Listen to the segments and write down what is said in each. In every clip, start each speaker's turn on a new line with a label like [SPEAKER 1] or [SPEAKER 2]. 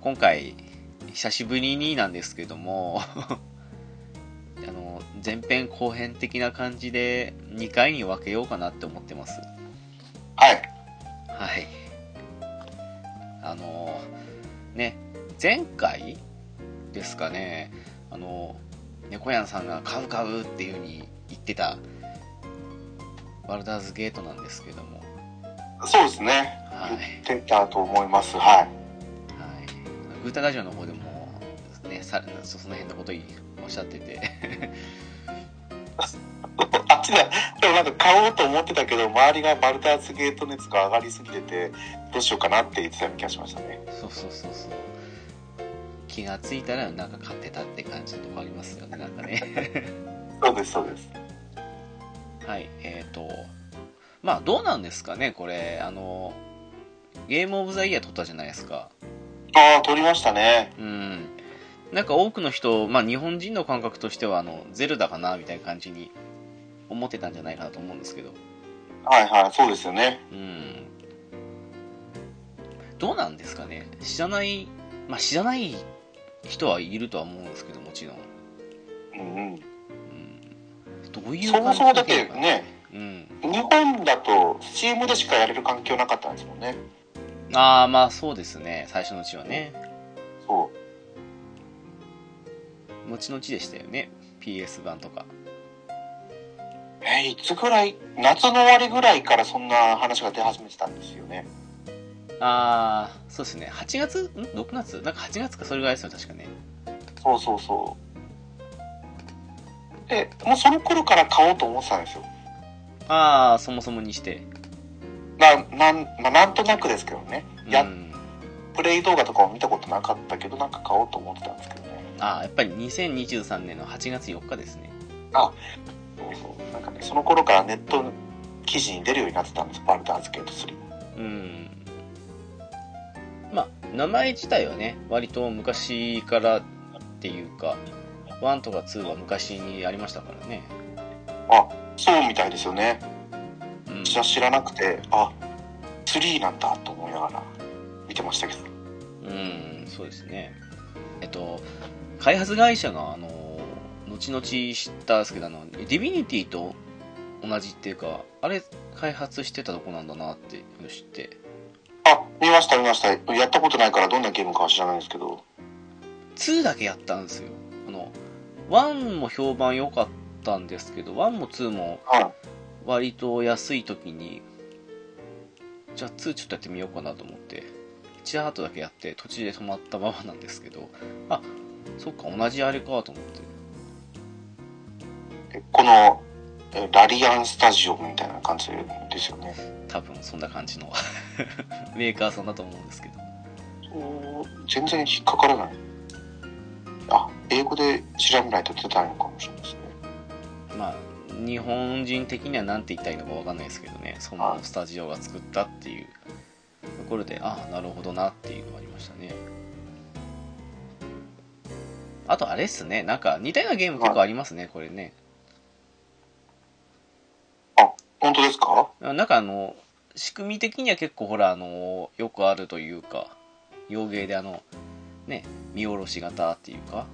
[SPEAKER 1] 今回久しぶりになんですけども あの前編後編的な感じで2回に分けようかなって思ってます
[SPEAKER 2] はい。
[SPEAKER 1] はいあのね前回ですかねあの猫やんさんが「買う買う」っていう風に言ってたバルダーズゲートなんですけども
[SPEAKER 2] そうですね。
[SPEAKER 1] はい
[SPEAKER 2] 言ってたと思います。はい。
[SPEAKER 1] はい、グータラジオの方でも、ね、さそその辺のことおっしゃってて
[SPEAKER 2] あっちだ。でもなんか買おうと思ってたけど、周りがバルダーズゲート熱が上がりすぎてて、どうしようかなって言ってたような気がしましたね。
[SPEAKER 1] そうそうそうそう気がついたらなんか買ってたって感じのとこありますよねなんかね
[SPEAKER 2] そうです、そうです。
[SPEAKER 1] はいえっ、とまあどうなんですかねこれあのゲームオブザイヤー取ったじゃないですか
[SPEAKER 2] ああ、取りましたね。
[SPEAKER 1] うんなんか多くの人、まあ、日本人の感覚としてはあのゼルダかなみたいな感じに思ってたんじゃないかなと思うんですけど
[SPEAKER 2] はいはい、そうですよね。
[SPEAKER 1] うんどうなんですかね知らない、まあ、知らない人はいるとは思うんですけどもちろん、
[SPEAKER 2] うんうん。
[SPEAKER 1] うん、どういう
[SPEAKER 2] そもそもだっ
[SPEAKER 1] 感じなの
[SPEAKER 2] て
[SPEAKER 1] かな
[SPEAKER 2] ね、
[SPEAKER 1] うん、
[SPEAKER 2] 日本だと、スチームでしかやれる環境なかったんですもんね。
[SPEAKER 1] ああまあそうですね最初のうちはね
[SPEAKER 2] そ
[SPEAKER 1] 後々でしたよね PS 版とか
[SPEAKER 2] う。えーいつぐらい、夏の終わりぐらいからそんな話が出始めてたんですよね。
[SPEAKER 1] ああそうですね8月ん6月なんか8月かそれぐらいですよ確かね
[SPEAKER 2] そうそうそう。で、もうその頃から買おうと思ってたんですよ。
[SPEAKER 1] ああそもそもにして
[SPEAKER 2] ななんまあ、なんとなくですけどね、や
[SPEAKER 1] うん、
[SPEAKER 2] プレイ動画とかも見たことなかったけどなんか買おうと思ってたんですけどね
[SPEAKER 1] ああやっぱり2023年の8月4日ですね
[SPEAKER 2] そうそうなんかねその頃からネット記事に出るようになってたんですバルダーズゲート3
[SPEAKER 1] うんまあ名前自体はね割と昔からっていうか1とか2は昔にありましたからね、
[SPEAKER 2] そうみたいですよね
[SPEAKER 1] うん、
[SPEAKER 2] 知ら知らなくてあ3なんだと思いながら見てましたけど
[SPEAKER 1] うんそうですねえっと開発会社があの後々知ったんですけどあのディビニティと同じっていうかあれ開発してたとこなんだなっていうの知って
[SPEAKER 2] あ見ました見ましたやったことないからどんなゲームかは知らないんですけど
[SPEAKER 1] 2だけやったんですよあの1も評判良かったんですけど1も2も
[SPEAKER 2] はい
[SPEAKER 1] 割と安い時にじゃあ2ちょっとやってみようかなと思ってチアートだけやって途中で止まったままなんですけどあそっか同じあれかと思って
[SPEAKER 2] えこのえラリアンスタジオみたいな感じですよね
[SPEAKER 1] 多分そんな感じの メーカーさんだと思うんですけど
[SPEAKER 2] 全然引っかからないあ英語で調べないと出てないのかもしれないですね
[SPEAKER 1] まあ日本人的には何て言ったらいいのか分かんないですけどねそのスタジオが作ったっていうところでああなるほどなっていうのがありましたねあとあれっすねなんか似たようなゲーム結構ありますねこれね
[SPEAKER 2] 本当ですか
[SPEAKER 1] なんかあの仕組み的には結構ほらあのよくあるというか洋芸であのね見下ろし型っていうか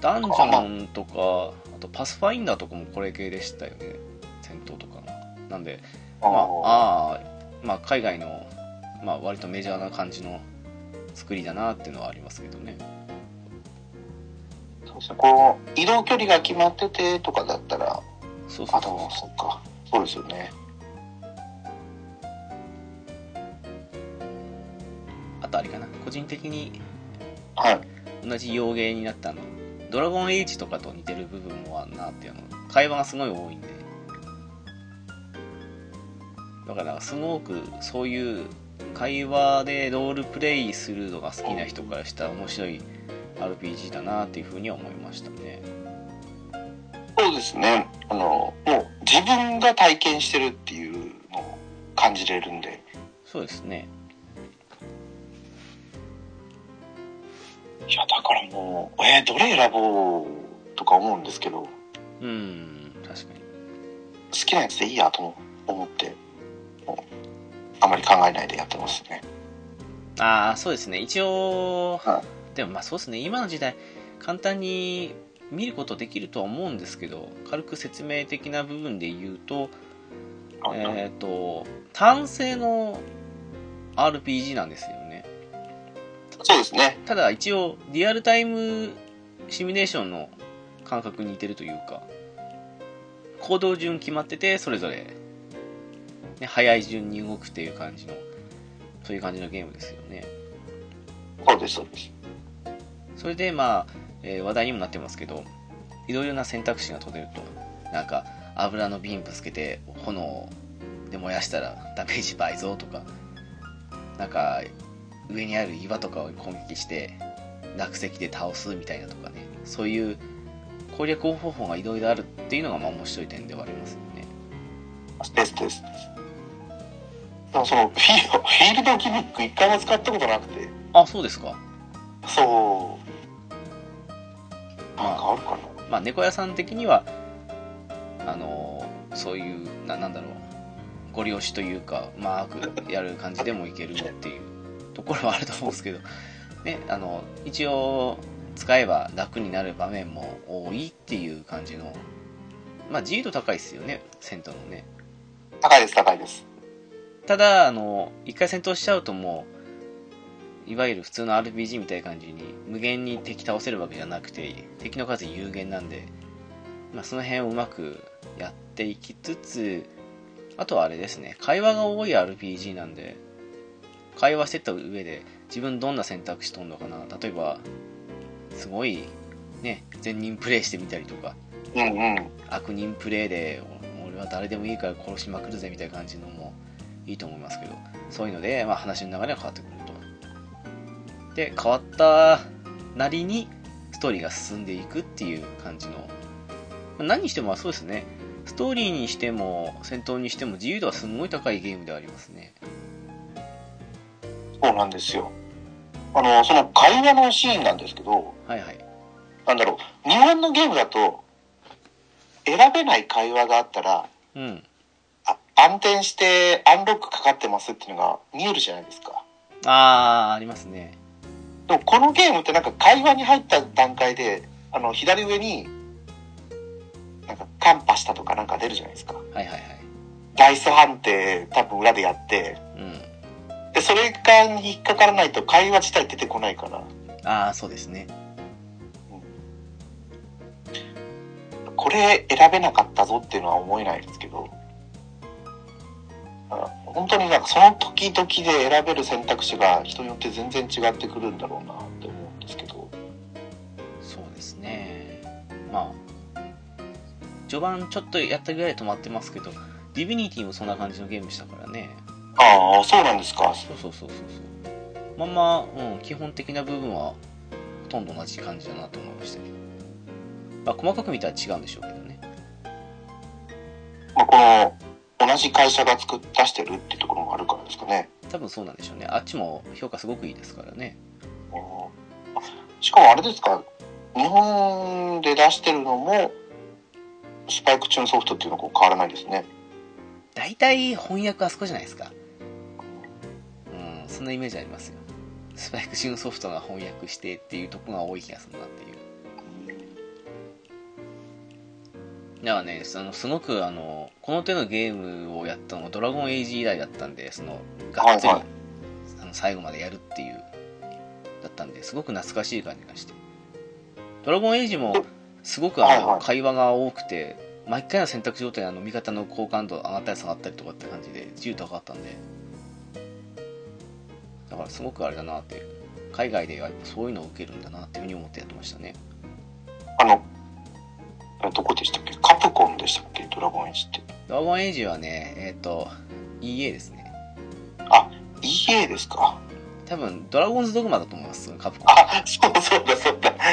[SPEAKER 1] ダンジョンとかあとパスファインダーとかもこれ系でしたよね戦闘とかのなんで
[SPEAKER 2] あ
[SPEAKER 1] ま
[SPEAKER 2] あ
[SPEAKER 1] ああーまあ海外の、まあ、割とメジャーな感じの作りだなっていうのはありますけどね
[SPEAKER 2] そうですねこう移動距離が決まっててとかだったら
[SPEAKER 1] そうそ
[SPEAKER 2] あ
[SPEAKER 1] う
[SPEAKER 2] で
[SPEAKER 1] そ
[SPEAKER 2] もそっかそうですよね
[SPEAKER 1] うあとあれかな個人的に
[SPEAKER 2] はい
[SPEAKER 1] 同じ洋芸になったあのドラゴンエイジとかと似てる部分もあるなっていうあの会話がすごい多いんでだからすごくそういう会話でロールプレイするのが好きな人からしたら面白い RPG だなっていうふうには思いましたね
[SPEAKER 2] そうですねあのもう自分が体験してるっていうのを感じれるんで
[SPEAKER 1] そうですね
[SPEAKER 2] いやだからもうえーどれ選ぼうとか思うんですけど好
[SPEAKER 1] うん確かに
[SPEAKER 2] きなやつでいいやと思ってもうあまり考えないでやってますね
[SPEAKER 1] ああそうですね一応、
[SPEAKER 2] は
[SPEAKER 1] でもまあそうですね今の時代簡単に見ることできるとは思うんですけど軽く説明的な部分で言うとえっ、と単性の RPG なんですよね
[SPEAKER 2] そうですね
[SPEAKER 1] ただ一応リアルタイムシミュレーションの感覚に似てるというか行動順決まっててそれぞれ、ね、早い順に動くっていう感じのそういう感じのゲームですよね
[SPEAKER 2] そうですそうです
[SPEAKER 1] それでまあ、えー話題にもなってますけどいろいろな選択肢が取れるとなんか油の瓶ぶつけて炎で燃やしたらダメージ倍増とかなんか上にある岩とかを攻撃して落石で倒すみたいなとかねそういう攻略方法がいろいろあるっていうのがまあ面白い点ではありますよね
[SPEAKER 2] ですですでもそのフィールドフィールドギミック一回も使ったことなくて
[SPEAKER 1] あそうですか
[SPEAKER 2] そうなんかあるかな
[SPEAKER 1] まあ、猫屋さん的にはあのーそういうななんだろうご利用しというかうまーくやる感じでもいけるっていうところはあると思うんですけど、ね、あの一応使えば楽になる場面も多いっていう感じの、まあ、自由度高いですよね戦闘のね
[SPEAKER 2] 高いです高いです
[SPEAKER 1] ただあの一回戦闘しちゃうともういわゆる普通の RPG みたいな感じに無限に敵倒せるわけじゃなくて敵の数有限なんで、まあ、その辺をうまくやっていきつつあとはあれですね会話が多い RPG なんで会話してった上で自分どんな選択肢とんのかな例えばすごいね全人プレイしてみたりとか
[SPEAKER 2] うんうん
[SPEAKER 1] 悪人プレイでお俺は誰でもいいから殺しまくるぜみたいな感じのもいいと思いますけどそういうので、まあ、話の流れが変わってくるとで変わったなりにストーリーが進んでいくっていう感じのまあ何にしてもまあそうですねストーリーにしても戦闘にしても自由度はすんごい高いゲームではありますね
[SPEAKER 2] そうなんですよあのその会話のシーンなんですけど
[SPEAKER 1] はいはい
[SPEAKER 2] なんだろう日本のゲームだと選べない会話があったら
[SPEAKER 1] うん
[SPEAKER 2] あ暗転してアンロックかかってますっていうのが見えるじゃないですか
[SPEAKER 1] ああーありますね
[SPEAKER 2] でもこのゲームってなんか会話に入った段階であの左上になんかカンパしたとかなんか出るじゃないですか
[SPEAKER 1] はいはいはい
[SPEAKER 2] ダイス判定多分裏でやって
[SPEAKER 1] うん
[SPEAKER 2] でそれが引っかからないと会話自体出てこないから
[SPEAKER 1] ああそうですね
[SPEAKER 2] これ選べなかったぞっていうのは思えないですけどあ本当になんかその時々で選べる選択肢が人によって全然違ってくるんだろうなって思うんですけど
[SPEAKER 1] そうですねまあ序盤ちょっとやったぐらいで止まってますけどディビニティもそんな感じのゲームしたからね
[SPEAKER 2] ああそうなんですか
[SPEAKER 1] そうそうそうそうそうまんまあ、うん、基本的な部分はほとんど同じ感じだなと思いましたけど、まあ、細かく見たら違うんでしょうけどね
[SPEAKER 2] まあ、この同じ会社が作っ出してるってところもあるからですかね。
[SPEAKER 1] 多分そうなんでしょうねあっちも評価すごくいいですからね
[SPEAKER 2] あーしかもあれですか日本で出してるのもスパイクチューンソフトっていうのはこう変わらないですね。
[SPEAKER 1] 大体翻訳あそこじゃないですかうんそんなイメージありますよスパイクチューンソフトが翻訳してっていうとこが多い気がするなっていうだからね、そのすごくあのこの手のゲームをやったのがドラゴンエイジ以来だったんで、そのがっつり、
[SPEAKER 2] はいはい
[SPEAKER 1] あの最後までやるっていう、だったんですごく懐かしい感じがして、ドラゴンエイジもすごくあの、
[SPEAKER 2] はいはい
[SPEAKER 1] 会話が多くて、毎回の選択肢ごとにあの味方の好感度上がったり下がったりとかって感じで、自由高かったんで、だからすごくあれだなっていう、海外ではそういうのを受けるんだなっていうふうに思ってやってましたね。
[SPEAKER 2] あの、えどこでしたっけカプコンでしたっけドラゴンエイジって。
[SPEAKER 1] ドラゴンエイジはね、えっ、と、EA ですね。
[SPEAKER 2] EA ですか
[SPEAKER 1] 多分ドラゴンズドグマだと思いますカプコン
[SPEAKER 2] あ、そうそうだそうだ。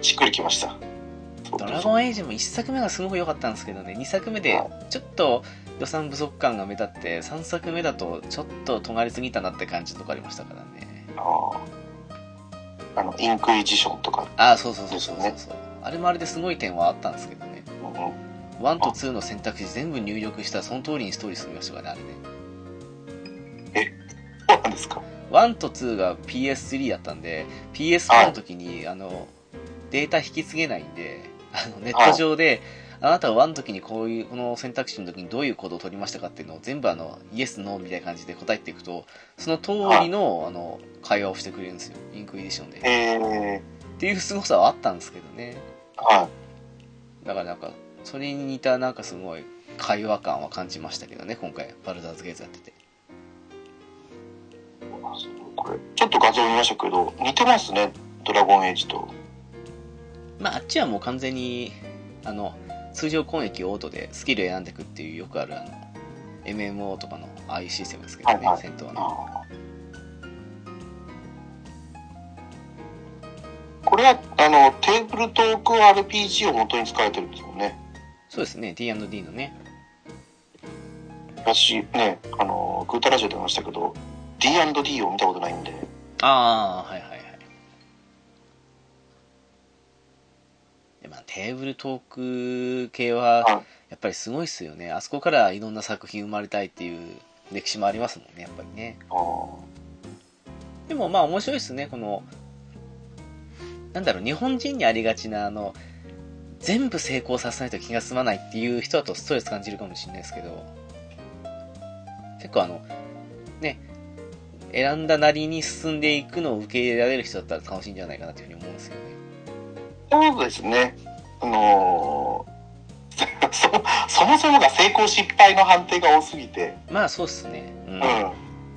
[SPEAKER 2] しっくりきました。そ
[SPEAKER 1] ド
[SPEAKER 2] うだ
[SPEAKER 1] ラ
[SPEAKER 2] そう
[SPEAKER 1] ゴンエイジも1作目がすごく良かったんですけどね2作目でちょっと予算不足感が目立って3作目だとちょっと尖りすぎたなって感じとかありましたからね
[SPEAKER 2] だあーあの、インクイジションとか、
[SPEAKER 1] ああそうそうそうそうそうそうあれもあれですごい点はあったんですけどね
[SPEAKER 2] うん
[SPEAKER 1] 1と2の選択肢全部入力したらその通りにストーリー進みましたからね
[SPEAKER 2] そうなんですか
[SPEAKER 1] あれね1と2が PS3 だったんで PS4 の時にあのデータ引き継げないんであのネット上であなたは1の時にこういうこの選択肢の時にどういう行動を取りましたかっていうのを全部あのイエスノーみたいな感じで答えていくとその通りのあの会話をしてくれるんですよインクイディションでっ
[SPEAKER 2] えー、
[SPEAKER 1] ていう凄さはあったんですけどね
[SPEAKER 2] はい。
[SPEAKER 1] だからなんかそれに似たなんかすごい会話感は感じましたけどね今回バルザーズゲーズやってて
[SPEAKER 2] これ、ちょっと画像見ましたけど、似てますね、ドラゴンエイジと。
[SPEAKER 1] まあ、あっちはもう完全にあの通常攻撃をオートでスキル選んでいくっていうよくあるあの MMO とかのああいうシステムですけどね、
[SPEAKER 2] はいはい
[SPEAKER 1] 戦闘の
[SPEAKER 2] あーこれは、あの、テーブルトーク RPG を元に使われてるんですもんね。
[SPEAKER 1] そうですね D&D のね
[SPEAKER 2] 私ねあのグータラジオで言いましたけど D&D を見たことないんで
[SPEAKER 1] ああはいはいはいで、まあ、テーブルトーク系
[SPEAKER 2] は
[SPEAKER 1] はいやっぱりすごいっすよねあそこからいろんな作品生まれたいっていう歴史もありますもんねやっぱりね
[SPEAKER 2] あー
[SPEAKER 1] でもまあ面白いですね、この、なんだろう、日本人にありがちな、あの、全部成功させないと気が済まないっていう人だとストレス感じるかもしれないですけど、結構あの、ね、選んだなりに進んでいくのを受け入れられる人だったら楽しいんじゃないかなというふうに思うんですよね。
[SPEAKER 2] そうですねあのー そそもそもが成功失敗の判定が多すぎて、
[SPEAKER 1] まあそうっすね。うん。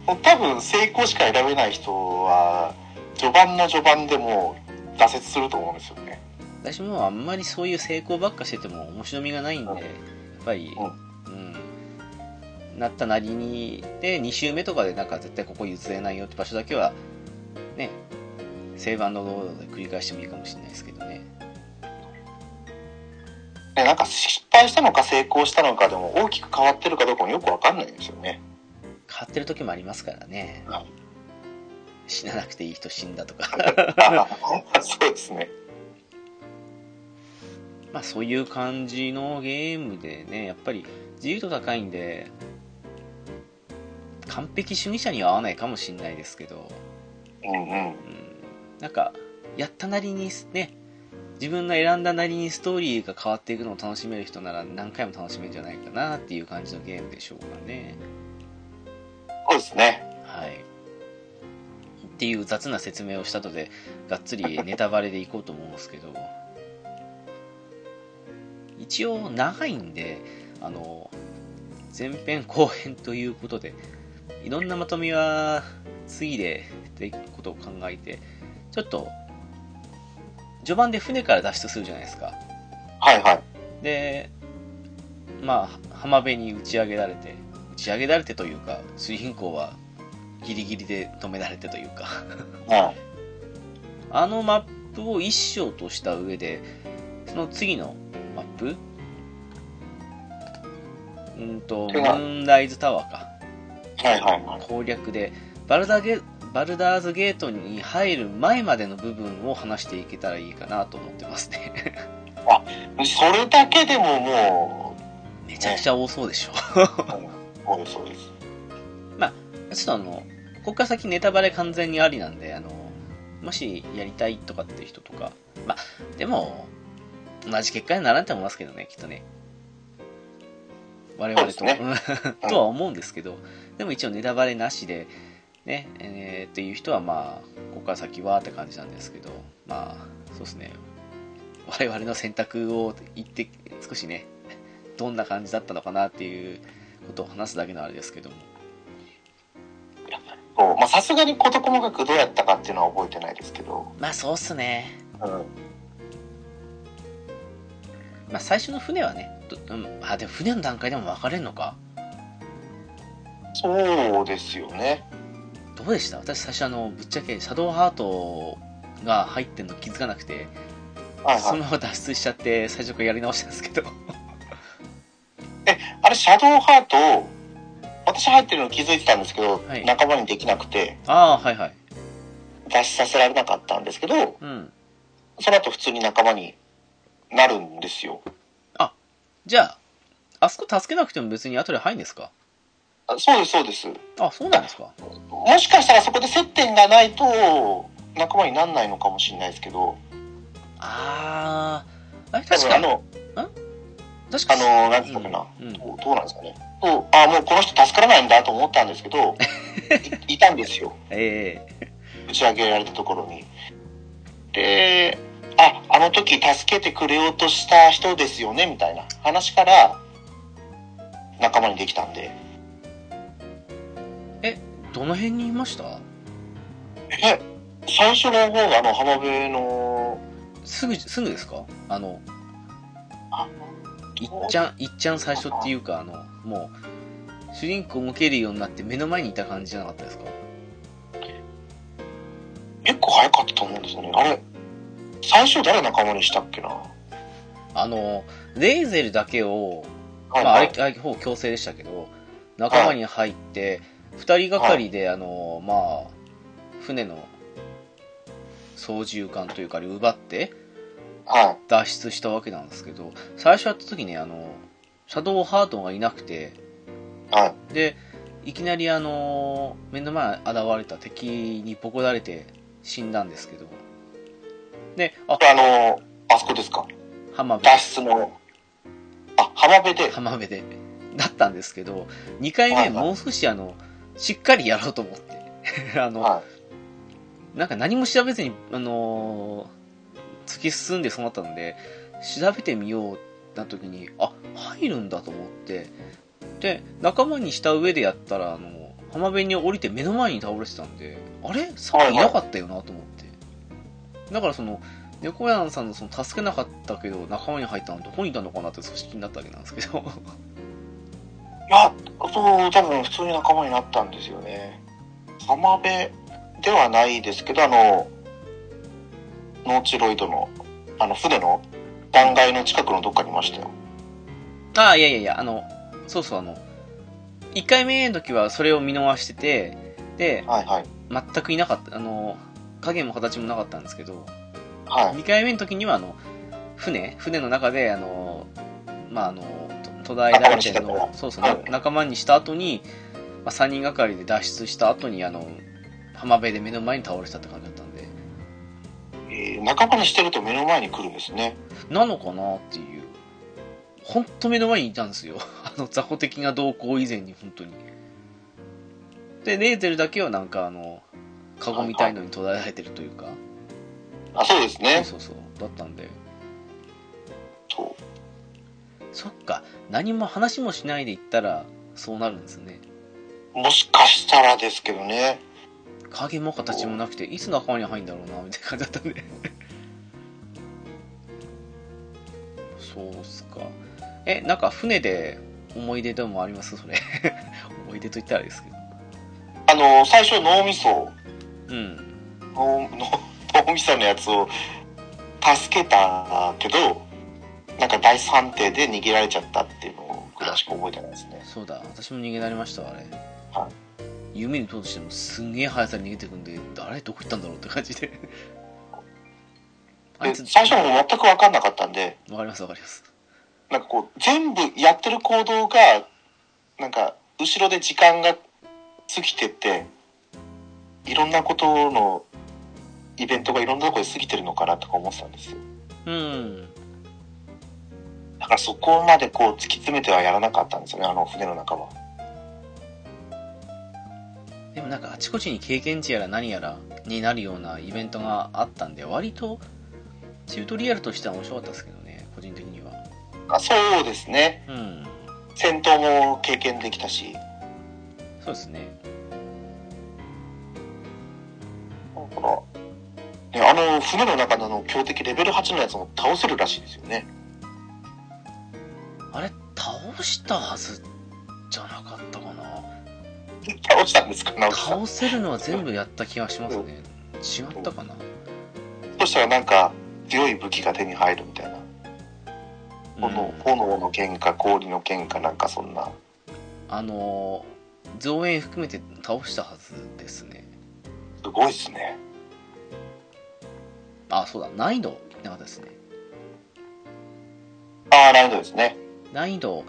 [SPEAKER 2] うん、多分成功しか選べない人は序盤の序盤でもう挫折すると思うんですよね
[SPEAKER 1] 私もあんまりそういう成功ばっかしてても面白みがないんで、
[SPEAKER 2] うん
[SPEAKER 1] やっぱり、
[SPEAKER 2] うん
[SPEAKER 1] うん、なったなりに、で、2周目とかでなんか絶対ここ譲れないよって場所だけは、ね、セーバーのロードで繰り返してもいいかもしれないですけどね。
[SPEAKER 2] ねなんか失敗したのか成功したのかでも大きく変わってるかどうかもよくわかんないんですよね
[SPEAKER 1] 変わってる時もありますからね
[SPEAKER 2] うん。
[SPEAKER 1] 死ななくていい人死んだとか。
[SPEAKER 2] あーそうですね
[SPEAKER 1] まあそういう感じのゲームでね、やっぱり自由度高いんで、完璧主義者には合わないかもしれないですけど、
[SPEAKER 2] うんうん
[SPEAKER 1] うんなんかやったなりにね自分の選んだなりにストーリーが変わっていくのを楽しめる人なら何回も楽しめるんじゃないかなっていう感じのゲームでしょうかね
[SPEAKER 2] そうですね
[SPEAKER 1] はいっていう雑な説明をしたのでがっつりネタバレでいこうと思うんですけど一応長いんであの前編後編ということでいろんなまとめは次でっていくことを考えてちょっと序盤で船から脱出するじゃないですか
[SPEAKER 2] はいはい
[SPEAKER 1] でまあ浜辺に打ち上げられて打ち上げられてというか水貧港はギリギリで止められてというか
[SPEAKER 2] は
[SPEAKER 1] あのマップを一章とした上でその次のマップうーんとム
[SPEAKER 2] 手が
[SPEAKER 1] ーンライズタワーか
[SPEAKER 2] いはいはいはい
[SPEAKER 1] 攻略でバルダゲバルダーズゲートに入る前までの部分を話していけたらいいかなと思ってますね
[SPEAKER 2] それだけでもも
[SPEAKER 1] めちゃくちゃ多そうでしょ
[SPEAKER 2] う、うんそうですそうです
[SPEAKER 1] まあ、ちょっとあの、ここから先ネタバレ完全にありなんで、あの、もしやりたいとかって人とか、まあ、でも、同じ結果にならんと思いますけどね、きっとね。我々と、
[SPEAKER 2] そうです
[SPEAKER 1] とは思うんですけど、でも一応ネタバレなしで、ね、えーっていう人はまあ、ここから先はって感じなんですけど、まあ、そうですね。我々の選択を言って、少しね、どんな感じだったのかなっていうことを話すだけのあれですけども。
[SPEAKER 2] そうまあさすがに事細かくどうやったかっていうのは覚えてないですけど、
[SPEAKER 1] まあそうっすね。
[SPEAKER 2] うん、
[SPEAKER 1] まあ最初の船はね、どうん、あ、でも船の段階でも分かれるのか。
[SPEAKER 2] そうですよね
[SPEAKER 1] どうでした私最初あの、ぶっちゃけシャドウハートが入ってんの気づかなくて、
[SPEAKER 2] はい
[SPEAKER 1] そ
[SPEAKER 2] は
[SPEAKER 1] の
[SPEAKER 2] い
[SPEAKER 1] まま脱出しちゃって最初からやり直したんですけど。
[SPEAKER 2] あれシャドウハートを私入ってるの気づいてたんですけど、
[SPEAKER 1] はい
[SPEAKER 2] 仲間にできなくて
[SPEAKER 1] ああ、はいはい。
[SPEAKER 2] 脱出させられなかったんですけど
[SPEAKER 1] うん。
[SPEAKER 2] その後普通に仲間になるんですよ
[SPEAKER 1] じゃあ、あそこ助けなくても別に後で入るんですか
[SPEAKER 2] あそうですそうです
[SPEAKER 1] あ、そうなんですか。
[SPEAKER 2] もしかしたらそこで接点がないと仲間になんないのかもしれないですけど
[SPEAKER 1] ああ、あれ
[SPEAKER 2] 多
[SPEAKER 1] 確
[SPEAKER 2] 分あ
[SPEAKER 1] か、
[SPEAKER 2] の
[SPEAKER 1] 確か
[SPEAKER 2] あのなんていうのかな、
[SPEAKER 1] うんうん
[SPEAKER 2] どうどうなんですかねそうあもうこの人助からないんだと思ったんですけどいいたんですよ
[SPEAKER 1] ええ
[SPEAKER 2] 打ち上げられたところにでああの時助けてくれようとした人ですよねみたいな話から仲間にできたんで
[SPEAKER 1] どの辺にいました
[SPEAKER 2] え最初の方があの浜辺の
[SPEAKER 1] すぐ、すぐですかあの、
[SPEAKER 2] あ
[SPEAKER 1] いっちゃん、いっちゃん最初っていうか、あの、もう、主人公動けるようになって目の前にいた感じじゃなかったですか
[SPEAKER 2] 結構早かったと思うんですよねあれ最初誰仲間にしたっけな
[SPEAKER 1] あの、レイゼルだけを、
[SPEAKER 2] はい
[SPEAKER 1] まあ、
[SPEAKER 2] は
[SPEAKER 1] あ
[SPEAKER 2] い
[SPEAKER 1] れ、あれ、ほぼ強制でしたけど、仲間に入って、二人がかりで、あの、まあ、船の操縦桿というか、あれ奪って
[SPEAKER 2] はい
[SPEAKER 1] 脱出したわけなんですけど、最初やった時ね、あの、シャドウハートがいなくて、
[SPEAKER 2] はい
[SPEAKER 1] で、いきなりあの、目の前に現れた敵にボコられて死んだんですけど、で、あ
[SPEAKER 2] こ、れあのあそこですか
[SPEAKER 1] 浜辺
[SPEAKER 2] 脱出のあ浜辺で
[SPEAKER 1] 浜辺で、だったんですけど、2回
[SPEAKER 2] はい
[SPEAKER 1] 目、
[SPEAKER 2] はい
[SPEAKER 1] もう少しあの、しっかりやろうと思って、 あの、
[SPEAKER 2] は
[SPEAKER 1] なんか何も調べずに、あのー突き進んでそうなったので、調べてみような時に、あ、入るんだと思って、で、仲間にした上でやったら、あの、浜辺に降りて目の前に倒れてたんで、あれさっきいなかったよなと思って。だからその、猫やんさんのその助けなかったけど仲間に入ったのどこにいたのかなって組織になったわけなんですけど。
[SPEAKER 2] いやそう多分普通に仲間になったんですよね浜辺ではないですけどあのノーチロイドのあの船の断崖の近くのどっかにいましたよ
[SPEAKER 1] ああ、いやいやいや、あの、そうそう、あの、1回目の時はそれを見逃してて、で、
[SPEAKER 2] はいはい
[SPEAKER 1] 全くいなかった、あの、影も形もなかったんですけど、
[SPEAKER 2] はい
[SPEAKER 1] 2回目の時には、あの、船、船の中で、あの、まあ、あの、と途絶えられてるの
[SPEAKER 2] 仲間にした
[SPEAKER 1] を
[SPEAKER 2] か、
[SPEAKER 1] そうそう、
[SPEAKER 2] は
[SPEAKER 1] ない仲間にした後に、まあ、3人がかりで脱出した後に、あの、浜辺で目の前に倒れてたって感じだったんで、
[SPEAKER 2] えー仲間にしてると目の前に来るんですね
[SPEAKER 1] なのかなっていう、ほんと目の前にいたんですよ。 あの、雑魚的な動向以前に、本当に。で、レーゼルだけはなんか、あの、カゴみたいのに捉えられてるというか、
[SPEAKER 2] あそうですね
[SPEAKER 1] そうそうそう、だったんで、
[SPEAKER 2] そ
[SPEAKER 1] そっか、何も話もしないで行ったら、そうなるんですね。
[SPEAKER 2] うもしかしたらですけどね
[SPEAKER 1] 影も形もなくて、いつ仲間に入るんだろうな、みたいな感じだったんで。 そうっすか。え、なんか船で思い出でもありますそれ。 思い出と言ったらあれですけど。
[SPEAKER 2] あの最初脳みそ
[SPEAKER 1] うん。
[SPEAKER 2] 脳脳脳みそのやつを助けたけどなんか大判定で逃げられちゃったっていうのを詳しく覚えてないですね
[SPEAKER 1] そうだ、私も逃げられましたわ、あれ
[SPEAKER 2] は。
[SPEAKER 1] 夢に通してもすんげえ速さで逃げてくんで、誰どこ行ったんだろうって感じで。あい
[SPEAKER 2] で
[SPEAKER 1] つ、
[SPEAKER 2] 最初も全く分かんなかったんで
[SPEAKER 1] わかりますわかります。
[SPEAKER 2] なんかこう全部やってる行動がなんか後ろで時間が過ぎてっていろんなことのイベントがいろんなとこで過ぎてるのかなとか思ってたんですよ
[SPEAKER 1] うん
[SPEAKER 2] だからそこまでこう突き詰めてはやらなかったんですよねあの船の中は
[SPEAKER 1] でもなんかあちこちに経験値やら何やらになるようなイベントがあったんで割とチュートリアルとしては面白かったですけどね個人的には
[SPEAKER 2] あそうですね
[SPEAKER 1] うん
[SPEAKER 2] 戦闘も経験できたし
[SPEAKER 1] そうですね
[SPEAKER 2] だから、ね、あの船の中のあの強敵レベル8のやつも倒せるらしいですよね
[SPEAKER 1] あれ倒したはずじゃなかったかな
[SPEAKER 2] 倒したんですか直樹さん
[SPEAKER 1] 倒せるのは全部やった気がしますね違ったかな
[SPEAKER 2] そしたらなんか強い武器が手に入るみたいな炎,、
[SPEAKER 1] うん
[SPEAKER 2] 炎の剣か氷の剣かなんかそんな
[SPEAKER 1] あのー造園含めて倒したはずですね
[SPEAKER 2] すごいっすね
[SPEAKER 1] あそうだ難易度なかったですね
[SPEAKER 2] ああ難易度ですね
[SPEAKER 1] 難易度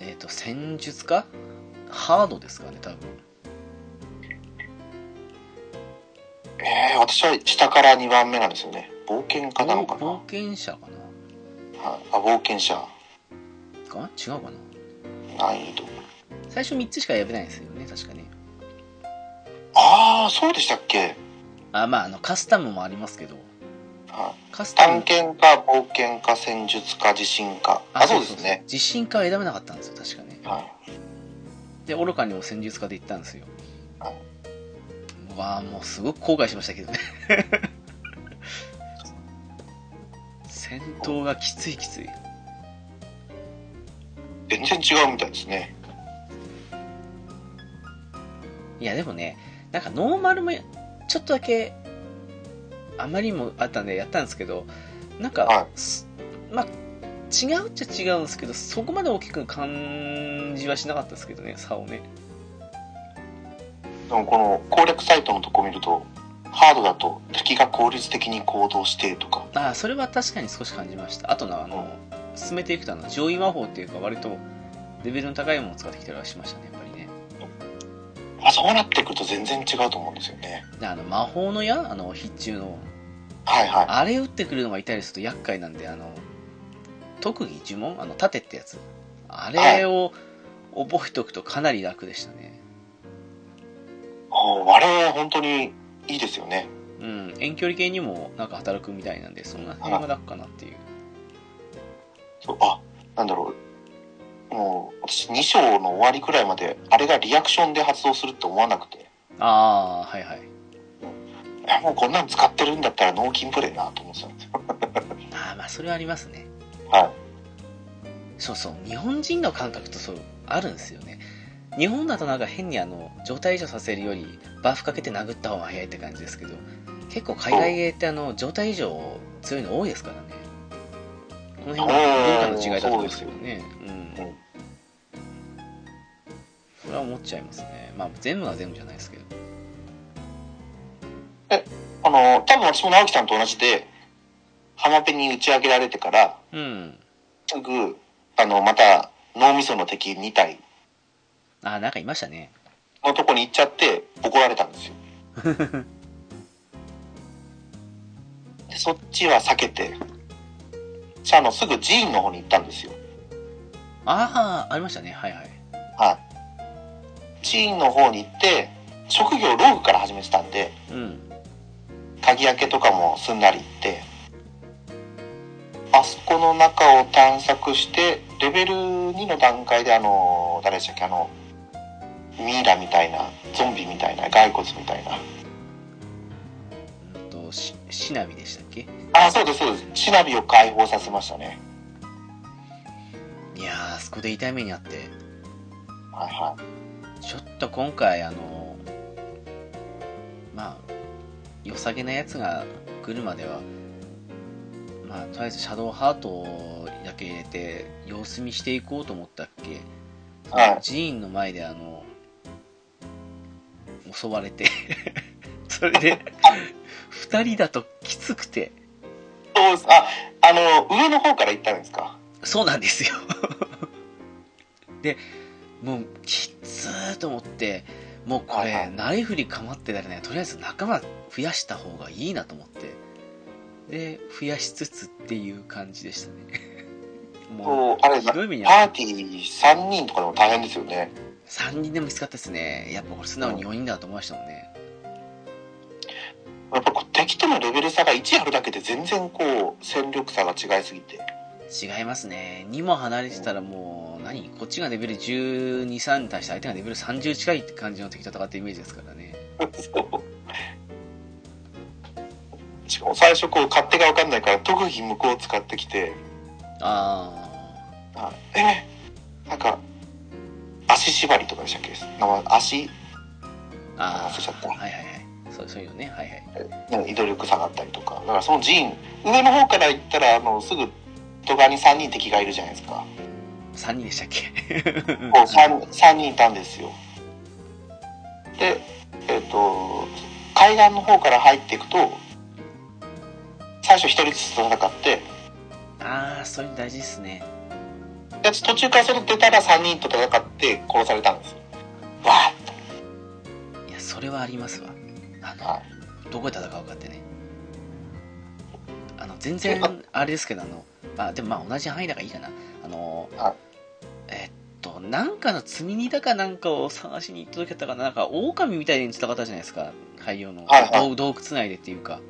[SPEAKER 1] えっ、と戦術かハードですかね多分
[SPEAKER 2] えー、私は下から2番目なんですよね冒険家なのかな、
[SPEAKER 1] 冒険者か
[SPEAKER 2] はい、あ冒険者
[SPEAKER 1] なかな違うかな
[SPEAKER 2] 難易度
[SPEAKER 1] 最初3つしか選べないですよね確かね
[SPEAKER 2] ああそうでしたっけ、
[SPEAKER 1] あまああのカスタムもありますけど
[SPEAKER 2] はい、
[SPEAKER 1] カスタム
[SPEAKER 2] 探検家冒険家戦術家自信家あそうですね
[SPEAKER 1] 自信家は選べなかったんですよ確かね
[SPEAKER 2] は
[SPEAKER 1] で愚かにも戦術家で行ったんですよ
[SPEAKER 2] は
[SPEAKER 1] うわあもうすごく後悔しましたけ どね戦闘がきついきつい
[SPEAKER 2] い全然違うみたいですね
[SPEAKER 1] いやでもねなんかノーマルもちょっとだけあまりにもあったんでやったんですけどなんか、
[SPEAKER 2] は
[SPEAKER 1] すまあ違うっちゃ違うんですけどそこまで大きく感じはしなかったですけどね差をね
[SPEAKER 2] でもこの攻略サイトのとこ見るとハードだと敵が効率的に行動してとか
[SPEAKER 1] ああそれは確かに少し感じましたあとなあの進めていくとあの上位魔法っていうか割とレベルの高いものを使ってきたりはしましたねやっぱりね
[SPEAKER 2] あそうなってくると全然違うと思うんですよね
[SPEAKER 1] であの魔法の矢あの必中の
[SPEAKER 2] はいはい
[SPEAKER 1] あれ打ってくるのがいたりすると厄介なんであの特技呪文あの盾ってやつあれを覚えておくとかなり楽でしたね
[SPEAKER 2] おーあれ本当にいいですよね
[SPEAKER 1] うん遠距離系にもなんか働くみたいなんでそんな辺が楽かなっていう
[SPEAKER 2] そうあなんだろうもう私2章の終わりくらいまであれがリアクションで発動するって思わなくて
[SPEAKER 1] ああはいはい
[SPEAKER 2] いやもうこんなの使ってるんだったら脳筋プレイなと思ってたんですよ
[SPEAKER 1] ああまあそれはありますね
[SPEAKER 2] はい
[SPEAKER 1] そうそう日本人の感覚とそうあるんですよね日本だとなんか変にあの状態異常させるよりバフかけて殴った方が早いって感じですけど結構海外系ってあの状態異常強いの多いですからねこの辺は文化の違いだと思うんですけどねう
[SPEAKER 2] そうんですよ
[SPEAKER 1] それは思っちゃいますねまあ全部は全部じゃないですけど
[SPEAKER 2] あの多分私も直樹さんと同じで浜辺に打ち上げられてから
[SPEAKER 1] うん
[SPEAKER 2] すぐあのまた脳みその敵2体
[SPEAKER 1] ああなんかいましたね
[SPEAKER 2] のとこに行っちゃって怒られたんですよでそっちは避けてじゃああのすぐ寺院の方に行ったんですよ
[SPEAKER 1] ああありましたねはいはい
[SPEAKER 2] はい寺院の方に行って職業ローグから始めてたんで
[SPEAKER 1] うん
[SPEAKER 2] 鍵開けとかもすんなり行ってあそこの中を探索してレベル2の段階であの誰でしたっけあのミイラみたいなゾンビみたいな骸骨みたいな
[SPEAKER 1] うんとしシナビでしたっけ
[SPEAKER 2] あそうですそうですシナビを解放させましたね
[SPEAKER 1] いやーあそこで痛い目にあって
[SPEAKER 2] はいはい
[SPEAKER 1] ちょっと今回あのまあ良さげなやつが来るまではまあとりあえずシャドウハートだけ入れて様子見していこうと思ったっけ
[SPEAKER 2] はい
[SPEAKER 1] 寺院の前であの襲われて それで2人だときつくて
[SPEAKER 2] そうですああの上の方から行ったんですか
[SPEAKER 1] そうなんです よでもうきつーと思ってもうこ
[SPEAKER 2] はいは
[SPEAKER 1] れ
[SPEAKER 2] い
[SPEAKER 1] なりふり構ってたらねとりあえず仲間増やした方がいいなと思ってで増やしつつっていう感じでしたね も
[SPEAKER 2] そうあれ
[SPEAKER 1] ひどい目に
[SPEAKER 2] パ
[SPEAKER 1] 遭
[SPEAKER 2] ー
[SPEAKER 1] う
[SPEAKER 2] ティー3人とかでも大変ですよね。
[SPEAKER 1] 3人でも見つかったですねやっぱこれ素直に4人だと思いましたもんね
[SPEAKER 2] やっぱこう敵とのレベル差が1あるだけで全然こう戦力差が違いすぎて。
[SPEAKER 1] 違いますね2も離れてたらもう何こっちがレベル123に対して相手がレベル30近いって感じの敵と戦ってイメージですからね
[SPEAKER 2] そうしかも最初こう勝手が分かんないから特技向こう使ってきて、
[SPEAKER 1] あ
[SPEAKER 2] あえなんか足縛りとかでしたっけ名前足
[SPEAKER 1] ー
[SPEAKER 2] あ
[SPEAKER 1] あ
[SPEAKER 2] 忘れちゃっ
[SPEAKER 1] ー
[SPEAKER 2] た
[SPEAKER 1] はいはいはいそうそういうのねはいはい
[SPEAKER 2] なんか移動力下がったりとかだからその寺院上の方から行ったらあのすぐ隣に3人敵がいるじゃないですか、
[SPEAKER 1] 3人でしたっけ
[SPEAKER 2] こう 3, 3人いたんですよでえっ、と階段の方から入っていくと最初1人ずつ戦って
[SPEAKER 1] ああそういうの大事ですね
[SPEAKER 2] で途中からそれ出たら3人と戦って殺されたんですよわーっ
[SPEAKER 1] いやそれはありますわあの、
[SPEAKER 2] は
[SPEAKER 1] どこで戦うかってねあの全然
[SPEAKER 2] あ
[SPEAKER 1] あれですけどあのあでもまあ同じ範囲だからいいかなあの、
[SPEAKER 2] はい
[SPEAKER 1] えっとなんかの積み荷だかなんかを探しに行った時だったかななんか狼みたいに戦ったじゃないですか廃業の、
[SPEAKER 2] はいは
[SPEAKER 1] 洞
[SPEAKER 2] い
[SPEAKER 1] 洞窟内でっていうか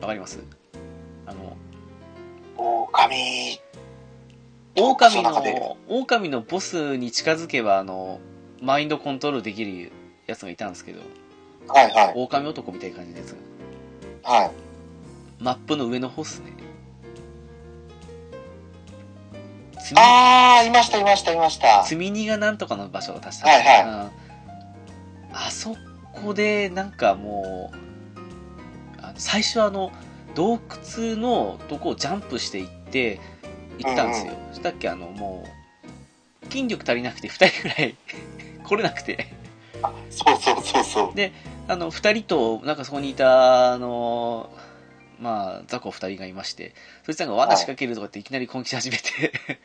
[SPEAKER 1] わかりますあの
[SPEAKER 2] 狼
[SPEAKER 1] 狼
[SPEAKER 2] その中で
[SPEAKER 1] の狼のボスに近づけばあのマインドコントロールできるやつがいたんですけど
[SPEAKER 2] はいはい
[SPEAKER 1] 狼男みたいな感じのやつが
[SPEAKER 2] はい
[SPEAKER 1] マップの上の方っすね積み
[SPEAKER 2] ああいましたいましたいました
[SPEAKER 1] 積み荷がなんとかの場所を足した、
[SPEAKER 2] はいはい
[SPEAKER 1] うんあそこでなんかもうあの最初はあの洞窟のとこをジャンプしていって行ったんですよ、したっけあのもう筋力足りなくて2人ぐらい 来れなくて
[SPEAKER 2] そうそうそうそう
[SPEAKER 1] あの2人となんかそこにいたあのまあ雑魚2人がいましてそいつらが罠仕掛けるとかっていきなり根気し始めて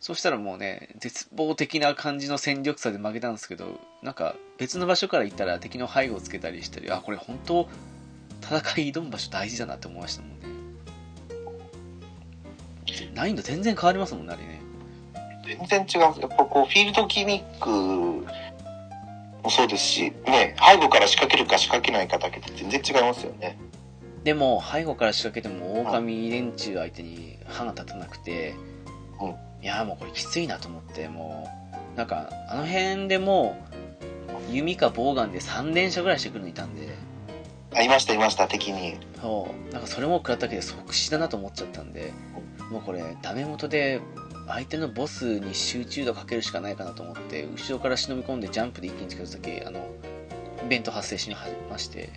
[SPEAKER 1] そしたらもうね絶望的な感じの戦力差で負けたんですけどなんか別の場所から行ったら敵の背後をつけたりしたりあこれ本当戦い挑む場所大事だなって思いましたもんね難易度全然変わりますもんねあれね
[SPEAKER 2] 全然違うんですやっぱこうフィールドギミックもそうですしね背後から仕掛けるか仕掛けないかだけで全然違いますよね
[SPEAKER 1] でも背後から仕掛けても狼連中相手に歯が立たなくて、
[SPEAKER 2] うん
[SPEAKER 1] いやーもうこれきついなと思ってもうなんかあの辺でもう弓かボウガンで3連射ぐらいしてくるのいたんで
[SPEAKER 2] あいましたいました敵に
[SPEAKER 1] そうなんかそれも食らったけど即死だなと思っちゃったんでもうこれダメ元で相手のボスに集中度かけるしかないかなと思って後ろから忍び込んでジャンプで一気に近づけあのイベント発生しまして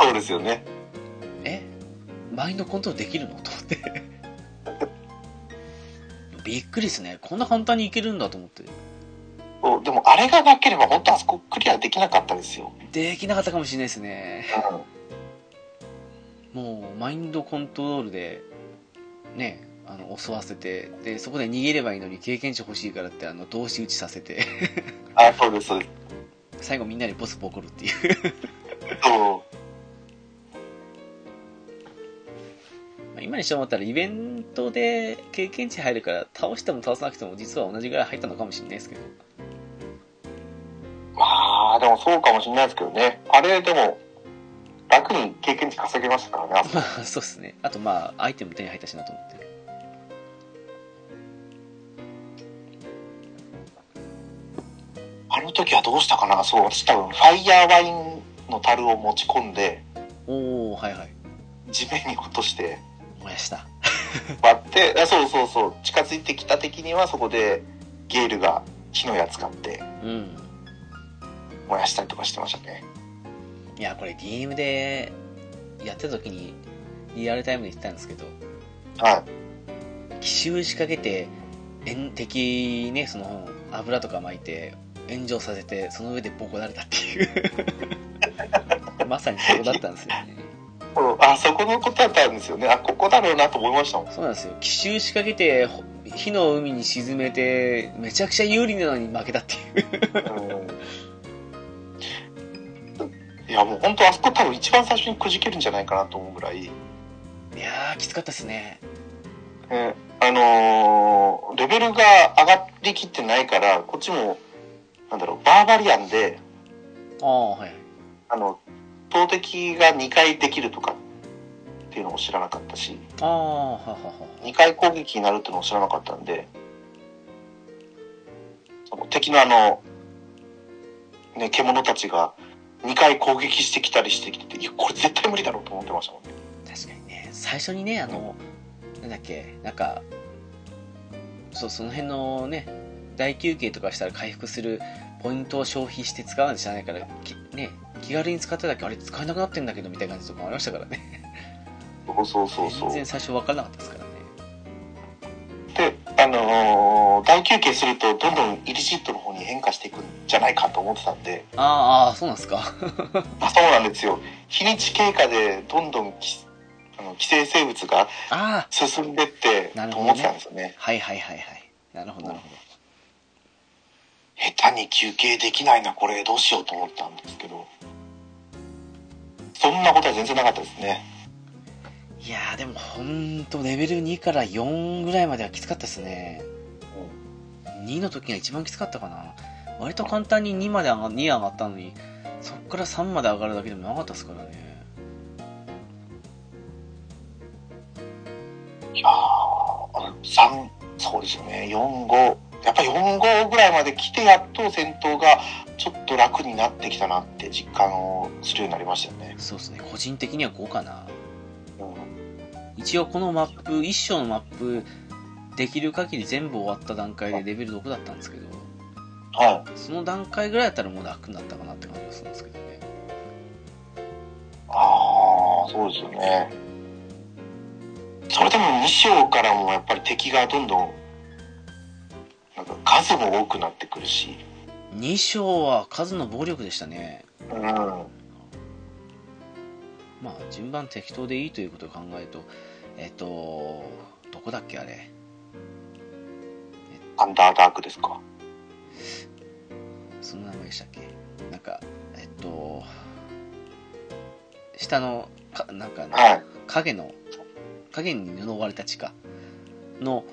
[SPEAKER 2] そうですよね
[SPEAKER 1] えマインドコントロールできるのと思ってびっくりですねこんな簡単にいけるんだと思って
[SPEAKER 2] そうでもあれがなければ本当あそこクリアできなかったですよ、
[SPEAKER 1] できなかったかもしれないですね
[SPEAKER 2] う
[SPEAKER 1] もうマインドコントロールでねあの襲わせてでそこで逃げればいいのに経験値欲しいからってあの同士打ちさせて
[SPEAKER 2] ん、あそうですそうです
[SPEAKER 1] 最後みんなにボスボコるっていう
[SPEAKER 2] そう
[SPEAKER 1] まあ今にして思ったらイベントで経験値入るから倒しても倒さなくても実は同じぐらい入ったのかもしれないですけど
[SPEAKER 2] まあでもそうかもしれないですけどねあれでも楽に経験値稼げましたからね
[SPEAKER 1] まあそうですねあとまあアイテム手に入ったしなと思って
[SPEAKER 2] あの時はどうしたかなそう私多分ファイヤーワインの樽を持ち込んで
[SPEAKER 1] おおはいはい
[SPEAKER 2] 地面に落として
[SPEAKER 1] 燃やした
[SPEAKER 2] 割ってあそうそうそう近づいてきた敵にはそこでゲールが火の矢使って
[SPEAKER 1] うん
[SPEAKER 2] 燃やしたりとかしてましたね
[SPEAKER 1] いやこれ DM でやってた時にリアルタイムで言ってたんですけど
[SPEAKER 2] は
[SPEAKER 1] 奇襲仕掛けて炎敵ねその油とか巻いて炎上させてその上でボコられたっていう まさにそこだったんですよね
[SPEAKER 2] いそうあそこのことだったんですよねあここだろうなと思いましたもん
[SPEAKER 1] そうなんですよ奇襲仕掛けてほ火の海に沈めてめちゃくちゃ有利なのに負けたっていう
[SPEAKER 2] うんやもう本当あそこ多分一番最初にくじけるんじゃないかなと思うぐらい、
[SPEAKER 1] いやーきつかったですね
[SPEAKER 2] ねあのーレベルが上がりきってないからこっちもなんだろうバーバリアンで
[SPEAKER 1] ああはい
[SPEAKER 2] あの投擲が2回できるとかっていうのも知らなかったし
[SPEAKER 1] ああははは
[SPEAKER 2] 2回攻撃になるっていうのも知らなかったんでその敵のあの、ね、獣たちが2回攻撃してきたりしてきてていやこれ絶対無理だろうと思ってましたもんね。
[SPEAKER 1] 確かにね最初にねあのなんだっけなんかそうその辺のね大休憩とかしたら回復するポイントを消費して使わないと知らないからきね気軽に使ってただけあれ使えなくなってんだけどみたいな感じとかもありましたからね
[SPEAKER 2] そうそうそうそう
[SPEAKER 1] 全然最初分からなかったですからね
[SPEAKER 2] で、あのー大休憩するとどんどんイリジットの方に変化していくんじゃないかと思ってたんで
[SPEAKER 1] あーあーそうなんですか
[SPEAKER 2] あそうなんですよ日にち経過でどんどんきあの寄生生物が
[SPEAKER 1] ああ
[SPEAKER 2] 進んでって
[SPEAKER 1] なる
[SPEAKER 2] と
[SPEAKER 1] ほどね
[SPEAKER 2] 思ってたんですよね
[SPEAKER 1] はいはいはいはいなるほどなるほど
[SPEAKER 2] 下手に休憩できないなこれどうしようと思ったんですけどそんなことは全然なかったですね
[SPEAKER 1] いやーでもほんとレベル2から4ぐらいまではきつかったですね2の時が一番きつかったかな割と簡単に2まで上が ,2 上がったのにそっから3まで上がるだけでもなかったですからね
[SPEAKER 2] いや3そうですよね45やっぱ45ぐらいまで来てやっと戦闘がちょっと楽になってきたなって実感をするようになりましたよね
[SPEAKER 1] そうですね個人的には5かな
[SPEAKER 2] うん
[SPEAKER 1] 一応このマップ1章のマップできる限り全部終わった段階でレベル6だったんですけど
[SPEAKER 2] は
[SPEAKER 1] その段階ぐらいだったらもう楽になったかなって感じがするんですけどね
[SPEAKER 2] い。ああ、そうですよね。それでも2章からもやっぱり敵がどんどん、なんか数も多くなってくるし、
[SPEAKER 1] 2章は数の暴力でしたね
[SPEAKER 2] うん。は
[SPEAKER 1] まあ順番適当でいいということを考えるとえっとどこだっけあれ
[SPEAKER 2] アンダーダークですか。
[SPEAKER 1] その名前でしたっけなんかえっと下のかなんかあの
[SPEAKER 2] はい。
[SPEAKER 1] 影の影に布を割れた地下の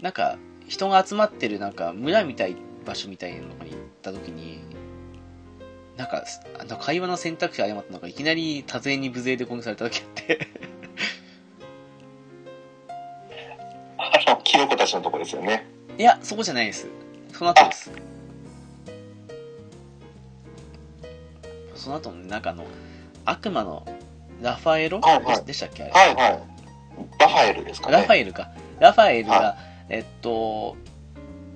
[SPEAKER 1] なんか人が集まってるなんか村みたい場所みたいなのに行った時になんかあの会話の選択肢誤ったのかいきなり多勢に無勢で攻撃された時あって
[SPEAKER 2] あ の、キノコたちのとこですよね。
[SPEAKER 1] いや、そこじゃないです。その後です。その後の中の悪魔のラファエロ、
[SPEAKER 2] はいはい
[SPEAKER 1] でしたっけあれ、
[SPEAKER 2] はいはい。ラファエルですかね。
[SPEAKER 1] ラファエルか。ラファエルが、
[SPEAKER 2] は
[SPEAKER 1] えっと、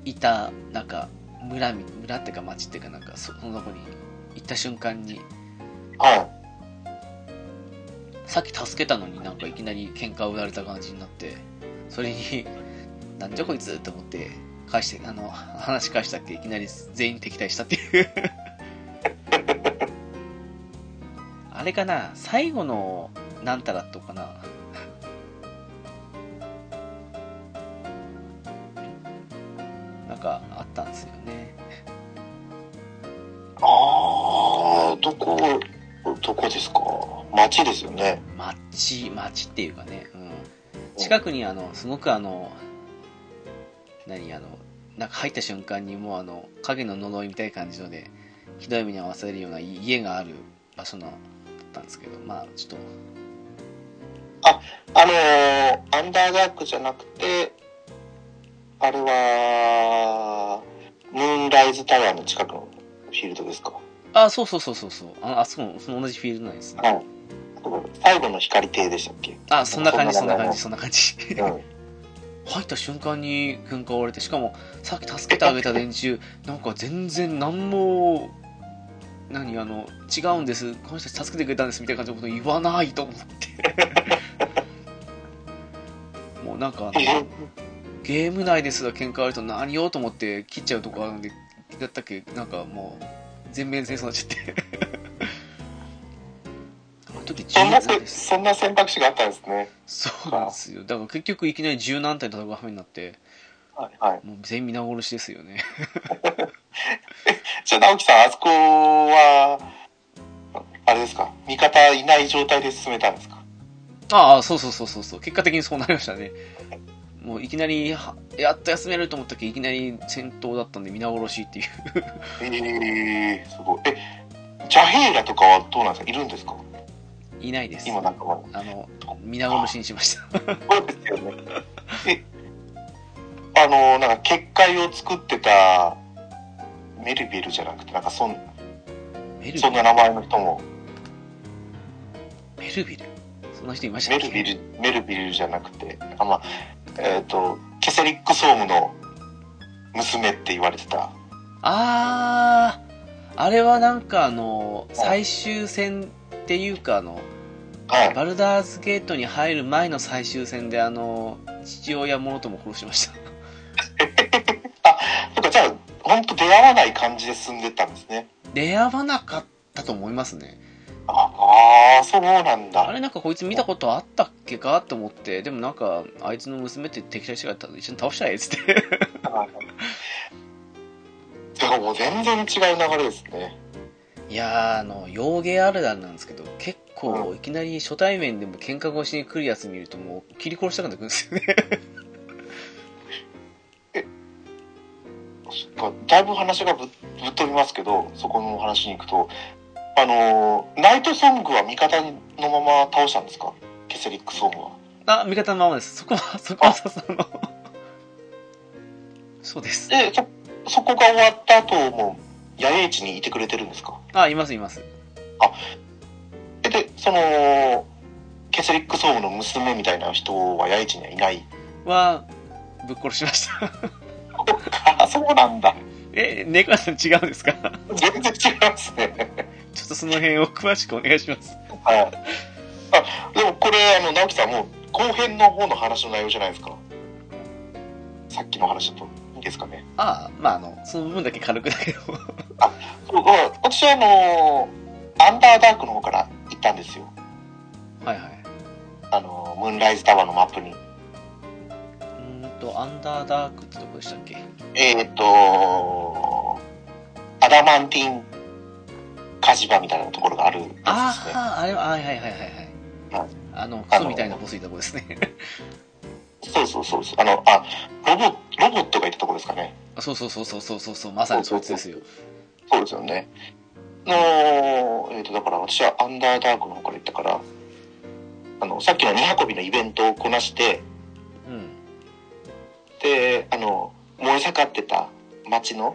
[SPEAKER 1] いた、なんか、村み、村っていうか町っていうかなんか、そそのとこに行った瞬間に、
[SPEAKER 2] はい。
[SPEAKER 1] さっき助けたのになんかいきなり喧嘩を売られた感じになって、それに、 なんじゃこいつって思って、返して、あの、話し返したっけいきなり全員敵対したっていう。 あれかな最後のなんたらとかななんかあったんですよね。
[SPEAKER 2] ああ、どこ、どこですか。街ですよね。
[SPEAKER 1] 街街っていうかね、うん、近くにあのすごくあの何あのなんか入った瞬間にもうあの影の呪いみたいな感じのでひどい目に遭わされるような家がある場所のだったんですけどまあちょっ
[SPEAKER 2] あのーアンダーダークじゃなくて、あれは、ムーンライズタワーの近くのフィールドですか。
[SPEAKER 1] とあそうそうそうそうそうああそこその同じフィールドなんですね
[SPEAKER 2] はい。最後の光亭でしたっけ
[SPEAKER 1] あそんな感じそ
[SPEAKER 2] そ
[SPEAKER 1] ん
[SPEAKER 2] ん
[SPEAKER 1] な
[SPEAKER 2] な
[SPEAKER 1] 感じ
[SPEAKER 2] 感
[SPEAKER 1] そんな感じ
[SPEAKER 2] うん。
[SPEAKER 1] 入った瞬間に喧嘩を追われてしかもさっき助けてあげた連中なんか全然何も何あの違うんですこの人たち助けてくれたんですみたいな感じのこと言わないと思って もうなんかあのゲーム内ですら喧嘩あると何よと思って切っちゃうとこあるんでだったっけなんかもう全面戦争になっちゃって あの時
[SPEAKER 2] そんな
[SPEAKER 1] 17
[SPEAKER 2] せ、
[SPEAKER 1] です
[SPEAKER 2] そんな選択肢があったんですね。
[SPEAKER 1] そうなんですよだから結局いきなり十何体戦う羽目になって
[SPEAKER 2] はい。はい。
[SPEAKER 1] もう全員皆殺しですよね
[SPEAKER 2] じゃあ、直樹さん、あそこは、あれですか味方いない状態で進めたんですか
[SPEAKER 1] ああ、そうそうそうそうそう。結果的にそうなりましたね。もういきなりは、やっと休めると思ったけど、いきなり戦闘だったんで皆殺しっていう。
[SPEAKER 2] ええすごい。え、ジャヘイラとかはどうなんですかいるんですか
[SPEAKER 1] いないです。
[SPEAKER 2] 今なんかまだ
[SPEAKER 1] あの、皆殺しにしま した。
[SPEAKER 2] そうですよね。え、あの、なんか結界を作ってたメルビルじゃなくて、なんかそん
[SPEAKER 1] メルビル
[SPEAKER 2] そんな名前の人も、
[SPEAKER 1] メルビルそんな人いました
[SPEAKER 2] メ
[SPEAKER 1] っけ
[SPEAKER 2] ルビル、メルビルじゃなくて、あまあ、えっ、と、ケセリック・ソームの娘って言われてた。
[SPEAKER 1] あー、あれはなんかあの、
[SPEAKER 2] い
[SPEAKER 1] 最終戦っていうかあの、
[SPEAKER 2] はい。
[SPEAKER 1] バルダーズゲートに入る前の最終戦であの、父親もろとも殺しました。
[SPEAKER 2] とか、じゃあ、ほんと出会わない感じで進んでったんですね。
[SPEAKER 1] 出会わなかったと思いますね。
[SPEAKER 2] ああー、そうなんだ。
[SPEAKER 1] あれなんかこいつ見たことあったっけかと思って、でもなんか、あいつの娘って敵対してから一緒に倒したらええっつって。
[SPEAKER 2] だからもう全然違う流れですね。
[SPEAKER 1] いやー、あの、幼芸あるあるなんですけど、結構いきなり初対面でも喧嘩越しに来るやつ見るともう切り殺したくなってくるんですよね。
[SPEAKER 2] そっかだいぶ話がぶぶっ飛びますけど、そこの話に行くと、あのーナイトソングは味方のまま倒したんですかケセリックソングは。
[SPEAKER 1] あ、味方のままです。そこは、 そこはさすがの。そうです。
[SPEAKER 2] で、そ、そこが終わった後も、野営地にいてくれてるんですか
[SPEAKER 1] あ、いますいます。
[SPEAKER 2] えで、その、ケセリックソームの娘みたいな人は野営地にはいない。
[SPEAKER 1] は、ぶっ殺しました。
[SPEAKER 2] あ、そうなんだ。
[SPEAKER 1] え、ネコさん違うんですか
[SPEAKER 2] 全然違いますね。
[SPEAKER 1] ちょっとその辺を詳しくお願いします。
[SPEAKER 2] はい。あ、でもこれ、あの、直樹さん、もう後編の方の話の内容じゃないですか。さっきの話だと、いいですかね。
[SPEAKER 1] ああ、まああの、その部分だけ軽くだけ ど。
[SPEAKER 2] そうあ私は、あの、アンダーダークの方から行ったんですよ。
[SPEAKER 1] はいはい。
[SPEAKER 2] あの、ムーンライズタワーのマップに。
[SPEAKER 1] うーんと、アンダーダークってどこでしたっけ
[SPEAKER 2] えっ、と、アダマンティン火事場みたいなところがあるやつですね。
[SPEAKER 1] ああ、あれは、あはいはいはいはいはい。
[SPEAKER 2] はい
[SPEAKER 1] あの、クソみたいなボスいたとこですね。
[SPEAKER 2] そうそうそうそう。あの、あ、ロボ、ロボットがいたところですかね。
[SPEAKER 1] あ そうそうそうそうそうそうそう、まさにそいつですよ。
[SPEAKER 2] そうですよね。の、えっ、と、だから私はアンダーダークの方から行ったから、あの、さっきの荷運びのイベントをこなして、
[SPEAKER 1] うん。
[SPEAKER 2] で、あの、燃え盛ってた町の、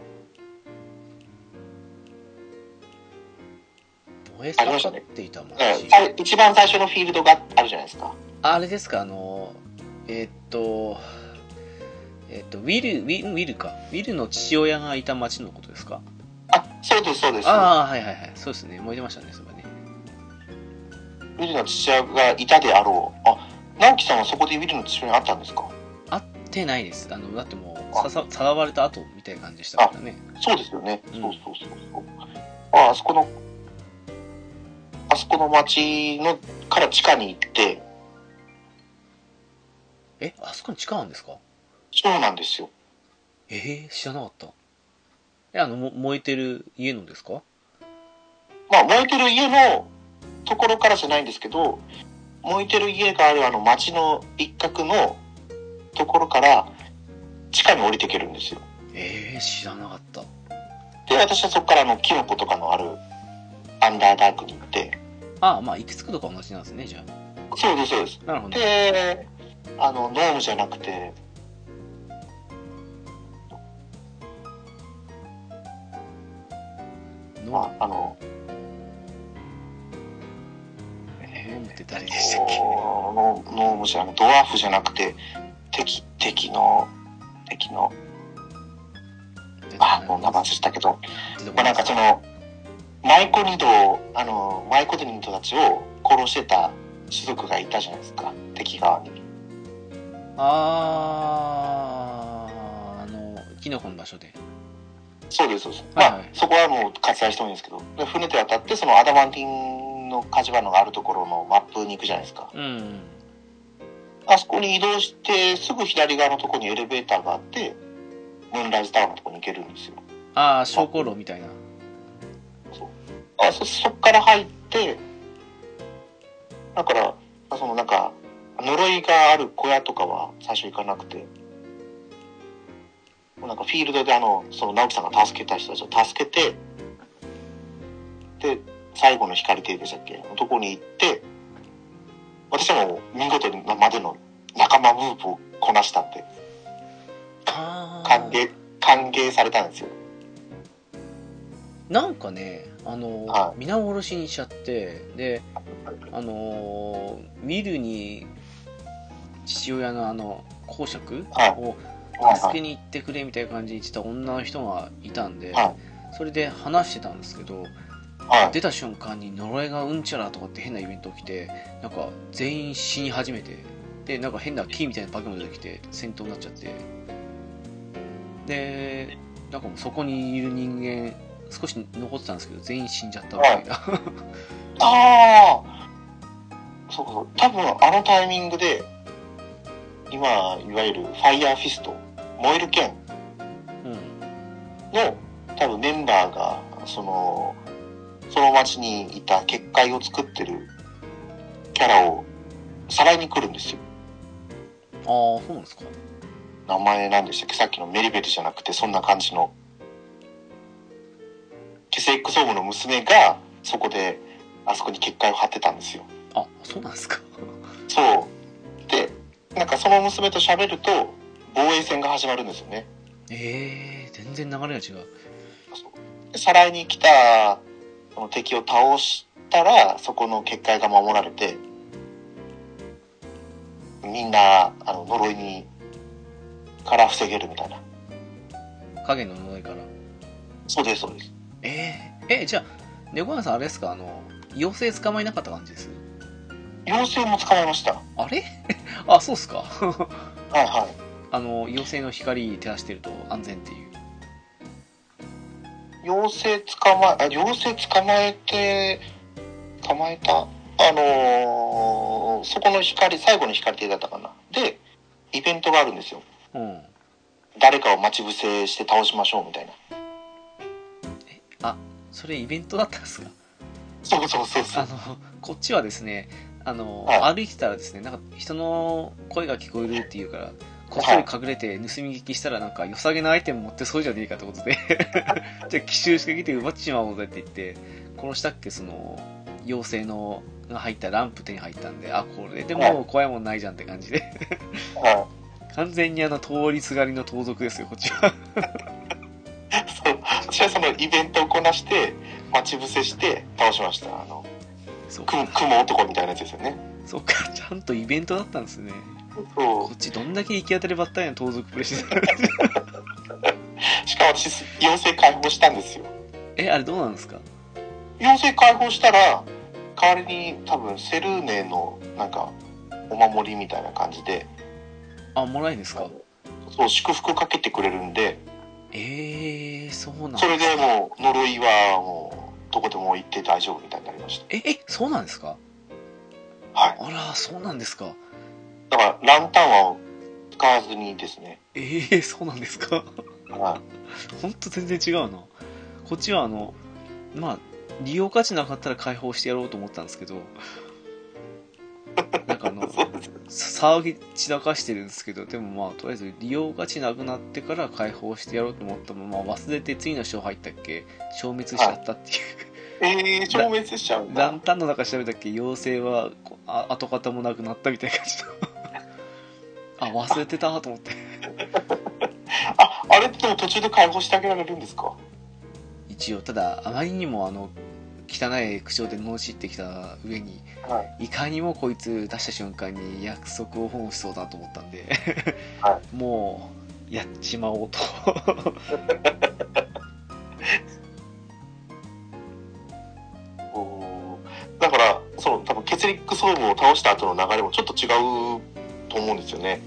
[SPEAKER 1] 燃え盛っていた街。
[SPEAKER 2] えーさい一番最初のフィールドがあるじゃないですか。
[SPEAKER 1] あれですか、あの、えーっと、えーっと、ウィル、ウィウィルか。ウィルの父親がいた町のことですか
[SPEAKER 2] あ、そうです、そうです。
[SPEAKER 1] ああ、はいはいはい。そうですね。燃えてましたね、それはね。
[SPEAKER 2] ウィルの父親がいたであろう。あ、直樹さんはそこでウィルの父親に会ったんですか
[SPEAKER 1] 会ってないです。あの、だってもう、
[SPEAKER 2] あ
[SPEAKER 1] ささ、さらわれた後みたいな感じでしたからね。
[SPEAKER 2] そうですよね。
[SPEAKER 1] うん
[SPEAKER 2] そうそうそうそう。あ、あそこの、あそこの町のから地下に行って、
[SPEAKER 1] え、あそこに地下なんですか
[SPEAKER 2] そうなんですよ。
[SPEAKER 1] えー、知らなかった。え、あの、も燃えてる家のですか
[SPEAKER 2] まあ、燃えてる家のところからじゃないんですけど、燃えてる家があるあの町の一角のところから地下に降りていけるんですよ。
[SPEAKER 1] えー、知らなかった。
[SPEAKER 2] で、私はそこからあのキノコとかのあるアンダーダークに行って、
[SPEAKER 1] ああ、まあ、行き着くとか同じなんですね、じゃ
[SPEAKER 2] そうです、そうです。
[SPEAKER 1] あ。なるほど。
[SPEAKER 2] で、あの、ノームじゃなくて、
[SPEAKER 1] ノ
[SPEAKER 2] まあ、あの、
[SPEAKER 1] ームって誰でしたっけ
[SPEAKER 2] ノーノームじゃなくドワーフじゃなくて、敵、敵の、敵の、あ、もう名前したけど、まあ、なんかそのマイコニドあのマイコニドたちを殺してた種族がいたじゃないですか敵側に
[SPEAKER 1] あーあのキノコの場所で
[SPEAKER 2] そうですそうです、
[SPEAKER 1] はいはい
[SPEAKER 2] まあそこはもう割愛してもいいんですけどで船で渡ってそのアダマンティンの火事場のがあるところのマップに行くじゃないですか
[SPEAKER 1] うん
[SPEAKER 2] あそこに移動してすぐ左側のところにエレベーターがあってムーンライズタワーのところに行けるんですよ
[SPEAKER 1] ああ昇降路みたいな
[SPEAKER 2] あそそっから入ってだからそのなんか呪いがある小屋とかは最初行かなくてなんかフィールドであのその直樹さんが助けた人たちを助けてで最後の光亭でしたっけのとこに行って私はもう見事にまでの仲間ムーブをこなしたって
[SPEAKER 1] あー
[SPEAKER 2] 歓迎歓迎されたんですよ
[SPEAKER 1] なんかねあの、
[SPEAKER 2] は
[SPEAKER 1] 皆殺しにしちゃってであのー見るに父親のあの公爵
[SPEAKER 2] はい
[SPEAKER 1] を
[SPEAKER 2] はい
[SPEAKER 1] 助
[SPEAKER 2] は
[SPEAKER 1] け
[SPEAKER 2] い
[SPEAKER 1] に行ってくれみたいな感じに言ってた女の人がいたんで、
[SPEAKER 2] は
[SPEAKER 1] それで話してたんですけど
[SPEAKER 2] はい
[SPEAKER 1] 出た瞬間に呪いがうんちゃらとかって変なイベント起きてなんか全員死に始めてでなんか変な木みたいな化け物出てきて戦闘になっちゃってでなんかもうそこにいる人間少し残ってたんですけど全員死んじゃったみたいな、
[SPEAKER 2] ああそうかそう多分あのタイミングで今いわゆるファイヤーフィスト燃える剣
[SPEAKER 1] うん
[SPEAKER 2] の多分メンバーがそのその町にいた結界を作ってるキャラをさらいに来るんですよ
[SPEAKER 1] ああそうなんですか
[SPEAKER 2] 名前なんでしたっけさっきのメリベルじゃなくてそんな感じのケセイック総務の娘がそこであそこに結界を張ってたんですよ
[SPEAKER 1] あそうなんですか
[SPEAKER 2] そうでなんかその娘と喋ると防衛戦が始まるんですよね
[SPEAKER 1] ええ全然流れが違う
[SPEAKER 2] でさらいに来たその敵を倒したらそこの結界が守られてみんなあの呪いにから防げるみたいな
[SPEAKER 1] 影の呪いから
[SPEAKER 2] そうですそうです
[SPEAKER 1] えー、えじゃあ猫屋さんあれですかあの妖精捕まえなかった感じです
[SPEAKER 2] 妖精も捕まえましたは
[SPEAKER 1] あれ あそうっすか
[SPEAKER 2] いはい
[SPEAKER 1] あの妖精の光照らしてると安全っていう
[SPEAKER 2] 妖精捕まえ、あ妖精捕まえて、捕まえた、あのーそこの光、最後の光亭だったかな。で、イベントがあるんですよ。
[SPEAKER 1] うん
[SPEAKER 2] 誰かを待ち伏せして倒しましょうみたいな。
[SPEAKER 1] それイベントだったんですか
[SPEAKER 2] そうそうそうそ
[SPEAKER 1] あ
[SPEAKER 2] う。
[SPEAKER 1] のこっちはですねあの、
[SPEAKER 2] は
[SPEAKER 1] 歩いてたらですねなんか人の声が聞こえるっていうからこっそり隠れて盗み聞きしたらなんか良さげなアイテム持ってそうじゃねえかってことで じゃあ奇襲してきて奪ってしまおうぜって言って殺したっけその妖精のが入ったランプ手に入ったんであこれでもう怖いもんないじゃんって感じで
[SPEAKER 2] は
[SPEAKER 1] 完全にあの通りすがりの盗賊ですよこっち は
[SPEAKER 2] い。そう。私はそのイベントをこなして、待ち伏せして倒しました。あの、
[SPEAKER 1] そう
[SPEAKER 2] 雲、雲男みたいなやつですよね。
[SPEAKER 1] そうかちゃんとイベントだったんですね
[SPEAKER 2] そ
[SPEAKER 1] こっちどんだけ行き当たりばったりな盗賊プレイしてたの
[SPEAKER 2] う。しかも私、妖精解放したんですよ。
[SPEAKER 1] えあれどうなんですか
[SPEAKER 2] 妖精解放したら代わりに多分セルーネのなんかお守りみたいな感じで
[SPEAKER 1] あもらえるんですか
[SPEAKER 2] そう祝福かけてくれるんで
[SPEAKER 1] えー、そうなん
[SPEAKER 2] それでもう呪いはもうどこでも行って大丈夫みたいになりまし
[SPEAKER 1] ええそうなんですか
[SPEAKER 2] たはい
[SPEAKER 1] あらそうなんですか
[SPEAKER 2] だからランタンは使わずにですね
[SPEAKER 1] えー、そうなんですか
[SPEAKER 2] は
[SPEAKER 1] ほんと全然違うなこっちはあのまあ利用価値なかったら解放してやろうと思ったんですけ どなんかあの
[SPEAKER 2] いそうです
[SPEAKER 1] 騒ぎ散らかしてるんですけどでもまあとりあえず利用価値なくなってから解放してやろうと思ったまま忘れて次の章入ったっけ消滅しちゃったっていう、
[SPEAKER 2] えー、消滅しちゃうん
[SPEAKER 1] ラ
[SPEAKER 2] だ
[SPEAKER 1] ンタンの中調べたっけ妖精はこあ跡形もなくなったみたいな感じの あ忘れてたと思って
[SPEAKER 2] ああれってでも途中で解放してあげられるんですか
[SPEAKER 1] 一応ただあまりにもあの汚い口調で罵ってきた上に
[SPEAKER 2] はい
[SPEAKER 1] かにもこいつ出した瞬間に約束を本をしそうだと思ったんで、
[SPEAKER 2] は
[SPEAKER 1] もうやっちまおうと
[SPEAKER 2] おーだからその多分血力総務を倒した後の流れもちょっと違うと思うんですよね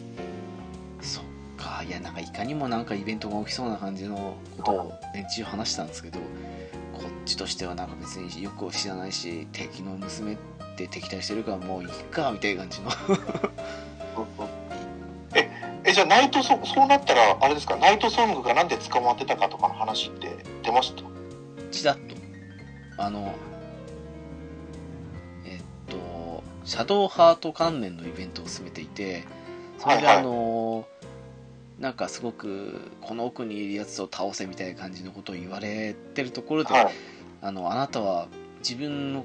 [SPEAKER 1] そっかいやなんかいかにもなんかイベントが起きそうな感じのことを連中話したんですけどこっちとしてはなんか別によく知らないし敵の娘って敵対してるからもういいかみたいな感じの
[SPEAKER 2] ええじゃあナイトソングそうなったらあれですかナイトソングがなんで捕まってたかとかの話って出ました
[SPEAKER 1] チラッとあのえっとシャドウハート関連のイベントを進めていてそれで
[SPEAKER 2] はいはい
[SPEAKER 1] あのなんかすごくこの奥にいるやつを倒せみたいな感じのことを言われてるところで、
[SPEAKER 2] はい。
[SPEAKER 1] あのあなたは自分の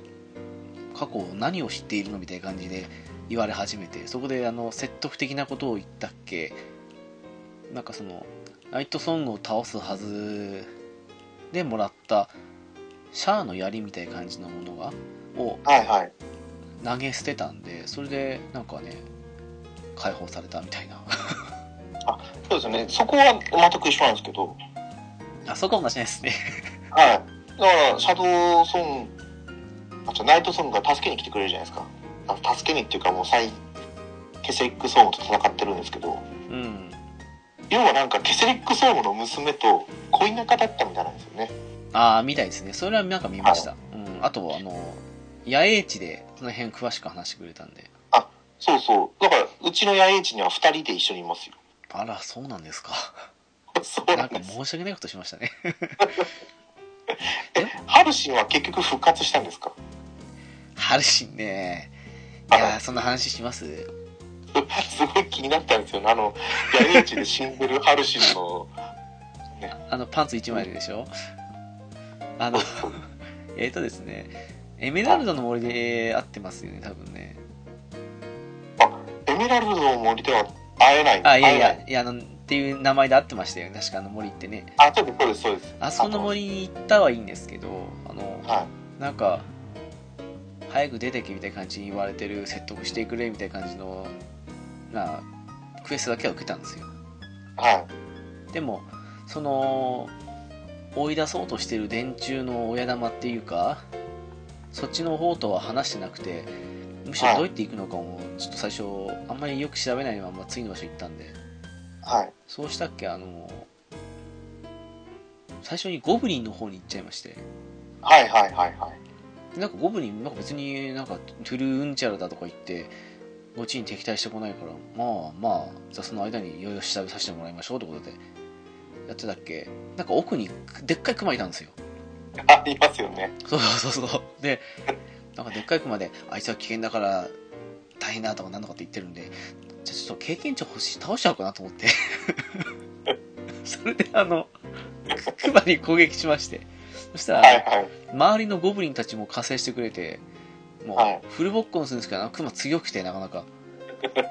[SPEAKER 1] 過去を何を知っているのみたいな感じで言われ始めてそこであの説得的なことを言ったっけなんかそのナイトソングを倒すはずでもらったシャアの槍みたいな感じのものがを
[SPEAKER 2] はいはい。
[SPEAKER 1] 投げ捨てたんでそれでなんかね解放されたみたいな
[SPEAKER 2] そうですね。そこは全く一緒なんですけど、
[SPEAKER 1] あそこは同じですね
[SPEAKER 2] はい。だから、シャドウソン、あ、じゃあナイトソンが助けに来てくれるじゃないですか。あ助けにっていうかもう再、ケセリックソームと戦ってるんですけど、
[SPEAKER 1] うん
[SPEAKER 2] 要はなんかケセリックソームの娘と恋仲だったみたいなんですよね。
[SPEAKER 1] ああみたいですねそれはなんか見ました、うん、あとあの野営地でその辺詳しく話してくれたんで
[SPEAKER 2] そうそう。だから、うちの野営地には二人で一緒にいますよ。
[SPEAKER 1] あら、そうなん ですか。
[SPEAKER 2] そう
[SPEAKER 1] な
[SPEAKER 2] なんん
[SPEAKER 1] か
[SPEAKER 2] です。
[SPEAKER 1] 申し訳ないことしましたね。
[SPEAKER 2] ハルシンは結局復活したんですか
[SPEAKER 1] ハルシンね。いやー、そんな話します
[SPEAKER 2] すごい気になったんですよね。あの、野営地で死んでるハルシンの、
[SPEAKER 1] あの、パンツ1枚でしょあの、えっとですね、エメラルドの森で合ってますよね、多分ね。
[SPEAKER 2] エメラルドの森では会えない。
[SPEAKER 1] あ、いやい
[SPEAKER 2] 会えな
[SPEAKER 1] や、いや、あの、っていう名前で合ってましたよね、確かあの森ってね。
[SPEAKER 2] あ、そうです、そうです、そうです。
[SPEAKER 1] あそこの森に行ったはいいんですけど、あの、
[SPEAKER 2] は
[SPEAKER 1] なんか、早く出てけみたいな感じに言われてる、説得してくれみたいな感じの、なあ、クエストだけは受けたんですよ。
[SPEAKER 2] い。はい。
[SPEAKER 1] でもその追い出そうとしてる電柱の親玉っていうかそっちの方とは話してなくてむしろどうやって行くのかもちょっと最初あんまりよく調べないまま次の場所行ったんで
[SPEAKER 2] はい。
[SPEAKER 1] そうしたっけあの最初にゴブリンの方に行っちゃいまして
[SPEAKER 2] はい、はい、はい、はい。
[SPEAKER 1] でなんかゴブリンなんか別になんかトゥルーンチャラだとか言ってこっちに敵対してこないからまあまあじゃあその間にいろいろ調べさせてもらいましょうってことでやってたっけなんか奥にでっかいクマいたんですよ
[SPEAKER 2] あ、いますよね。
[SPEAKER 1] そうそうそうそうでなんかでっかいクマであいつは危険だから大変だとかなんとかって言ってるんでじゃあちょっと経験値欲しい倒しちゃおうかなと思って それであのクマに攻撃しましてそしたら、
[SPEAKER 2] はい、はい。
[SPEAKER 1] 周りのゴブリンたちも加勢してくれても
[SPEAKER 2] はいう
[SPEAKER 1] フルボッコンするんですけどなんかクマ強くてなか なか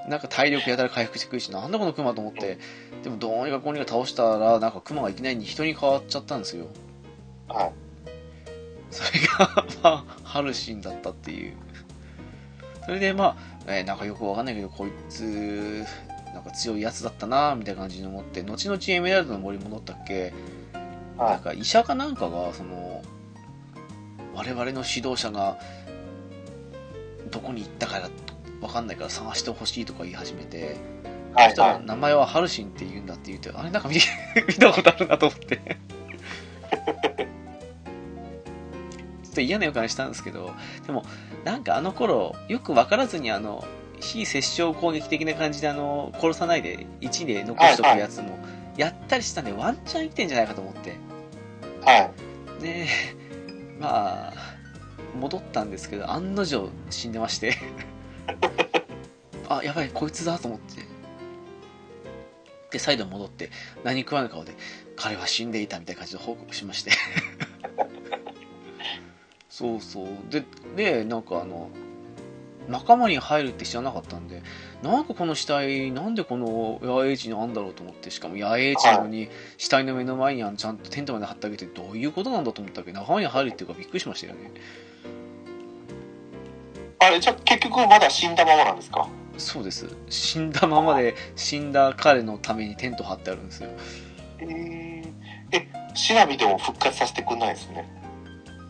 [SPEAKER 1] なんか体力やたら回復してくるしなんだこのクマと思ってでもどうにかこうにか倒したらなんかクマがいきなり人に変わっちゃったんですよ
[SPEAKER 2] はい。
[SPEAKER 1] それが まあハルシンだったっていうそれでまあ、えーなんかよくわかんないけどこいつなんか強いやつだったなみたいな感じに思って後々エメラルドの森戻ったっけなん
[SPEAKER 2] は
[SPEAKER 1] か医者かなんかがその我々の指導者がどこに行ったからわかんないから探してほしいとか言い始めて、
[SPEAKER 2] い。は
[SPEAKER 1] そ
[SPEAKER 2] い
[SPEAKER 1] し、たら
[SPEAKER 2] は
[SPEAKER 1] 名前はハルシンって言うんだって言って あれなんか見見たことあるなと思って ちょっと嫌な予感したんですけどでもなんかあの頃よく分からずにあの非殺傷攻撃的な感じであの殺さないで1で残しとくやつもやったりしたんでワンチャン生きてんじゃないかと思って
[SPEAKER 2] い。はい。
[SPEAKER 1] でまあ戻ったんですけど案の定死んでましてあやばいこいつだと思ってで再度戻って何食わぬ顔で彼は死んでいたみたいな感じで報告しましてそうそうででなんかあの仲間に入るって知らなかったんでなんかこの死体なんでこの野営地にあんだろうと思ってしかも野営地なのに死体の目の前にあのちゃんとテントまで張ってあげてどういうことなんだと思ったけど仲間に入るっていうかびっくりしましたよね
[SPEAKER 2] あれ、じゃあ結局まだ死んだままなんですか
[SPEAKER 1] そうです死んだままで死んだ彼のためにテント張ってあるんですよ
[SPEAKER 2] えー、え、シナビでも復活させてくんないですね。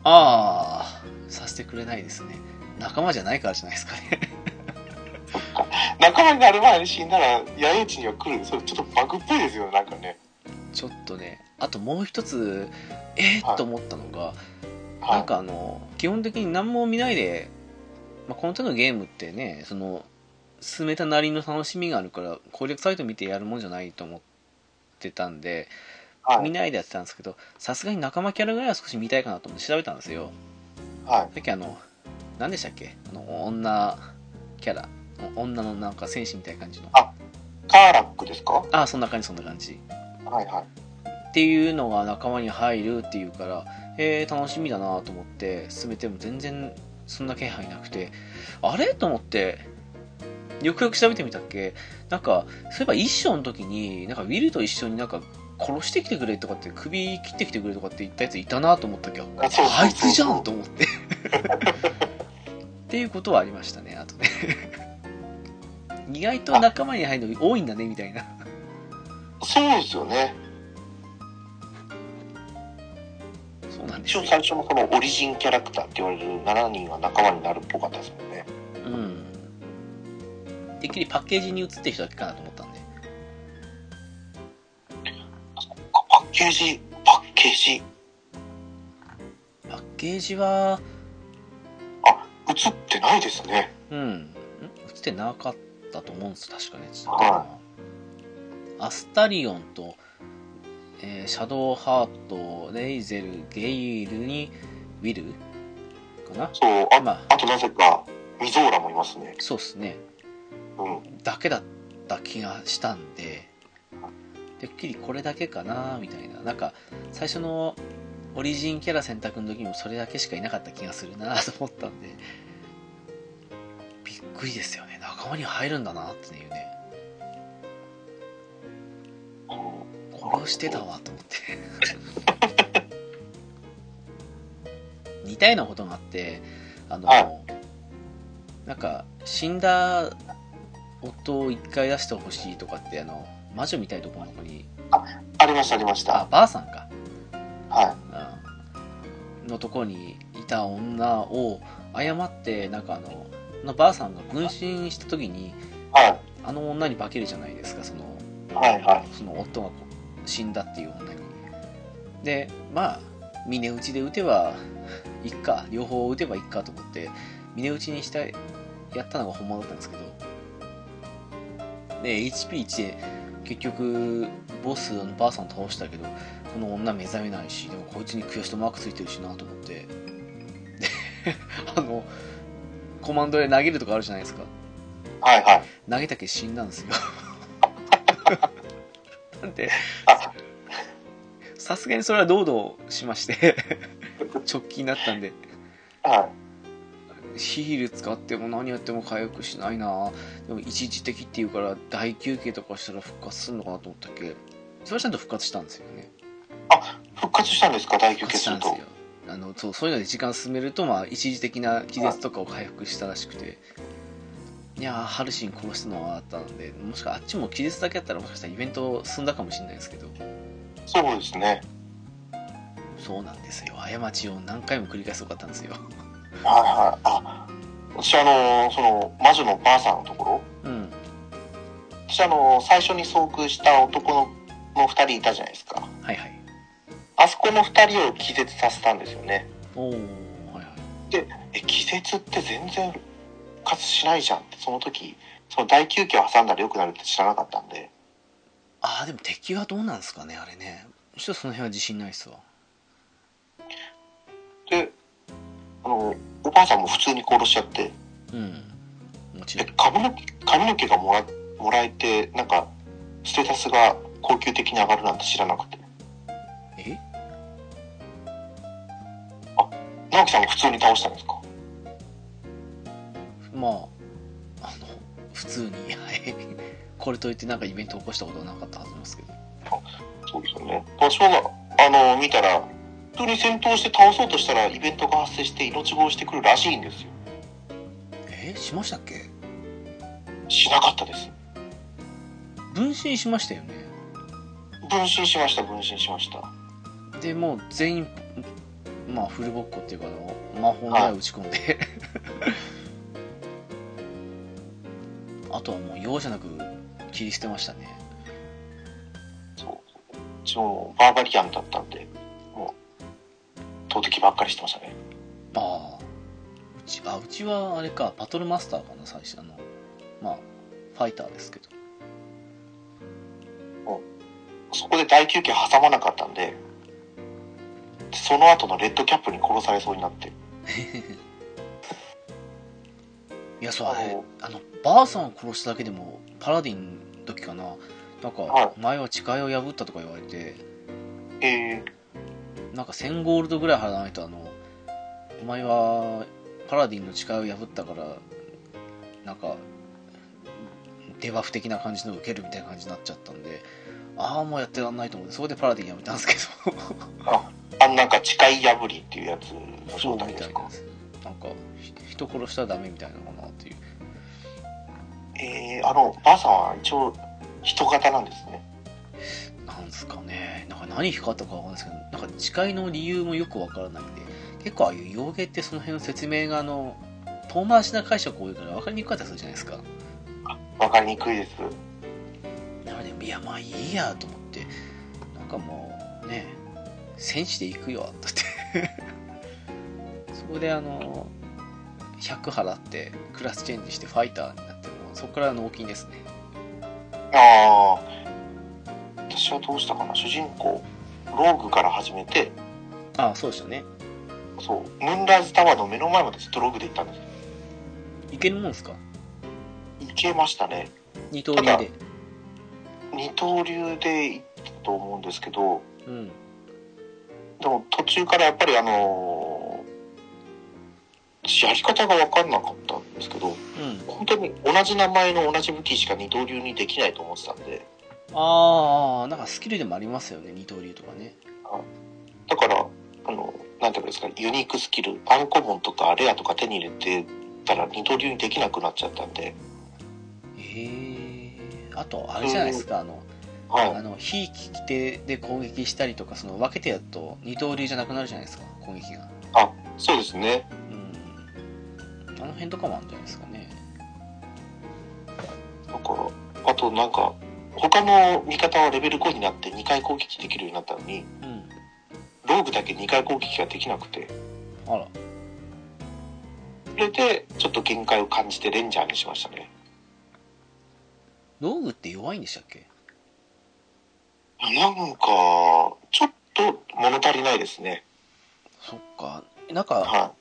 [SPEAKER 1] ああさせてくれないですね仲間じゃないからじゃないですかね
[SPEAKER 2] 仲間になる前に死んだら野営地には来る。それちょっとバグっぽいですよね、なんかね。
[SPEAKER 1] ちょっとねあともう一つえー、
[SPEAKER 2] はい
[SPEAKER 1] っと思ったのが、
[SPEAKER 2] は
[SPEAKER 1] ないん。かあの基本的に何も見ないで、まあ、この手のゲームってねその進めたなりの楽しみがあるから攻略サイト見てやるもんじゃないと思ってたんで、
[SPEAKER 2] は
[SPEAKER 1] 見
[SPEAKER 2] い。
[SPEAKER 1] ないでやってたんですけどさすがに仲間キャラぐらいは少し見たいかなと思って調べたんですよ
[SPEAKER 2] はい。
[SPEAKER 1] さっきあの何でしたっけあの女キャラお女のなんか戦士みたいな感じの
[SPEAKER 2] あカーラックですかは
[SPEAKER 1] ああそんな感じそんな感じ
[SPEAKER 2] いはい。
[SPEAKER 1] っていうのが仲間に入るっていうからえー、楽しみだなと思って進めても全然そんな気配なくてあれと思ってよくよく調べてみたっけなんかそういえば一緒の時になんかウィルと一緒になんか殺してきてくれとかって首切ってきてくれとかって言ったやついたなと思ったけど
[SPEAKER 2] あそうそうそう
[SPEAKER 1] あいつじゃんと思ってっていうことはありましたねあとね意外と仲間に入るの多いんだねみたいな
[SPEAKER 2] そうですよね。
[SPEAKER 1] そうなんです
[SPEAKER 2] 一
[SPEAKER 1] よ
[SPEAKER 2] 応最初のこのオリジンキャラクターって言われる7人は仲間になるっぽかったですもんね。
[SPEAKER 1] うん。てっきりパッケージに移ってる人だけかなと思ったんで。
[SPEAKER 2] パッケージ、パッケージ。
[SPEAKER 1] パッケージは、
[SPEAKER 2] あ、映ってないですね。
[SPEAKER 1] うん。ん映ってなかったと思うんです、確かね。ちょっと
[SPEAKER 2] は
[SPEAKER 1] アスタリオンと、えーシャドウハート、レイゼル、ゲイルに、ウィルかな
[SPEAKER 2] そう、あ,、
[SPEAKER 1] まあ
[SPEAKER 2] あとなぜか、ミゾーラもいますね。
[SPEAKER 1] そうっすね。
[SPEAKER 2] うん。
[SPEAKER 1] だけだった気がしたんでてっきりこれだけかなみたいななんか最初のオリジンキャラ選択の時もそれだけしかいなかった気がするなと思ったんでびっくりですよね仲間に入るんだなっていうねこれをしてたわと思って似たようなことがあってあの、
[SPEAKER 2] は
[SPEAKER 1] なんか死んだ夫を一回出してほしいとかってあの魔女みたいなところの子に
[SPEAKER 2] ありました、ありまし
[SPEAKER 1] あ
[SPEAKER 2] た。
[SPEAKER 1] ばあさんか
[SPEAKER 2] は
[SPEAKER 1] うんのとこにいた女を誤ってなんかあのあのばあさんが分身した時に
[SPEAKER 2] い。は
[SPEAKER 1] あの女に化けるじゃないですかその
[SPEAKER 2] い。はい、は
[SPEAKER 1] その夫がこう死んだっていう女にでまあ峰打ちで打てばいっか両方打てばいっかと思って峰打ちにしたやったのが本物だったんですけどで HP1 で結局ボスのばあさん倒したけどこの女目覚めないしでもこいつにクエストマークついてるしなと思ってであのコマンドで投げるとかあるじゃないですか
[SPEAKER 2] い。はい、はい。
[SPEAKER 1] 投げたけ死んだんですよなんで
[SPEAKER 2] あ
[SPEAKER 1] さすがにそれは堂々しまして直近だったんで
[SPEAKER 2] は
[SPEAKER 1] ヒール使っても何やっても回復しないなでも一時的っていうから大休憩とかしたら復活するのかなと思ったっけそれはちゃんと復活したんですよね
[SPEAKER 2] い。復活したんですか、大休
[SPEAKER 1] 復活
[SPEAKER 2] 憩
[SPEAKER 1] し
[SPEAKER 2] す
[SPEAKER 1] た
[SPEAKER 2] る
[SPEAKER 1] んです
[SPEAKER 2] と
[SPEAKER 1] よ。あのそうそういうので時間進めると、まあ、一時的な気絶とかを回復したらしくていやーハルシン殺したのはあったんでもしかあっちも気絶だけあったらもしかしたらイベント進んだかもしれないですけど
[SPEAKER 2] そうですね。
[SPEAKER 1] そうなんですよ過ちを何回も繰り返すとかあったんですよ
[SPEAKER 2] はい、はい。あ、私、あの、その、魔女のばあさんのところ、
[SPEAKER 1] うん
[SPEAKER 2] 私、あの、最初に遭遇した男の、の二人いたじゃないですか。
[SPEAKER 1] はいはい
[SPEAKER 2] あそこの二人を気絶させたんですよね。
[SPEAKER 1] おおはいはい
[SPEAKER 2] え気絶って全然復活しないじゃんってその時その大休憩を挟んだら良くなるって知らなかったんで
[SPEAKER 1] ああでも敵はどうなんですかねあれねちょっとその辺は自信ないっすわ
[SPEAKER 2] であのおばあさんも普通に殺しちゃって
[SPEAKER 1] うんもちろ
[SPEAKER 2] え
[SPEAKER 1] ん
[SPEAKER 2] 髪の髪の毛がもらもらえてなんかステータスが恒久的に上がるなんて知らなくて
[SPEAKER 1] え
[SPEAKER 2] 直樹さんも普通に倒したんですか
[SPEAKER 1] まああの普通にはいこれといってなんかイベント起こしたことはなかったはずなんですけど
[SPEAKER 2] そうですよね場所があの見たら普通に戦闘して倒そうとしたらイベントが発生して命乞いしてくるらしいんですよ
[SPEAKER 1] えしましたっけ
[SPEAKER 2] しなかったです
[SPEAKER 1] 分身しましたよね
[SPEAKER 2] 分身しました分身しました
[SPEAKER 1] でもう全員まあフルボッコっていうかあの魔法の矢打ち込んであとはもう容赦なく切り捨てましたね
[SPEAKER 2] そう。うちもバーバリアンだったんで、もう、投擲ばっかりしてましたね。
[SPEAKER 1] ああうちあうちはあれかバトルマスターかな最初あのまあファイターですけど
[SPEAKER 2] そこで大休憩挟まなかったんで、その後のレッドキャップに殺されそうになって、
[SPEAKER 1] いやそうあれ
[SPEAKER 2] おう
[SPEAKER 1] あのばあさんを殺しただけでもパラディンの時かななんか
[SPEAKER 2] は
[SPEAKER 1] 前は誓いを破ったとか言われて
[SPEAKER 2] え
[SPEAKER 1] なんか1000ゴールドぐらい払わないとあのお前はパラディンの誓いを破ったからなんかデバフ的な感じのを受けるみたいな感じになっちゃったんでああもうやってらんないと思ってそこでパラディンやめたんですけど
[SPEAKER 2] ー、あなんか誓い破りっていうやつの
[SPEAKER 1] そう
[SPEAKER 2] 正
[SPEAKER 1] みた
[SPEAKER 2] 体
[SPEAKER 1] いな
[SPEAKER 2] ですか
[SPEAKER 1] んですなんかひ人殺したらダメみたいなのかなっていう
[SPEAKER 2] えー、あのばあさんは一応人型なんですね
[SPEAKER 1] なんすかねなんか何光ったかわかんないですけどなんか誓いの理由もよくわからないんで結構ああいう洋芸ってその辺の説明があの遠回しな解釈多いから分かりにくかったりするじゃないですか
[SPEAKER 2] わかりにくいです
[SPEAKER 1] なのでいやまあいいやと思ってなんかもうね戦士で行くよだって そこであの100払ってクラスチェンジしてファイターになってもうそこから納金ですね
[SPEAKER 2] ああ私はどうしたかな主人公ローグから始めて
[SPEAKER 1] ああそうでしたね
[SPEAKER 2] そうムーンライズタワーの目の前までストローグで行ったんです
[SPEAKER 1] いけるもんすか
[SPEAKER 2] 行けましたね
[SPEAKER 1] 二刀流で
[SPEAKER 2] 二刀流で行ったと思うんですけど
[SPEAKER 1] うん
[SPEAKER 2] でも途中からやっぱりあのーやり方が分かんなかったんですけど
[SPEAKER 1] うん
[SPEAKER 2] 本当に同じ名前の同じ武器しか二刀流にできないと思ってたんで
[SPEAKER 1] ああなんかスキルでもありますよね二刀流とかね
[SPEAKER 2] だからあのなんていうんですかユニークスキルアンコモンとかレアとか手に入れてたら二刀流にできなくなっちゃったんで
[SPEAKER 1] へえあとあれじゃないですかあの
[SPEAKER 2] はい
[SPEAKER 1] あの非利き手で攻撃したりとかその分けてやると二刀流じゃなくなるじゃないですか攻撃が
[SPEAKER 2] そうですね。
[SPEAKER 1] うんあの辺とかもあるんじゃないですかね
[SPEAKER 2] だから、あとなんか、他の味方はレベル5になって2回攻撃できるようになったのに、
[SPEAKER 1] うん
[SPEAKER 2] ローグだけ2回攻撃ができなくて、
[SPEAKER 1] あら
[SPEAKER 2] それでちょっと限界を感じてレンジャーにしましたね。
[SPEAKER 1] ローグって弱いんでしたっけ
[SPEAKER 2] なんか、ちょっと物足りないですね。
[SPEAKER 1] そっかなんか
[SPEAKER 2] は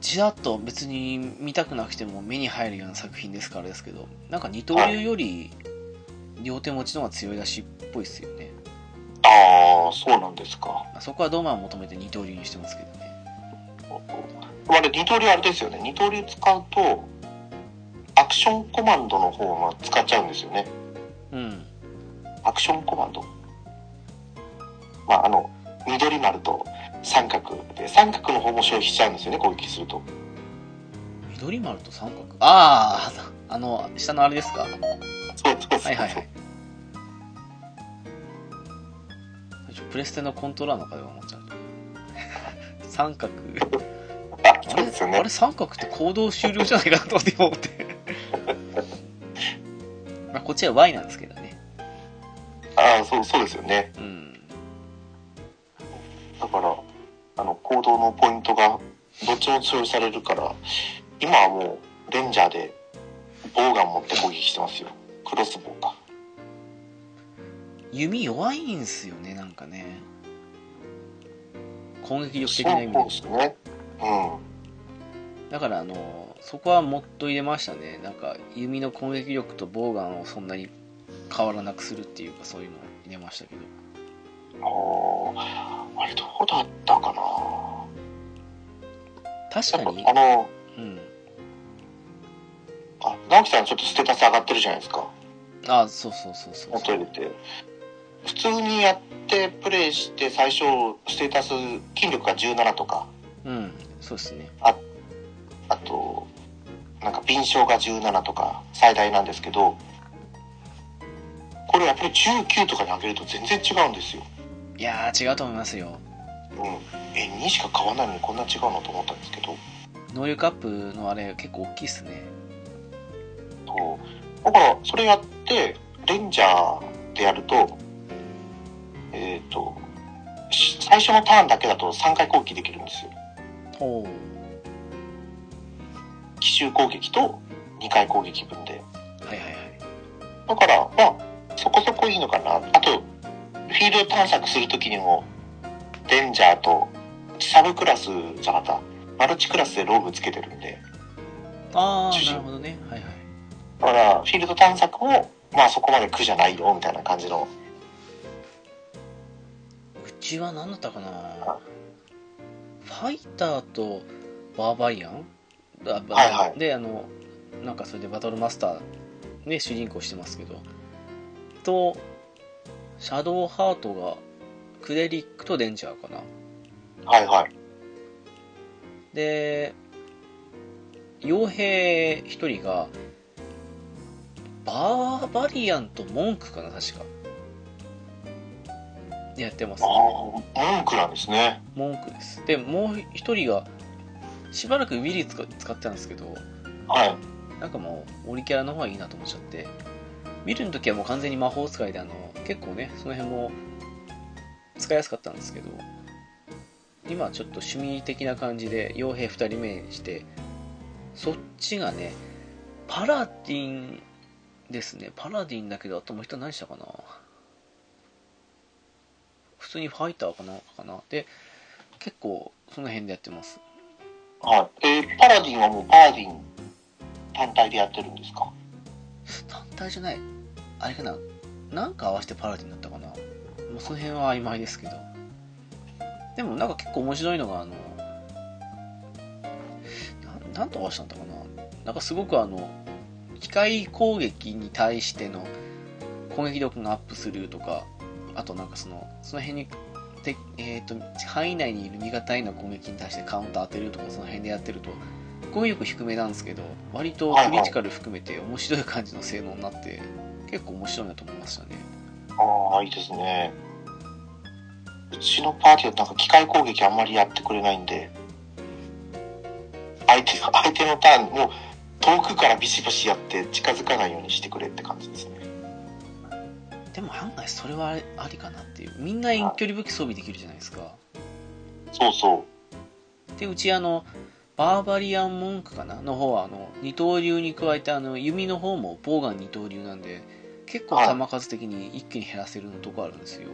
[SPEAKER 1] ちらっと別に見たくなくても目に入るような作品ですからあれですけどなんか二刀流より両手持ちの方が強いらしいっぽいですよね
[SPEAKER 2] い。ああ、そうなんですか。
[SPEAKER 1] まあそこはドーマンを求めて二刀流にしてますけどね
[SPEAKER 2] あれ、二刀流あれですよね。二刀流使うと、アクションコマンドの方は使っちゃうんですよね。
[SPEAKER 1] うん
[SPEAKER 2] アクションコマンド。まあ、あの、緑丸と三角で、三角の方も消費しちゃうんですよね、攻撃すると。
[SPEAKER 1] 緑丸と三角あああの下のあれですかは
[SPEAKER 2] そうそうそう。
[SPEAKER 1] いはいはい最初プレステのコントローラーのかで思っちゃう 三角
[SPEAKER 2] あ
[SPEAKER 1] あ
[SPEAKER 2] そうですよ
[SPEAKER 1] れあ
[SPEAKER 2] ね
[SPEAKER 1] れ。三角って行動終了じゃないかなと思って今思って まあこっちは Y なんですけどね
[SPEAKER 2] ああ、そう、そうですよね。
[SPEAKER 1] うん
[SPEAKER 2] だから、あの、行動のポイントが、どっちも通用されるから、今はもう、レンジャーで、ボウガン持って攻撃してますよ。クロスボウか。
[SPEAKER 1] 弓弱いんすよねなんかね攻撃力
[SPEAKER 2] そう
[SPEAKER 1] 的な意味で
[SPEAKER 2] ですね。うん。
[SPEAKER 1] だからあのそこはもっと入れましたねなんか弓の攻撃力とボウガンをそんなに変わらなくするっていうかそういうのを入れましたけど
[SPEAKER 2] ああ、あれどうだったかな
[SPEAKER 1] 確
[SPEAKER 2] や
[SPEAKER 1] か
[SPEAKER 2] っ
[SPEAKER 1] に
[SPEAKER 2] ぱ、あの、
[SPEAKER 1] うん、
[SPEAKER 2] あ、直樹さんちょっとステータス上がってるじゃないですか。
[SPEAKER 1] あそうそうそうそう
[SPEAKER 2] 元入れて普通にやってプレイして最初ステータス筋力が17とか
[SPEAKER 1] うんそうですね
[SPEAKER 2] あとなんか敏捷が17とか最大なんですけどこれやっぱり19とかに上げると全然違うんですよ、
[SPEAKER 1] いやー違うと思いますよ
[SPEAKER 2] うん、え2しか変わらないのにこんな違うのと思ったんですけど
[SPEAKER 1] 能力アップのあれ結構大きいっすね
[SPEAKER 2] そうだからそれやってレンジャーでやるとえっ、とし最初のターンだけだと3回攻撃できるんですよ
[SPEAKER 1] ほう
[SPEAKER 2] 奇襲攻撃と2回攻撃分で。
[SPEAKER 1] はいはいはい
[SPEAKER 2] だから、まあ、そこそこいいのかな。あと、フィールド探索するときにも、レンジャーと、サブクラスじゃなかった、マルチクラスでローブつけてるんで、
[SPEAKER 1] あ
[SPEAKER 2] 主
[SPEAKER 1] あ
[SPEAKER 2] 人
[SPEAKER 1] なるほどねはいはい
[SPEAKER 2] だから、フィールド探索も、まあそこまで苦じゃないよ、みたいな感じの。
[SPEAKER 1] うちは何だったかなファイターとバーバイアンだば
[SPEAKER 2] はいはい
[SPEAKER 1] であのなんかそれでバトルマスターね主人公してますけどとシャドウハートがクレリックとレンジャーかな
[SPEAKER 2] はいはい。
[SPEAKER 1] で傭兵一人がバーバリアンとモンクかな確かでやってます
[SPEAKER 2] ああ、文句なんですね。
[SPEAKER 1] 文句ですでもう一人がしばらくウィリー使使ってたんですけど
[SPEAKER 2] はい。
[SPEAKER 1] なんかもうオリキャラの方がいいなと思っちゃってウィルの時はもう完全に魔法使いであの結構ねその辺も使いやすかったんですけど今はちょっと趣味的な感じで傭兵2人目にしてそっちがねパラディンですねパラディンだけどあともう一人何したかな普通にファイターかなんかかなで結構その辺でやってます
[SPEAKER 2] はい。えーパラディンはもうパラディン単体でやってるんですか
[SPEAKER 1] 単体じゃないあれかななんか合わせてパラディになったかなもうその辺は曖昧ですけどでもなんか結構面白いのがあのななんと合わせたんだったかななんかすごくあの機械攻撃に対しての攻撃力がアップするとかあとなんかそのその辺にて、えー、と範囲内にいる苦手な攻撃に対してカウンター当てるとかその辺でやってると攻撃力低めなんですけど割とクリティカル含めて面白い感じの性能になって結構面白いなと思いましたね
[SPEAKER 2] ああ、いいですね。うちのパーティーはなんか機械攻撃あんまりやってくれないんで、相手、相手のターン、もう遠くからビシバシやって近づかないようにしてくれって感じですね。
[SPEAKER 1] でも案外それはあれありかなっていうみんな遠距離武器装備できるじゃないですか
[SPEAKER 2] そうそ
[SPEAKER 1] でうちあのバーバリアンモンクかなの方はあの二刀流に加えてあの弓の方もボーガン二刀流なんで結構弾数的に一気に減らせるのとこあるんですよ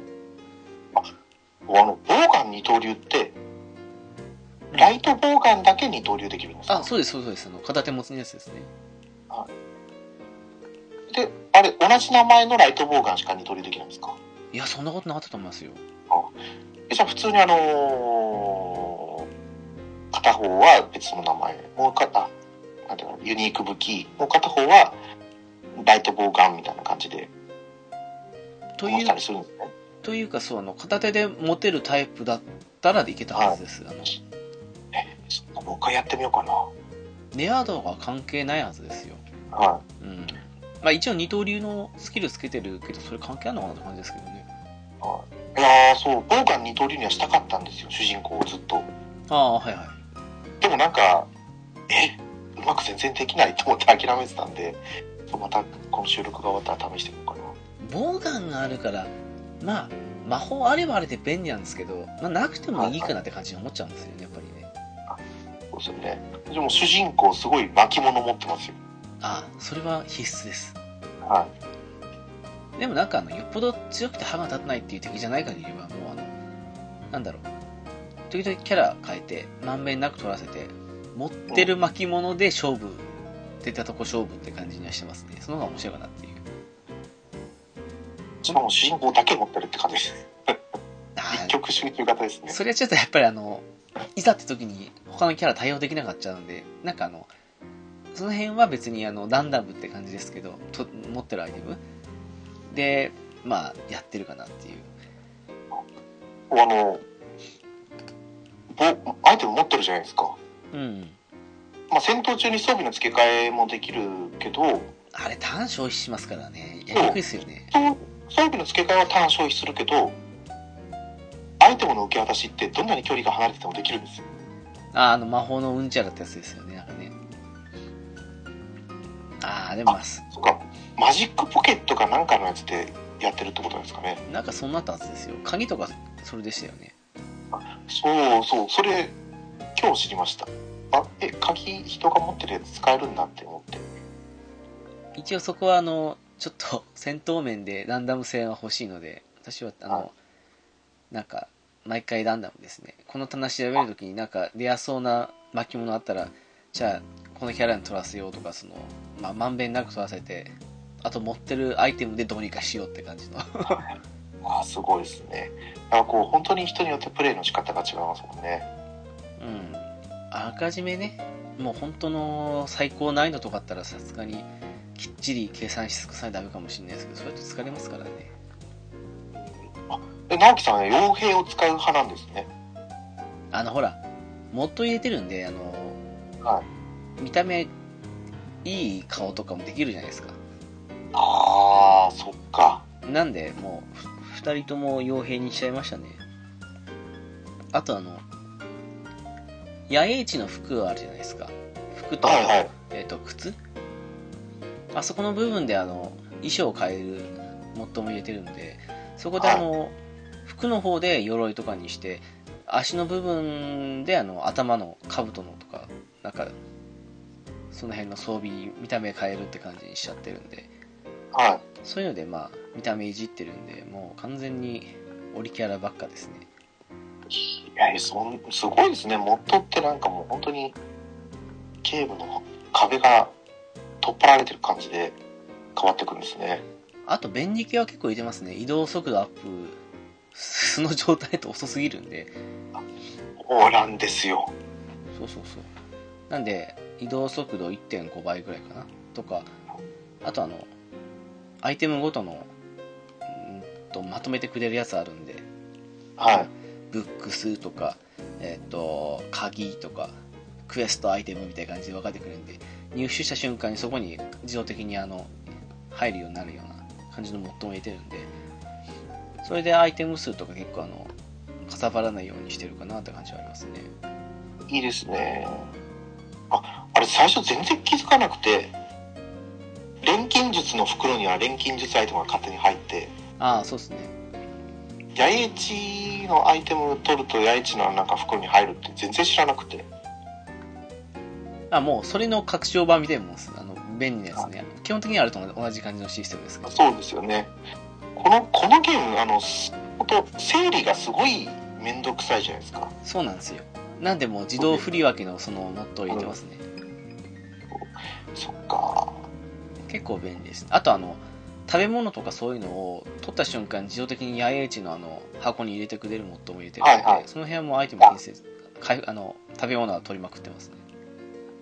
[SPEAKER 2] う。あの、ボーガン二刀流って、ライトボーガンだけ二刀流できるんですか
[SPEAKER 1] あそうですそうですあの片手持ちのやつですね
[SPEAKER 2] で、あれ、同じ名前のライトボーガンしか二刀流できないんですか
[SPEAKER 1] いやそんなことなかったと思いますよ
[SPEAKER 2] えじゃあ普通にあのー片方は別の名前、もう片、なんていうの、ユニーク武器、もう片方はライトボーガンみたいな感じで
[SPEAKER 1] と
[SPEAKER 2] 持
[SPEAKER 1] い
[SPEAKER 2] っ
[SPEAKER 1] う
[SPEAKER 2] たりするんですね。
[SPEAKER 1] というかそうあの片手で持てるタイプだったらでいけたはずです、あの
[SPEAKER 2] そっかもう一回やってみようかな。
[SPEAKER 1] ネアードが関係ないはずですよ、
[SPEAKER 2] は
[SPEAKER 1] うんまあ、一応二刀流のスキルつけてるけどそれ関係あるのかなって感じですけどね
[SPEAKER 2] い。いやー、そう、ボーガン二刀流にはしたかったんですよ、主人公をずっと。
[SPEAKER 1] ああはいはい
[SPEAKER 2] でもなんか、え、うまく全然できないと思って諦めてたんで、そうまたこの収録が終わったら試してみようかな。
[SPEAKER 1] ボーガンがあるからまあ魔法あればあれで便利なんですけど、まあ、なくてもいいかなって感じに思っちゃうんですよねやっぱりね
[SPEAKER 2] そうですよね。でも主人公すごい巻物持ってますよ。
[SPEAKER 1] ああそれは必須です
[SPEAKER 2] はい。
[SPEAKER 1] でもなんかあのよっぽど強くて歯が立たないっていう敵じゃない限りはもうあのなんだろう時々キャラ変えてまんべんなく取らせて持ってる巻物で勝負出たとこ勝負って感じにはしてますねその方が面白いかなっていう
[SPEAKER 2] しかも主人公だけ持ってるって感じですね。
[SPEAKER 1] あ
[SPEAKER 2] 一極集中型です
[SPEAKER 1] ー
[SPEAKER 2] ね。
[SPEAKER 1] それはちょっとやっぱりあのいざって時に他のキャラ対応できなかったのでなんかあのその辺は別にあのランダムって感じですけどと持ってるアイテムでまあやってるかなっていう
[SPEAKER 2] あの、ぼアイテム持ってるじゃないですか。
[SPEAKER 1] うん
[SPEAKER 2] まあ、戦闘中に装備の付け替えもできるけど、
[SPEAKER 1] あれ短消費しますからねやりにくいですよね
[SPEAKER 2] そう装備の付け替えは単消費するけど、アイテムの受け渡しってどんなに距離が離れててもできるんですよ。
[SPEAKER 1] ああの魔法のうんちゃらってやつですよねなんかねああでもまあす
[SPEAKER 2] そっか、マジックポケットかなんかのやつでやってるってことなんですかね。
[SPEAKER 1] なんかそんなったはずですよ鍵とかそれでしたよね
[SPEAKER 2] そうそう、それ、今日知りました。あ、え、鍵人が持ってるやつ使えるんだって思って。
[SPEAKER 1] 一応そこはあのちょっ と戦闘面でランダム性は欲しいので私はあの、
[SPEAKER 2] はい
[SPEAKER 1] なんか毎回ランダムですねこの棚調べるときになんかレアそうな巻物あったらじゃあこのキャラに取らせようとかそのまあまんべんなく取らせてあと持ってるアイテムでどうにかしようって感 じの
[SPEAKER 2] あーすごいですねだからこう本当に人によってプレイの仕方が違いますもんね
[SPEAKER 1] うんあらかじめねもう本当の最高難易度とかあったらさすがにきっちり計算し尽くさないとダメかもしれないですけどそれだと疲れますからね
[SPEAKER 2] で直樹さんはね傭兵を使う派なんですね
[SPEAKER 1] あのほらモッド入れてるんであの、
[SPEAKER 2] は
[SPEAKER 1] 見た目いい顔とかもできるじゃないですか
[SPEAKER 2] ああそっか
[SPEAKER 1] なんでもうふ二人とも傭兵にしちゃいましたねあとあの野営地の服あるじゃないですか服と,、
[SPEAKER 2] はいはい
[SPEAKER 1] えー、と靴あそこの部分であの衣装を変えるモッドも入れてるんでそこであの、服の方で鎧とかにして足の部分であの頭の兜のとかなんかその辺の装備見た目変えるって感じにしちゃってるんで
[SPEAKER 2] はい
[SPEAKER 1] そういうのでまあ見た目いじってるんでもう完全にオリキャラばっかですね
[SPEAKER 2] いやいやそんすごいですねモッドってなんかもう本当にゲームの壁が取っ払われてる感じで変わってくるんですね
[SPEAKER 1] あと便利系は結構入れてますね移動速度アップ素 の状態と遅すぎるんで
[SPEAKER 2] そうなんですよ
[SPEAKER 1] そうそうそうなんで移動速度1.5倍ぐらいかなとかあとあのアイテムごとのうんとまとめてくれるやつあるんで
[SPEAKER 2] はい
[SPEAKER 1] ブックスとか、えっと鍵とかクエストアイテムみたいな感じで分かってくれるんで入手した瞬間にそこに自動的にあの入るようになるような感じのモッドも入れてるんでそれでアイテム数とか結構あのかさばらないようにしてるかなって感じはありますね
[SPEAKER 2] いいですね。あ、あれ最初全然気づかなくて、錬金術の袋には錬金術アイテムが勝手に入って、
[SPEAKER 1] ああそうですね
[SPEAKER 2] 八重地のアイテムを取ると八重地のなんか袋に入るって全然知らなくて。
[SPEAKER 1] あもうそれの拡張版みたいなもんですあの便利なやつね基本的にはあると同じ感じのシステムですけど
[SPEAKER 2] そうですよね。この、このゲーム、あの、す本当整理がすごいめんどくさいじゃないですか。
[SPEAKER 1] そうなんですよなんでもう自動振り分けのそのモッドを入れてますね
[SPEAKER 2] そっか。
[SPEAKER 1] 結構便利ですあとあの食べ物とかそういうのを取った瞬間自動的に野営地のあの箱に入れてくれるモッドも入れてるので、
[SPEAKER 2] はいはい
[SPEAKER 1] その辺はもうアイテム気にせずかいあの食べ物は取りまくってますね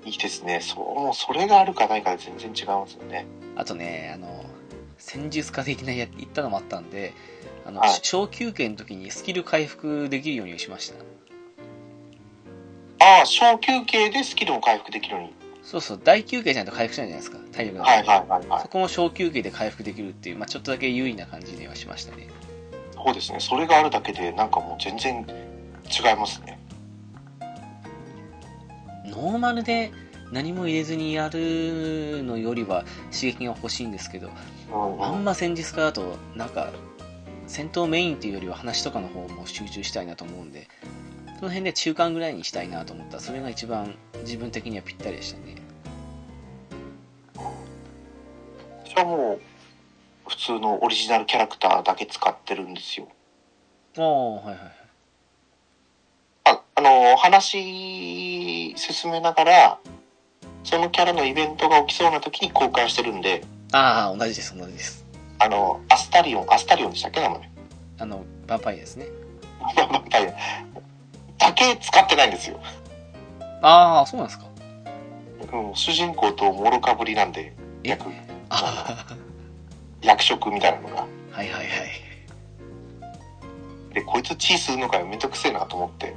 [SPEAKER 2] いいですね。そう、もうそれがあるかないかで全然違いますよね。
[SPEAKER 1] あとねあの戦術家的なや言ったのもあったんであの、
[SPEAKER 2] はい
[SPEAKER 1] 小休憩の時にスキル回復できるようにしました
[SPEAKER 2] ああ、小休憩でスキルも回復できるように。
[SPEAKER 1] そうそう大休憩じゃないと回復しないじゃないですか体力が、
[SPEAKER 2] はいはいはいはい
[SPEAKER 1] そ。こも小休憩で回復できるっていう、まあ、ちょっとだけ有利な感じにはしましたね
[SPEAKER 2] そうですね。それがあるだけで、なんかもう全然違いますね。
[SPEAKER 1] ノーマルで何も入れずにやるのよりは刺激が欲しいんですけど、
[SPEAKER 2] うん
[SPEAKER 1] あ
[SPEAKER 2] うん
[SPEAKER 1] んま戦術家だと、なんか、戦闘メインっていうよりは話とかの方も集中したいなと思うんで、その辺で中間ぐらいにしたいなと思ったら、それが一番自分的にはぴったりでしたね。
[SPEAKER 2] 私はもう、普通のオリジナルキャラクターだけ使ってるんですよ。
[SPEAKER 1] ああ、はいはいはい。
[SPEAKER 2] あ、あの、話進めながら、そのキャラのイベントが起きそうな時に交換してるんで、
[SPEAKER 1] ああ、同じです、同じです。
[SPEAKER 2] あの、アスタリオン、アスタリオンでしたっけ名前。
[SPEAKER 1] あの、ヴァンパイアですね。
[SPEAKER 2] だけ使ってないんですよ。
[SPEAKER 1] ああ、そうなんですか。
[SPEAKER 2] うん、主人公ともろかぶりなんで、
[SPEAKER 1] え
[SPEAKER 2] 役、
[SPEAKER 1] ああ、
[SPEAKER 2] 役職みたいなのが。
[SPEAKER 1] はいはいはい。
[SPEAKER 2] で、こいつチーするのがめんどくせえなと思って。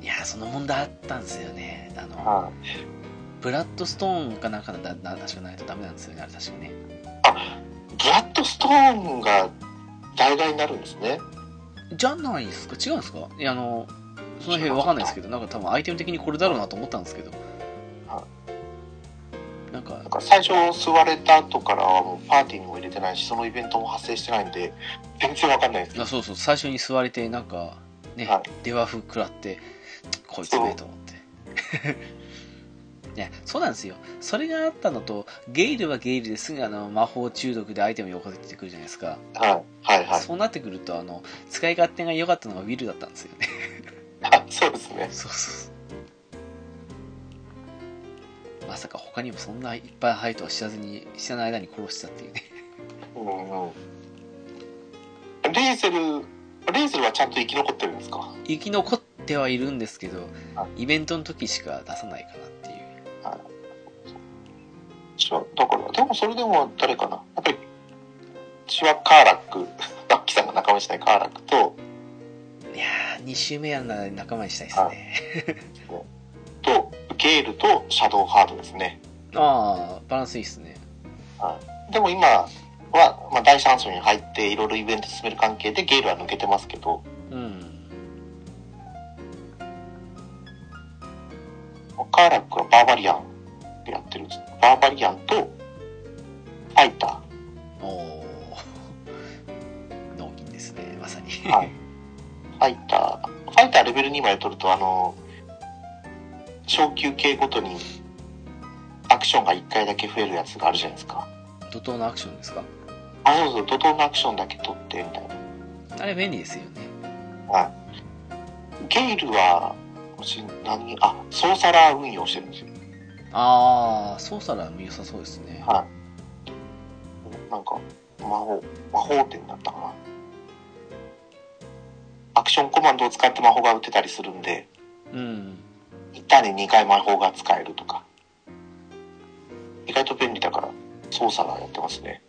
[SPEAKER 1] いやー、その問題あったんですよね。あの、
[SPEAKER 2] はい
[SPEAKER 1] ブラッドストーンかなんかのだだ確かないとダメなんですよねあれ確かね
[SPEAKER 2] ブラッドストーンが代替になるんですね。
[SPEAKER 1] じゃないですか違うんですかいやあのその辺わかんないですけどなんか多分アイテム的にこれだろうなと思ったんですけど
[SPEAKER 2] は
[SPEAKER 1] なんか
[SPEAKER 2] なんか最初吸われた後からはもうパーティーにも入れてないし、そのイベントも発生してないんで、全然わかんないです。
[SPEAKER 1] あそうそう最初に吸われてなんかね、
[SPEAKER 2] は
[SPEAKER 1] デワフ食らってこいつめと思ってね、そうなんですよ。それがあったのと、ゲイルはゲイルですぐあの魔法中毒でアイテムをかけてくるじゃないですか。
[SPEAKER 2] はい、はい、はい。
[SPEAKER 1] そうなってくると、あの、使い勝手が良かったのがウィルだったんですよね。
[SPEAKER 2] あそうですね。
[SPEAKER 1] そうそうそうまさか他にもそんないっぱい入るとは知らずに、知らない間に殺したっていうね。
[SPEAKER 2] うんうん。レーゼル、レーゼルはちゃんと生き残ってるんですか
[SPEAKER 1] 生き残ってはいるんですけど
[SPEAKER 2] は、
[SPEAKER 1] イベントの時しか出さないかなっていう。
[SPEAKER 2] シワだから、でもそれでも誰かなやっぱり、シワカーラック、ラッキーさんが仲間にしたいカーラックと、
[SPEAKER 1] いやー、2周目やんなら仲間にしたいですね。
[SPEAKER 2] と、ゲールとシャドウハードですね。
[SPEAKER 1] ああ、バランスいいですね。
[SPEAKER 2] でも今は、まあ、第3章に入っていろいろイベント進める関係でゲールは抜けてますけど、
[SPEAKER 1] うん。
[SPEAKER 2] カーラックはバーバリアンでやってるんです。バーバリアンと、ファイタ
[SPEAKER 1] お お納金ですね、まさに。
[SPEAKER 2] ー。はい。ファイター。ファイターレベル2まで取ると、あの、昇級系ごとにアクションが1回だけ増えるやつがあるじゃないですか。
[SPEAKER 1] 怒涛のアクションですか
[SPEAKER 2] あ、そうそう、怒涛のアクションだけ取って、みたいな。
[SPEAKER 1] あれ便利ですよね。
[SPEAKER 2] はい。ゲイルは、もし何、あ、ソーサラー運用してるんですよ。
[SPEAKER 1] ああ、操作ら良さそうですね。
[SPEAKER 2] はい。なんか、魔法、魔法ってなったかな。アクションコマンドを使って魔法が打てたりするんで、
[SPEAKER 1] うん。
[SPEAKER 2] 一旦に2回魔法が使えるとか。意外と便利だから、操作がやってますね。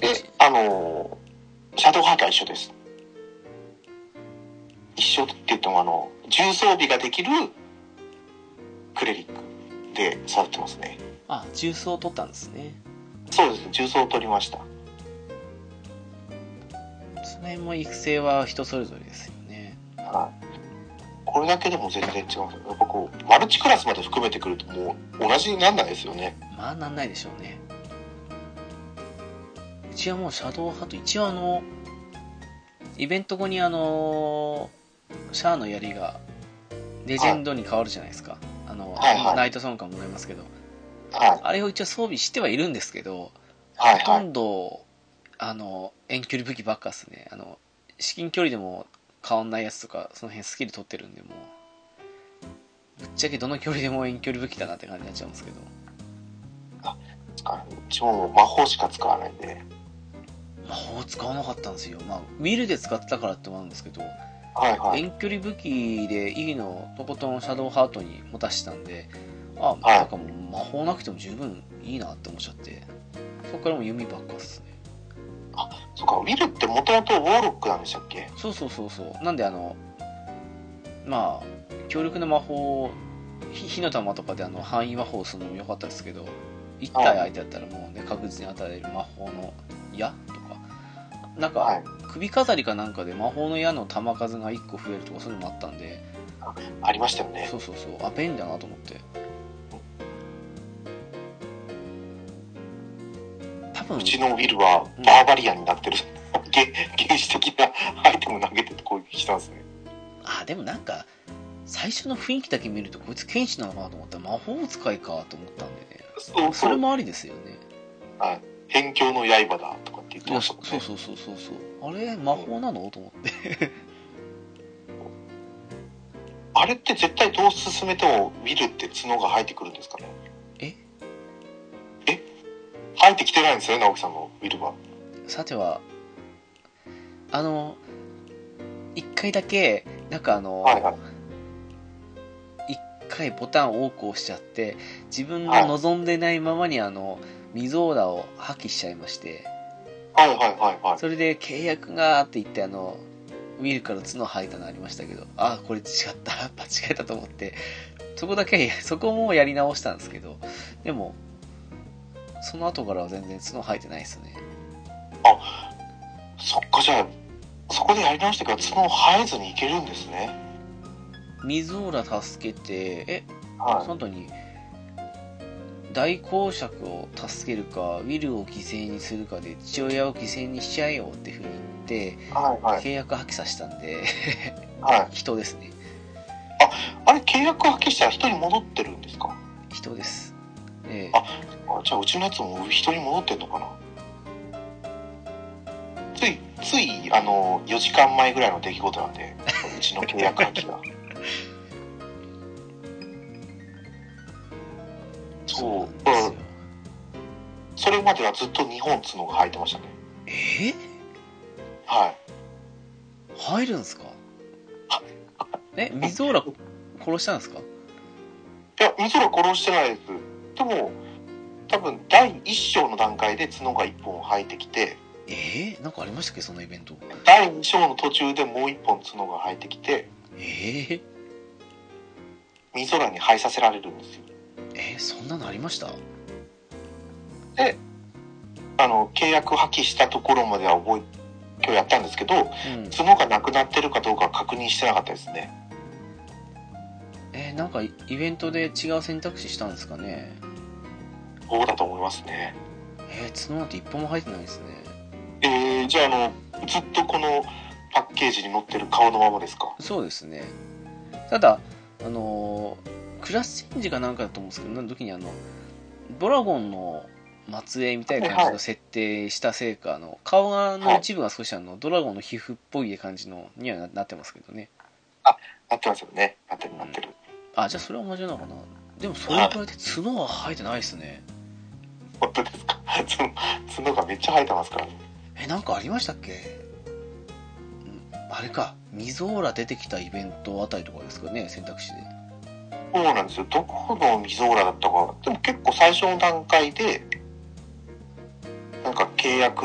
[SPEAKER 2] で、あのーシャドウハートは一緒です。一緒って言っても、あの、重装備ができるクレリックで育ってますね。
[SPEAKER 1] あ、重曹を取ったんですね。
[SPEAKER 2] そうですね、重装を取りました。
[SPEAKER 1] その辺も育成は人それぞれですよね。
[SPEAKER 2] はい。これだけでも全然違うんですよ。やっぱこう、マルチクラスまで含めてくるともう同じになんないですよね。
[SPEAKER 1] まあなんないでしょうね。うちはもうシャドウ派と、一応あの、イベント後にあの、シャアの槍がレジェンドに変わるじゃないですか。あの、
[SPEAKER 2] はいはい
[SPEAKER 1] ナイトソンからもらえますけど、
[SPEAKER 2] はい。
[SPEAKER 1] あれを一応装備してはいるんですけど、
[SPEAKER 2] はい
[SPEAKER 1] ほ
[SPEAKER 2] は
[SPEAKER 1] と
[SPEAKER 2] い。
[SPEAKER 1] んど、あの、遠距離武器ばっかっすね。あの、至近距離でも変わんないやつとか、その辺スキル取ってるんで、もう、ぶっちゃけどの距離でも遠距離武器だなって感じになっちゃうんですけど。
[SPEAKER 2] あのうちも魔法しか使わないんで。
[SPEAKER 1] 魔法使わなかったんですよ。まあ、ウィルで使ってたからってもあるんですけど、
[SPEAKER 2] はいはい。
[SPEAKER 1] 遠距離武器でイギのとことんシャドウハートに持たしたんで、あ、
[SPEAKER 2] い
[SPEAKER 1] なんかもう魔法なくても十分いいなって思っちゃって、そこからもう弓ばっかっすね。
[SPEAKER 2] そっか、ウィルってもともとウォーロックなんでしたっけ
[SPEAKER 1] そうそうそうそうなんであのまあ強力な魔法をひ火の玉とかであの範囲魔法をするのも良かったですけど1体相手だったらもうね確実に与える魔法の矢とかなんか、
[SPEAKER 2] はい。
[SPEAKER 1] 首飾りかなんかで魔法の矢の弾数が1個増えるとかそういうのもあったんで
[SPEAKER 2] ありましたよね。
[SPEAKER 1] そうそうそうあ便利だなと思って多分
[SPEAKER 2] うちのウィルはバーバリアンになってる。 げ原始的な アイテム投げてて攻撃したんですね。
[SPEAKER 1] あでもなんか最初の雰囲気だけ見るとこいつ剣士なのかなと思ったら魔法使いかと思ったんでね
[SPEAKER 2] そう
[SPEAKER 1] そ
[SPEAKER 2] そ
[SPEAKER 1] れ
[SPEAKER 2] う。
[SPEAKER 1] もありですよね。
[SPEAKER 2] 辺境の刃だとかって言って
[SPEAKER 1] いや
[SPEAKER 2] まし
[SPEAKER 1] そ
[SPEAKER 2] たもん
[SPEAKER 1] そう
[SPEAKER 2] ね。
[SPEAKER 1] そうそうそうそう。あれ魔法なのと思って。
[SPEAKER 2] あれって絶対どう進めてもウィルって角が生えてくるんですかね
[SPEAKER 1] え
[SPEAKER 2] え生えてきてないんですよね、直樹さんのウィルは。
[SPEAKER 1] さてはあの一回だけなんかあの
[SPEAKER 2] はいはい。
[SPEAKER 1] 一回ボタンを多く押しちゃって自分
[SPEAKER 2] は
[SPEAKER 1] の
[SPEAKER 2] い
[SPEAKER 1] 望んでないままにあのミゾーラを破棄しちゃいまして
[SPEAKER 2] はいはいはいはい。
[SPEAKER 1] それで契約がーって言ってあのウィルから角生えたのありましたけどあこれ違った 間違えたと思ってそこだけそこもやり直したんですけどでもその後からは全然角生えてないですね
[SPEAKER 2] そっか、じゃあ、そこでやり直してから角生えずにいけるんですね。
[SPEAKER 1] ミズオラ助けてえそ
[SPEAKER 2] は
[SPEAKER 1] の後に大公爵を助けるかウィルを犠牲にするかで父親を犠牲にしちゃえよってふうに言って
[SPEAKER 2] い。はいはい。
[SPEAKER 1] 契約破棄させたんで
[SPEAKER 2] はい。
[SPEAKER 1] 人ですね
[SPEAKER 2] あれ、契約破棄したら人に戻ってるんですか
[SPEAKER 1] 人ですええ
[SPEAKER 2] ああじゃあ、うちのやつも人に戻ってんのかなつい、つい、あの、4時間前ぐらいの出来事なんで、うちの契約 破棄が。
[SPEAKER 1] な
[SPEAKER 2] そう、うん
[SPEAKER 1] んですよ
[SPEAKER 2] それまではずっと2本角が生えてましたね。
[SPEAKER 1] ええ
[SPEAKER 2] はい。
[SPEAKER 1] 入るんですかえ水浦殺したんですか
[SPEAKER 2] いや、水ら殺してないです。でも、多分第1章の段階で角が1本生えてきて、
[SPEAKER 1] ええなんかありましたっけそのイベント
[SPEAKER 2] 第2章の途中でもう1本角が生えてきて、
[SPEAKER 1] ええ
[SPEAKER 2] 水空に生えさせられるんですよ。
[SPEAKER 1] ええそんなのありました
[SPEAKER 2] あの、契約破棄したところまでは覚え、今日やったんですけど、
[SPEAKER 1] うん
[SPEAKER 2] 角がなくなってるかどうか確認してなかったですね。
[SPEAKER 1] えーなんかイベントで違う選択肢したんですかね
[SPEAKER 2] そうだと思いますね。
[SPEAKER 1] えー、角なんて一本も入ってないですね
[SPEAKER 2] えー、じゃあ、あの、ずっとこのパッケージに載ってる顔のままですか
[SPEAKER 1] そうですねただあのークラスチェンジかなんかだと思うんですけどの時にあのドラゴンの末裔みたいな感じの設定したせいか、あの顔がの一部が少しあのドラゴンの皮膚っぽい感じのにはななってますけどね
[SPEAKER 2] なってますよね。なってる、なってる。
[SPEAKER 1] あじゃあそれは同じなのかなでもそれくらいで角は生えてないですね
[SPEAKER 2] 本当ですか 角角がめっちゃ生えてますからね。
[SPEAKER 1] えなんかありましたっけんあれかミゾーラ出てきたイベントあたりとかですかね選択肢で
[SPEAKER 2] そうなんですよ。どこのミゾーラだったか。でも結構最初の段階で、なんか契約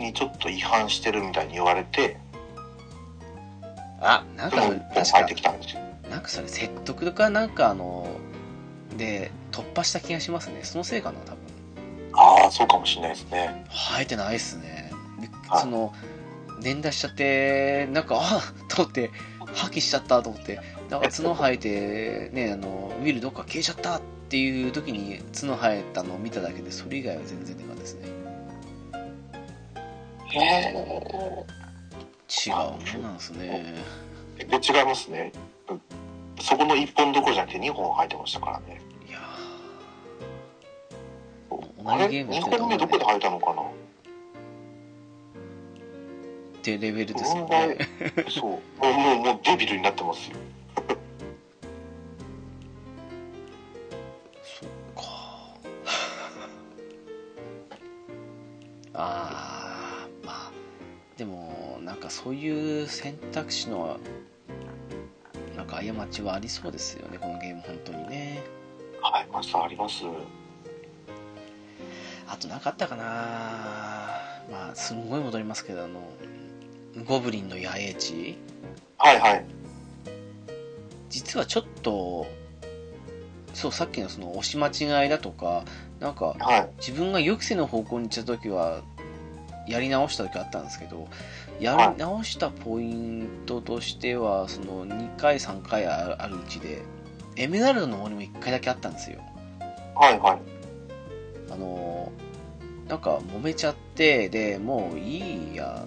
[SPEAKER 2] にちょっと違反してるみたいに言われて、
[SPEAKER 1] あなん
[SPEAKER 2] で
[SPEAKER 1] か
[SPEAKER 2] も
[SPEAKER 1] 確
[SPEAKER 2] 入ってき
[SPEAKER 1] か
[SPEAKER 2] たんですよ。
[SPEAKER 1] なんかそれ説得かなんかあので突破した気がしますねそのせいかな多分
[SPEAKER 2] ああ、そうかもしれないですね。
[SPEAKER 1] 生えてないっすねびっ
[SPEAKER 2] はい
[SPEAKER 1] その連打しちゃってなんかあと思って破棄しちゃったと思ってなんか角生えてねあのウィルどっか消えちゃったっていう時に角生えたのを見ただけでそれ以外は全然なかったですね違うもんなんですね
[SPEAKER 2] えで違いますね。うんそこの1本どころじゃなくて2本生えてましたからね。
[SPEAKER 1] いや
[SPEAKER 2] あれ
[SPEAKER 1] 同じゲーム
[SPEAKER 2] ?2
[SPEAKER 1] やってると
[SPEAKER 2] 本
[SPEAKER 1] 思うね
[SPEAKER 2] 目どこで生えたのかな
[SPEAKER 1] ーってレベルですよ
[SPEAKER 2] 問題
[SPEAKER 1] ね
[SPEAKER 2] そうもうもうもうデビルになってますよ
[SPEAKER 1] そっかあーまあでもなんかそういう選択肢のなんか過ちはありそうですよねこのゲーム本当にね
[SPEAKER 2] はいまさあります
[SPEAKER 1] あとなかったかなまあすんごい戻りますけどあのゴブリンの野営地
[SPEAKER 2] はいはい
[SPEAKER 1] 実はちょっとそうさっきのその押し間違いだとかなんか
[SPEAKER 2] はい
[SPEAKER 1] 自分が予期せぬ方向に行っちゃった時はやり直した時あったんですけど
[SPEAKER 2] は
[SPEAKER 1] や
[SPEAKER 2] い
[SPEAKER 1] り直したポイントとしてはその2回3回ああるうちでエメラルドの森も1回だけあったんですよ
[SPEAKER 2] はいはい
[SPEAKER 1] あのーなんか揉めちゃってでもういいや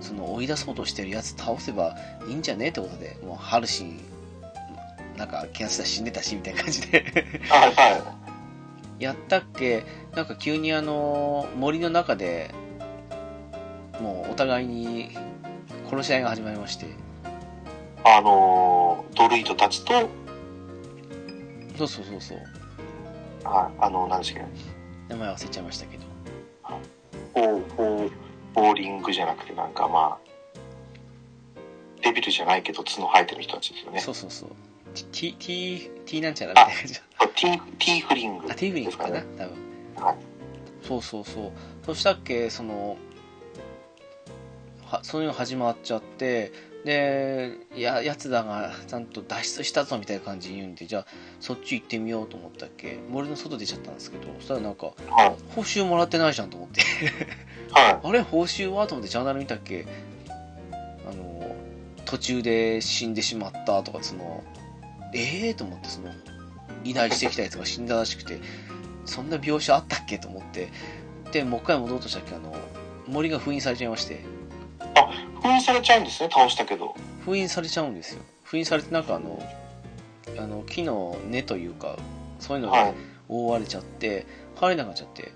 [SPEAKER 1] その追い出そうとしてるやつ倒せばいいんじゃねってことでもうハルシンなんかキャンセル死んでたしみたいな感じで
[SPEAKER 2] はいは
[SPEAKER 1] やったっけなんか急にあのー森の中でもうお互いに殺し合いが始まりまして
[SPEAKER 2] いあのードルイドたちと、はい、
[SPEAKER 1] そうそうそうそう
[SPEAKER 2] あの何でしたっ
[SPEAKER 1] 名前忘れちゃいましたけど
[SPEAKER 2] けフォーフォーボーリングじゃなくてなんかまあデビルじゃないけど角生えてる人たちですよね
[SPEAKER 1] そうそうそう T, T, T なんちゃらみたいな感じだ
[SPEAKER 2] ティーティーフリング
[SPEAKER 1] あ、ティーブリン
[SPEAKER 2] で
[SPEAKER 1] グ
[SPEAKER 2] す
[SPEAKER 1] か
[SPEAKER 2] か
[SPEAKER 1] な、
[SPEAKER 2] ね
[SPEAKER 1] 多分。
[SPEAKER 2] はい
[SPEAKER 1] そうそうそう。そしたっけ、その、はそういうの始まっちゃって、で、や、やつらがちゃんと脱出したぞみたいな感じに言うんで、じゃあ、そっち行ってみようと思ったっけ、森の外出ちゃったんですけど、そしたらなんか、
[SPEAKER 2] はい
[SPEAKER 1] 報酬もらってないじゃんと思って、
[SPEAKER 2] は
[SPEAKER 1] あれ、報酬はと思ってジャーナル見たっけ、あの、途中で死んでしまったとか、その、ええー、と思って、その、依頼してきたやつが死んだらしくて、そんな描写あったっけと思って、で、もう一回戻ろうとしたっけ、あの、森が封印されちゃいまして、
[SPEAKER 2] い封印されちゃうんですね倒したけど
[SPEAKER 1] 封印されちゃうんですよ。封印されてなんかあのあの木の根というかそういうの
[SPEAKER 2] は
[SPEAKER 1] が
[SPEAKER 2] い。
[SPEAKER 1] 覆われちゃって入れなくなっちゃって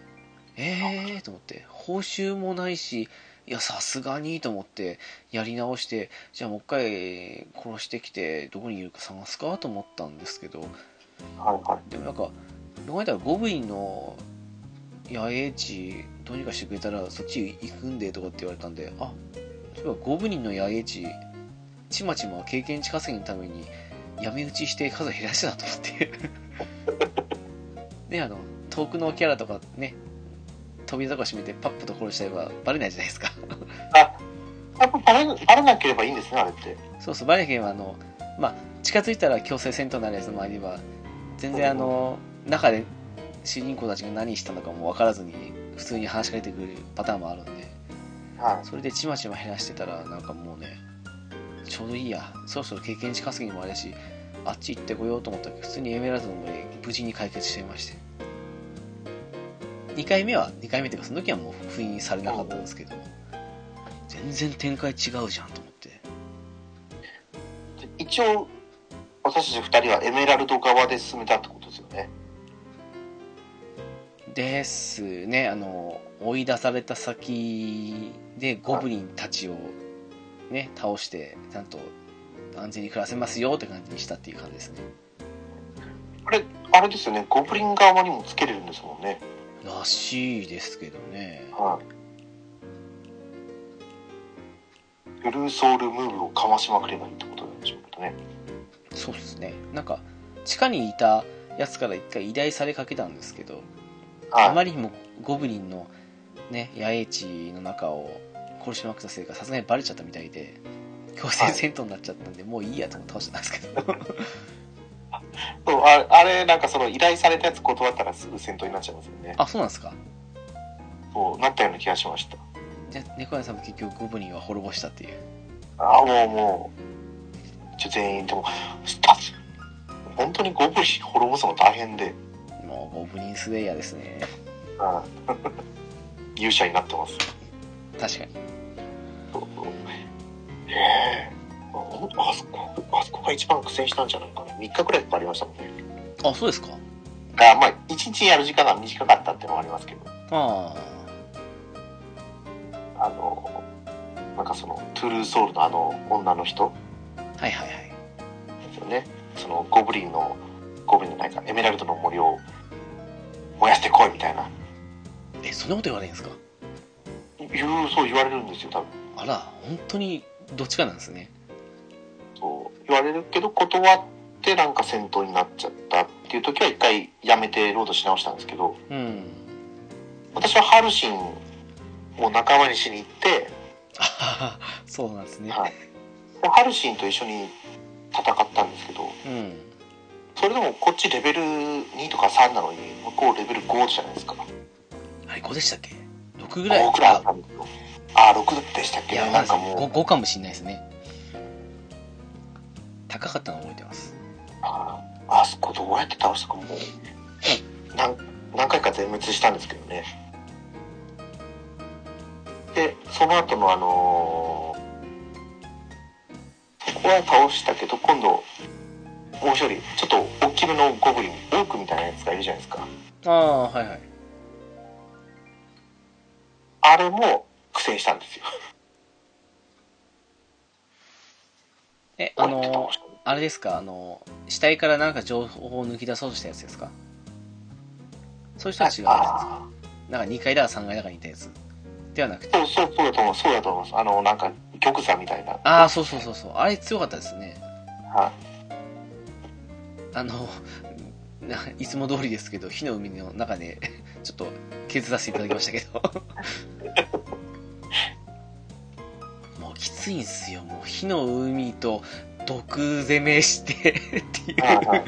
[SPEAKER 1] ええー、と思って報酬もないしいやさすがにと思ってやり直してじゃあもう一回殺してきてどこにいるか探すかと思ったんですけど
[SPEAKER 2] はい。はい。
[SPEAKER 1] でもなんか考えたらゴブリンの野営地どうにかしてくれたらそっち行くんでとかって言われたんであそういえばゴブリンの野営地ちまちま経験値稼ぎのために闇討ちして数減らしたなと思って ねあの遠くのキャラとかね扉とか閉めてパップと殺しちゃえばバレないじゃないですか
[SPEAKER 2] やっぱバレな、バレなければいいんですね、あれって。
[SPEAKER 1] そうそうバレへんはあのまあ近づいたら強制戦闘になるやつもあれば全然あの中で主人公たちが何したのかも分からずに普通に話しかけてくるパターンもあるんで
[SPEAKER 2] は
[SPEAKER 1] それでちまちま減らしてたらなんかもうねちょうどいいやそろそろ経験値稼ぎもあれだしあっち行ってこようと思ったけど普通にエメラルドの森無事に解決していまして2回目は2回目っていうかその時はもう封印されなかったんですけど全然展開違うじゃんと思って
[SPEAKER 2] い。で一応、私たち二人はエメラルド側で進めたってことですよね。
[SPEAKER 1] ですねあの追い出された先でゴブリンたちをね倒してちゃんと安全に暮らせますよって感じにしたっていう感じですね
[SPEAKER 2] あれ、あれですよね。ゴブリン側にもつけれるんですもんね。
[SPEAKER 1] らしいですけどね
[SPEAKER 2] はい。ブルーソウルムーブをかましまくればいいってことなんでしょうけどね。
[SPEAKER 1] そうですねなんか地下にいたやつから一回依頼されかけたんですけどあ
[SPEAKER 2] はい。
[SPEAKER 1] まりにもゴブリンのね野営地の中を殺しまくったせいかさすがにバレちゃったみたいで強制戦闘になっちゃったんで、もういいやと思って倒してたんですけど
[SPEAKER 2] そうああれ、なんかその依頼されたやつ断ったらすぐ戦闘になっちゃいますよね。
[SPEAKER 1] あそうなんですか
[SPEAKER 2] そう、なったような気がしました。
[SPEAKER 1] じゃあ猫屋さんも結局ゴブリンは滅ぼしたっていう
[SPEAKER 2] あもうもうちょ全員でもスタッフ本当にゴブリン滅ぼすの大変で、
[SPEAKER 1] もうゴブリンスレイヤーですね
[SPEAKER 2] うん、勇者になってます
[SPEAKER 1] 確かに
[SPEAKER 2] へえああそこあそこが一番苦戦したんじゃないかな3日くらいかかりましたもんね
[SPEAKER 1] あそうですか
[SPEAKER 2] あまあ1日やる時間が短かったってのもありますけど
[SPEAKER 1] あ
[SPEAKER 2] あのなんかそのトゥルーソウルのあの女の人
[SPEAKER 1] あはいはいはい
[SPEAKER 2] ですよねそのゴブリンのゴブリンじゃないかエメラルドの森を燃やしてこいみたいな
[SPEAKER 1] えそんなこと言われるんですか
[SPEAKER 2] 言うそう言われるんですよ多分
[SPEAKER 1] あら本当にどっちかなんですね
[SPEAKER 2] そう言われるけど断ってなんか戦闘になっちゃったっていう時は一回やめてロードし直したんですけど
[SPEAKER 1] うん
[SPEAKER 2] 私はハルシンを仲間にしに行って、
[SPEAKER 1] あははそうなんですね
[SPEAKER 2] はい、もうハルシンと一緒に戦ったんですけど
[SPEAKER 1] うん
[SPEAKER 2] それでもこっちレベル2とか3なのに向こうレベル5じゃないですか
[SPEAKER 1] あれ5でしたっけ6ぐらい
[SPEAKER 2] 5くらいあったんですよああ6でしたっ
[SPEAKER 1] い
[SPEAKER 2] け
[SPEAKER 1] や
[SPEAKER 2] ね
[SPEAKER 1] わ
[SPEAKER 2] なん
[SPEAKER 1] か
[SPEAKER 2] か
[SPEAKER 1] んない
[SPEAKER 2] もう
[SPEAKER 1] 5, 5かもしれないですね高かったの覚えてます
[SPEAKER 2] あああそこどうやって倒したかもう何何回か全滅したんですけどねでその後のあのーここは倒したけど今度もう一人ちょっと大きめのゴブリンオークみたいなやつがいるじゃないですか
[SPEAKER 1] ああはいはい
[SPEAKER 2] あれも苦戦したんですよ
[SPEAKER 1] え
[SPEAKER 2] こ
[SPEAKER 1] あ
[SPEAKER 2] うやって
[SPEAKER 1] の
[SPEAKER 2] 倒した
[SPEAKER 1] あれですかあの死体からなんか情報を抜き出そうとしたやつですかそういう人たちがいるんですか
[SPEAKER 2] あ
[SPEAKER 1] なんか2階だか3階だかにいたやつではなくて
[SPEAKER 2] ーそうそうそうだと思うそうだと思いますあのなんか玉座みたいな
[SPEAKER 1] ああそうそうそうそうあれ強かったですね
[SPEAKER 2] はい
[SPEAKER 1] あの ないつも通りですけど火の海の中で ちょっと削らせていただきましたけど もうきついんすよもう火の海と毒攻めしてっていう、
[SPEAKER 2] はいは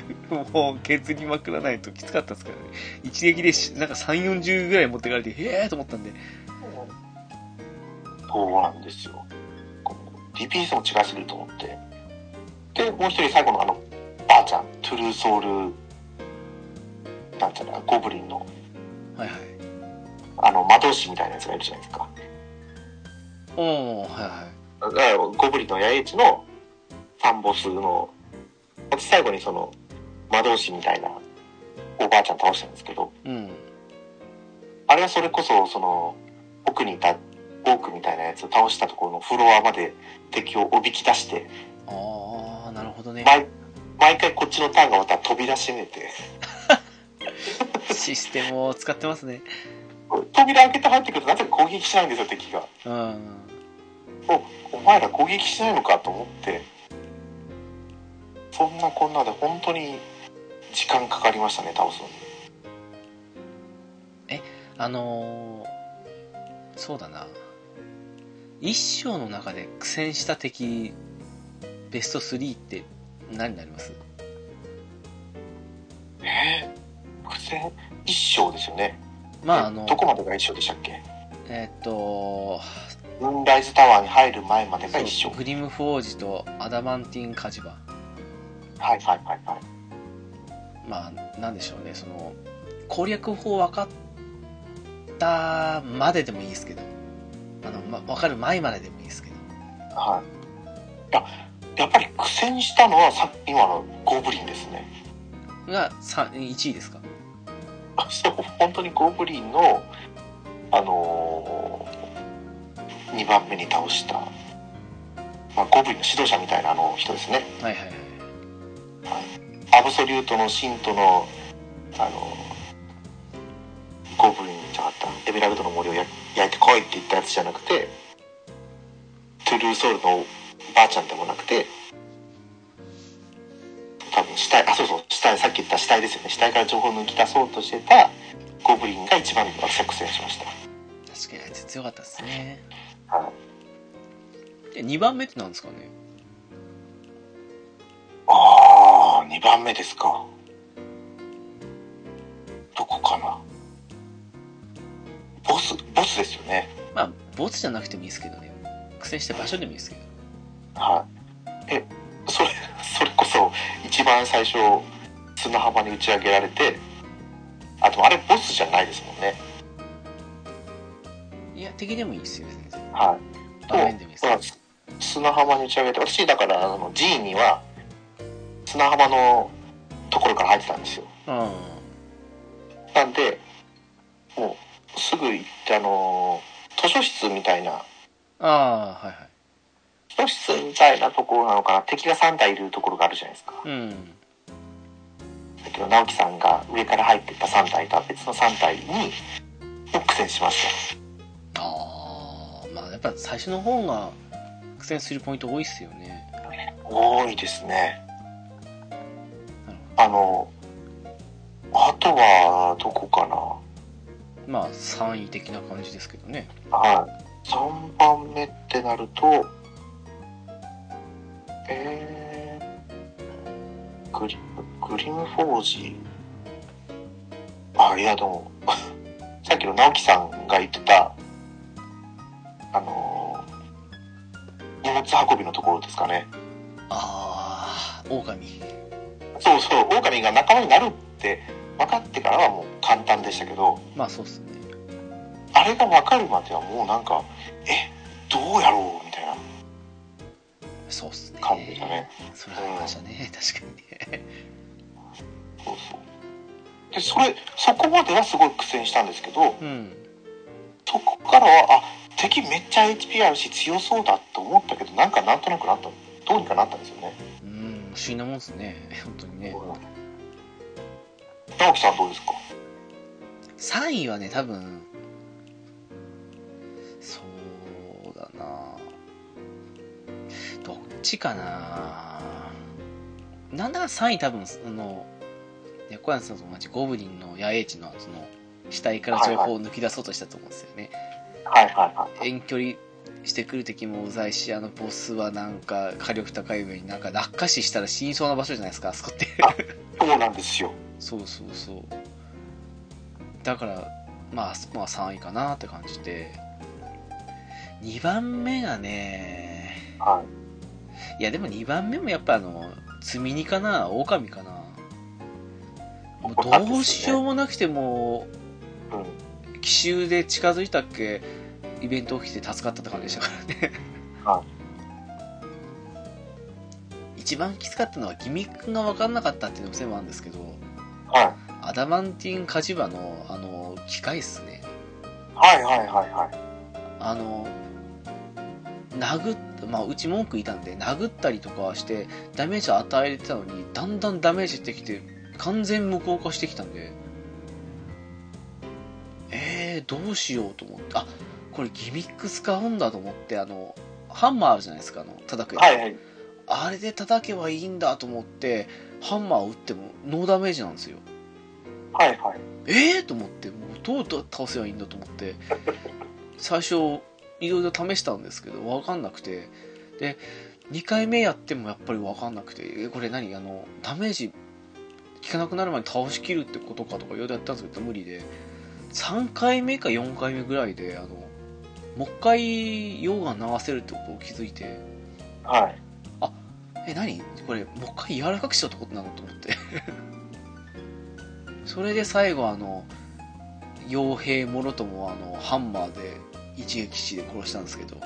[SPEAKER 1] もう削りまくらないときつかったですからね一撃でしなんか3 4 0ぐらい持ってかれてへえと思ったんで
[SPEAKER 2] そうなんですよ。DPS も違いすぎると思って。で、もう一人最後のあの、ばあちゃん、トゥルーソウル、なんちゃら、ゴブリンの、
[SPEAKER 1] はいはい
[SPEAKER 2] あの、魔導士みたいなやつがいるじゃないですか。
[SPEAKER 1] おおはいはい
[SPEAKER 2] だからゴブリンの野営地の、サンボスの、最後にその、魔導士みたいな、おばあちゃん倒したんですけど、
[SPEAKER 1] うん
[SPEAKER 2] あれはそれこそ、その、奥にいた、オークみたいなやつを倒したところのフロアまで敵をおびき出して、
[SPEAKER 1] ああなるほどね
[SPEAKER 2] 毎毎回こっちのターンが終わったら飛び出しめて、
[SPEAKER 1] システムを使ってますね
[SPEAKER 2] 扉開けて入ってくるとなぜか攻撃しないんですよ、敵が。
[SPEAKER 1] うん
[SPEAKER 2] お前ら攻撃しないのかと思って、そんなこんなで本当に時間かかりましたね、倒すのに。
[SPEAKER 1] あのーそうだな一章の中で苦戦した敵ベスト3って何になります
[SPEAKER 2] えー苦戦一章ですよね。
[SPEAKER 1] まああの
[SPEAKER 2] どこまでが一章でしたっけ
[SPEAKER 1] えーっと
[SPEAKER 2] ムーンライズタワーに入る前までが一章。
[SPEAKER 1] グリムフォージとアダマンティン火事場
[SPEAKER 2] はいはいはいはい。
[SPEAKER 1] まあなんでしょうねその攻略法分かったまででもいいですけどあの、ま、分かる前まででもいいですけど
[SPEAKER 2] はい。や、やっぱり苦戦したのはさっき今のゴブリンですね。
[SPEAKER 1] がさ1位ですか
[SPEAKER 2] そう、本当にゴブリンの、あのー、2番目に倒した、まあ、ゴブリンの指導者みたいなあの人ですね。
[SPEAKER 1] はいはいはい
[SPEAKER 2] アブソリュートの信徒の、あのー、ゴブリンじゃなかった、エメラルドの森をや焼いてこいって言ったやつじゃなくて、トゥルーソウルのばあちゃんでもなくて、多分死体、あ、そうそう、死体、さっき言った死体ですよね。死体から情報を抜き出そうとしてたゴブリンが一番作戦しました。
[SPEAKER 1] 確かにあいつ強かったですね
[SPEAKER 2] はい
[SPEAKER 1] で2番目ってなんですかね
[SPEAKER 2] ああ、2番目ですか。どこかな。ボス、ボスですよね。
[SPEAKER 1] まあボツじゃなくてもいいですけどね苦戦した場所でもいいですけど
[SPEAKER 2] はい。え、それ、それこそ、一番最初、砂浜に打ち上げられて、あ、でもあれボスじゃないですもんね。
[SPEAKER 1] いや敵でもいいですよ全然
[SPEAKER 2] はい。
[SPEAKER 1] 場面でもいいです
[SPEAKER 2] そう砂浜に打ち上げて私だからあの G には砂浜のところから入ってたんですよ
[SPEAKER 1] うん
[SPEAKER 2] なんでもうすぐ行ってあの図書室みたいな
[SPEAKER 1] ああはいはい
[SPEAKER 2] 図書室みたいなところなのかな敵が3体いるところがあるじゃないですか
[SPEAKER 1] うん
[SPEAKER 2] だけど直樹さんが上から入っていった3体とは別の3体にも苦戦しまし
[SPEAKER 1] ああまあやっぱ最初の方が苦戦するポイント多いっすよね
[SPEAKER 2] た多いですね
[SPEAKER 1] なる
[SPEAKER 2] あのあとはどこかな
[SPEAKER 1] ほどまあ3位的な感じですけどね
[SPEAKER 2] はい。3番目ってなると、えー、グリグリムフォージあ、いや、でも、 さっきの直樹さんが言ってた、あのー荷物運びのところですかね。
[SPEAKER 1] ああ狼
[SPEAKER 2] そうそう、狼が仲間になるって分かってからはもう簡単でしたけど、
[SPEAKER 1] まあそうっすね
[SPEAKER 2] あれが分かるまではもうなんか、え、どうやろうみたいな
[SPEAKER 1] そうっすね
[SPEAKER 2] 感じでしたね。
[SPEAKER 1] それありましたね確かにね
[SPEAKER 2] そうそう。で、それ、そこまではすごい苦戦したんですけど、
[SPEAKER 1] うん
[SPEAKER 2] そこからは、あ、敵めっちゃ HP あるし強そうだと思ったけど、なんかなんとなくなった。どうにかなったんですよね。
[SPEAKER 1] うん不思議なもんっすね本当にね
[SPEAKER 2] 直樹さんどうですか
[SPEAKER 1] 3位はね多分そうだなどっちかななんだか3位多分その猫屋さんと同じゴブリンの野営地のその死体から情報を抜き出そうとしたと思うんですよね、
[SPEAKER 2] はいはいはい。
[SPEAKER 1] 遠距離してくる敵もうざいしあのボスはなんか火力高い上になんか落下死したら死にそうな場所じゃないですかあそこって
[SPEAKER 2] そうなんですよ。
[SPEAKER 1] そうそうそうだからまあそこは3位かなって感じで2番目がね
[SPEAKER 2] はい
[SPEAKER 1] やでも2番目もやっぱあの積み荷かな狼かなも
[SPEAKER 2] 多かったです
[SPEAKER 1] う
[SPEAKER 2] ね
[SPEAKER 1] どうしようもなくても
[SPEAKER 2] い。うん。
[SPEAKER 1] う奇襲で近づいたっけイベント起きて助かったって感じでしたからね
[SPEAKER 2] はい
[SPEAKER 1] 一番きつかったのはギミックが分かんなかったっていうのも全部あるんですけど、
[SPEAKER 2] はい。
[SPEAKER 1] アダマンティン火事場の、あの、機械っすね。
[SPEAKER 2] はいはいはいはい。
[SPEAKER 1] あの、殴っまあ、うち文句いたんで、殴ったりとかして、ダメージ与えてたのに、だんだんダメージってきて、完全無効化してきたんで、えー、どうしようと思って、あ、これギミック使うんだと思って、あの、ハンマーあるじゃないですか、あの、叩くやつ
[SPEAKER 2] はいはい。
[SPEAKER 1] あれで叩けばいいんだと思って、ハンマーを打ってもノーダメージなんですよ。
[SPEAKER 2] はいはい。
[SPEAKER 1] えー、と思って、もうどう倒せばいいんだと思って、最初、いろいろ試したんですけど、わかんなくて、で、2回目やってもやっぱりわかんなくて、えこれ何あの、ダメージ効かなくなる前に倒しきるってことかとかいろいろやったんですけど、無理で、3回目か4回目ぐらいで、あの、もう一回溶岩流せるってことを気づいて、
[SPEAKER 2] はい。
[SPEAKER 1] え何これもう一回柔らかくしようってことなのと思って それで最後あの傭兵もろともあのハンマーで一撃死で殺したんですけど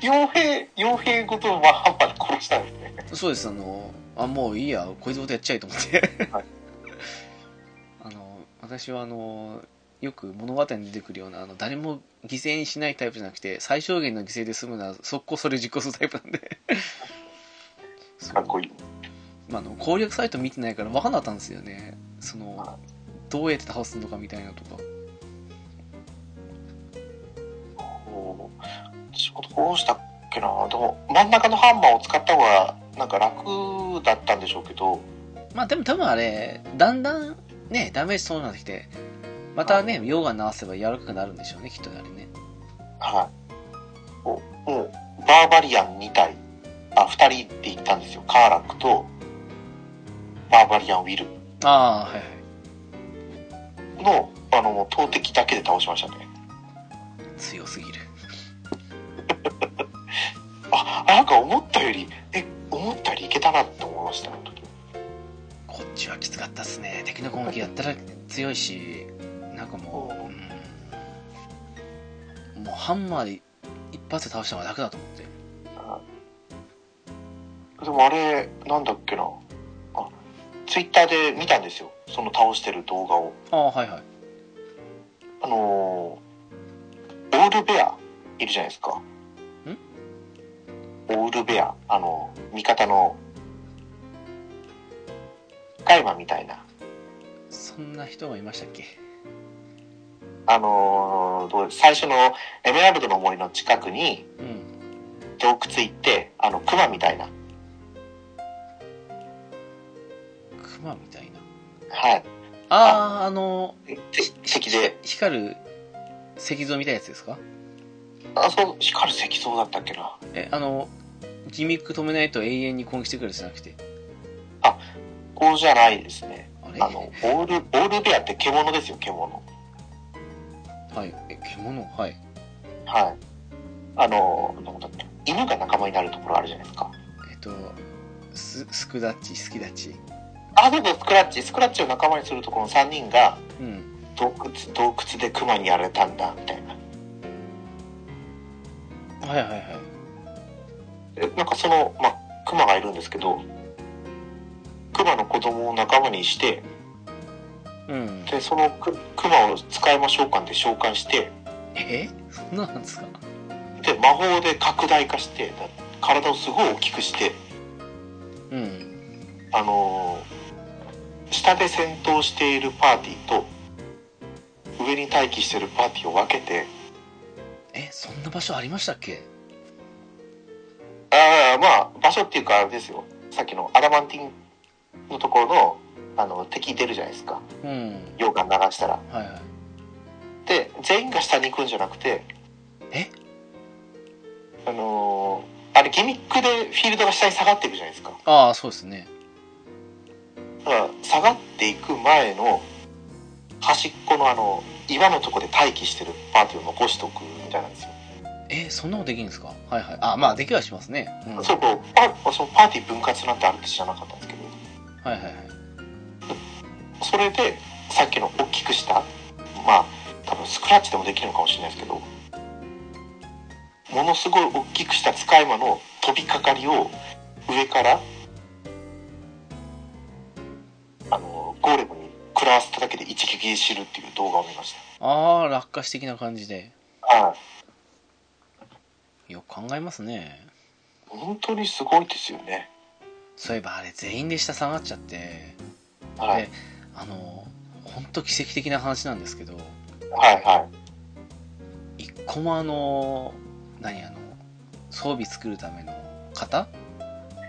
[SPEAKER 2] 傭兵、傭兵ごとワンハンマーで殺したんですね。
[SPEAKER 1] そうですあのあもういいやこいつのことやっちゃえと思って、
[SPEAKER 2] はい
[SPEAKER 1] あの私はあのよく物語に出てくるようなあの誰も犠牲にしないタイプじゃなくて最小限の犠牲で済むなら速攻それ実行するタイプなんでそう
[SPEAKER 2] かっこいい。
[SPEAKER 1] まあ、あの攻略サイト見てないから分かんなかったんですよねそのどうやって倒すのかみたいなとか
[SPEAKER 2] おー仕事どうしたっけなでも、真ん中のハンマーを使った方が、なんか楽だったんでしょうけど、
[SPEAKER 1] まあでも多分あれだんだんねダメージそうなってきてまたね溶岩流せば柔らかくなるんでしょうねきっとねあれね
[SPEAKER 2] はい。おもう、バーバリアン2体、あ、2人って言ったんですよ。カーラックと、バーバリアンウィル
[SPEAKER 1] ああはいはい
[SPEAKER 2] の、あの、もう投擲だけで倒しましたね。
[SPEAKER 1] 強すぎる
[SPEAKER 2] あ、あなんか思ったより、え、思ったよりいけたなって思いましたね、あの時
[SPEAKER 1] こっちはきつかったっすね敵の攻撃だったら強いしなんかもう、うん、もうハンマーで一発で倒した方が楽だと思って
[SPEAKER 2] でもあれ、なんだっけな。あ、ツイッターで見たんですよ。その倒してる動画を。
[SPEAKER 1] ああはいはい
[SPEAKER 2] あのーオールベア、いるじゃないですか。オールベア、あの、味方の、カイマみたいな。
[SPEAKER 1] そんな人がいましたっけ
[SPEAKER 2] あのーどう最初のエメラルドの森の近くに
[SPEAKER 1] うん
[SPEAKER 2] 洞窟行って、あの、クマみたいな。
[SPEAKER 1] クマみたいな
[SPEAKER 2] はい。
[SPEAKER 1] あああの
[SPEAKER 2] 石で。
[SPEAKER 1] 光る石像みたいなやつですか
[SPEAKER 2] あ、そう、光る石像だったっけな。
[SPEAKER 1] えあのギミック止めないと永遠に攻撃してくるじゃなくて
[SPEAKER 2] こうじゃないですね。
[SPEAKER 1] あれ
[SPEAKER 2] あの、オール、オールベアって獣ですよ、獣。
[SPEAKER 1] はいえ獣はい
[SPEAKER 2] はい。あの、なんだっけ、犬が仲間になるところあるじゃないですか。
[SPEAKER 1] えっとススクダッチスキダッチ
[SPEAKER 2] あ、そうそう、スクラッチ。スクラッチを仲間にするところの3人が、
[SPEAKER 1] うん
[SPEAKER 2] 洞窟、洞窟で熊にやられたんだ、みたいな。
[SPEAKER 1] はいはいはい
[SPEAKER 2] でなんかその、まあ、熊がいるんですけど、熊の子供を仲間にして、
[SPEAKER 1] うん
[SPEAKER 2] で、そのく熊を使いましょうかんで召喚して、
[SPEAKER 1] えそんななんですか
[SPEAKER 2] で、魔法で拡大化して、だ体をすごい大きくして、
[SPEAKER 1] うん
[SPEAKER 2] あのー下で戦闘しているパーティーと、上に待機しているパーティーを分けて、
[SPEAKER 1] えそんな場所ありましたっけ
[SPEAKER 2] ああ、まあ、場所っていうか、あれですよ。さっきのアダマンティンのところの、あの、敵出るじゃないですか。
[SPEAKER 1] うん
[SPEAKER 2] 溶岩流したら。
[SPEAKER 1] はいはい
[SPEAKER 2] で、全員が下に行くんじゃなくて、
[SPEAKER 1] え
[SPEAKER 2] あのーあれギミックでフィールドが下に下がっていくじゃないですか。
[SPEAKER 1] ああそうですね
[SPEAKER 2] だから、下がっていく前の、端っこのあの、岩のとこで待機してるパーティーを残しておくみたいなんですよ。
[SPEAKER 1] えそんなことできるんですかはいはいあまあできはしますねうん
[SPEAKER 2] そうこう、パそのパーティー分割なんてあるって知らなかったんですけど。
[SPEAKER 1] はいはいはい
[SPEAKER 2] それでさっきの大きくしたまあ多分スクラッチでもできるのかもしれないですけどものすごい大きくした使い魔の飛びかかりを上からあのゴーレムに食らわせただけで一撃で死ぬっていう動画を見まし
[SPEAKER 1] ああ落下して的な感じで
[SPEAKER 2] たはい
[SPEAKER 1] よく考えますね
[SPEAKER 2] 本当にすごいですよね
[SPEAKER 1] そういえばあれ全員で下下がっちゃって
[SPEAKER 2] はい
[SPEAKER 1] あの本当奇跡的な話なんですけど
[SPEAKER 2] はいは
[SPEAKER 1] 一個もあの何あの装備作るための型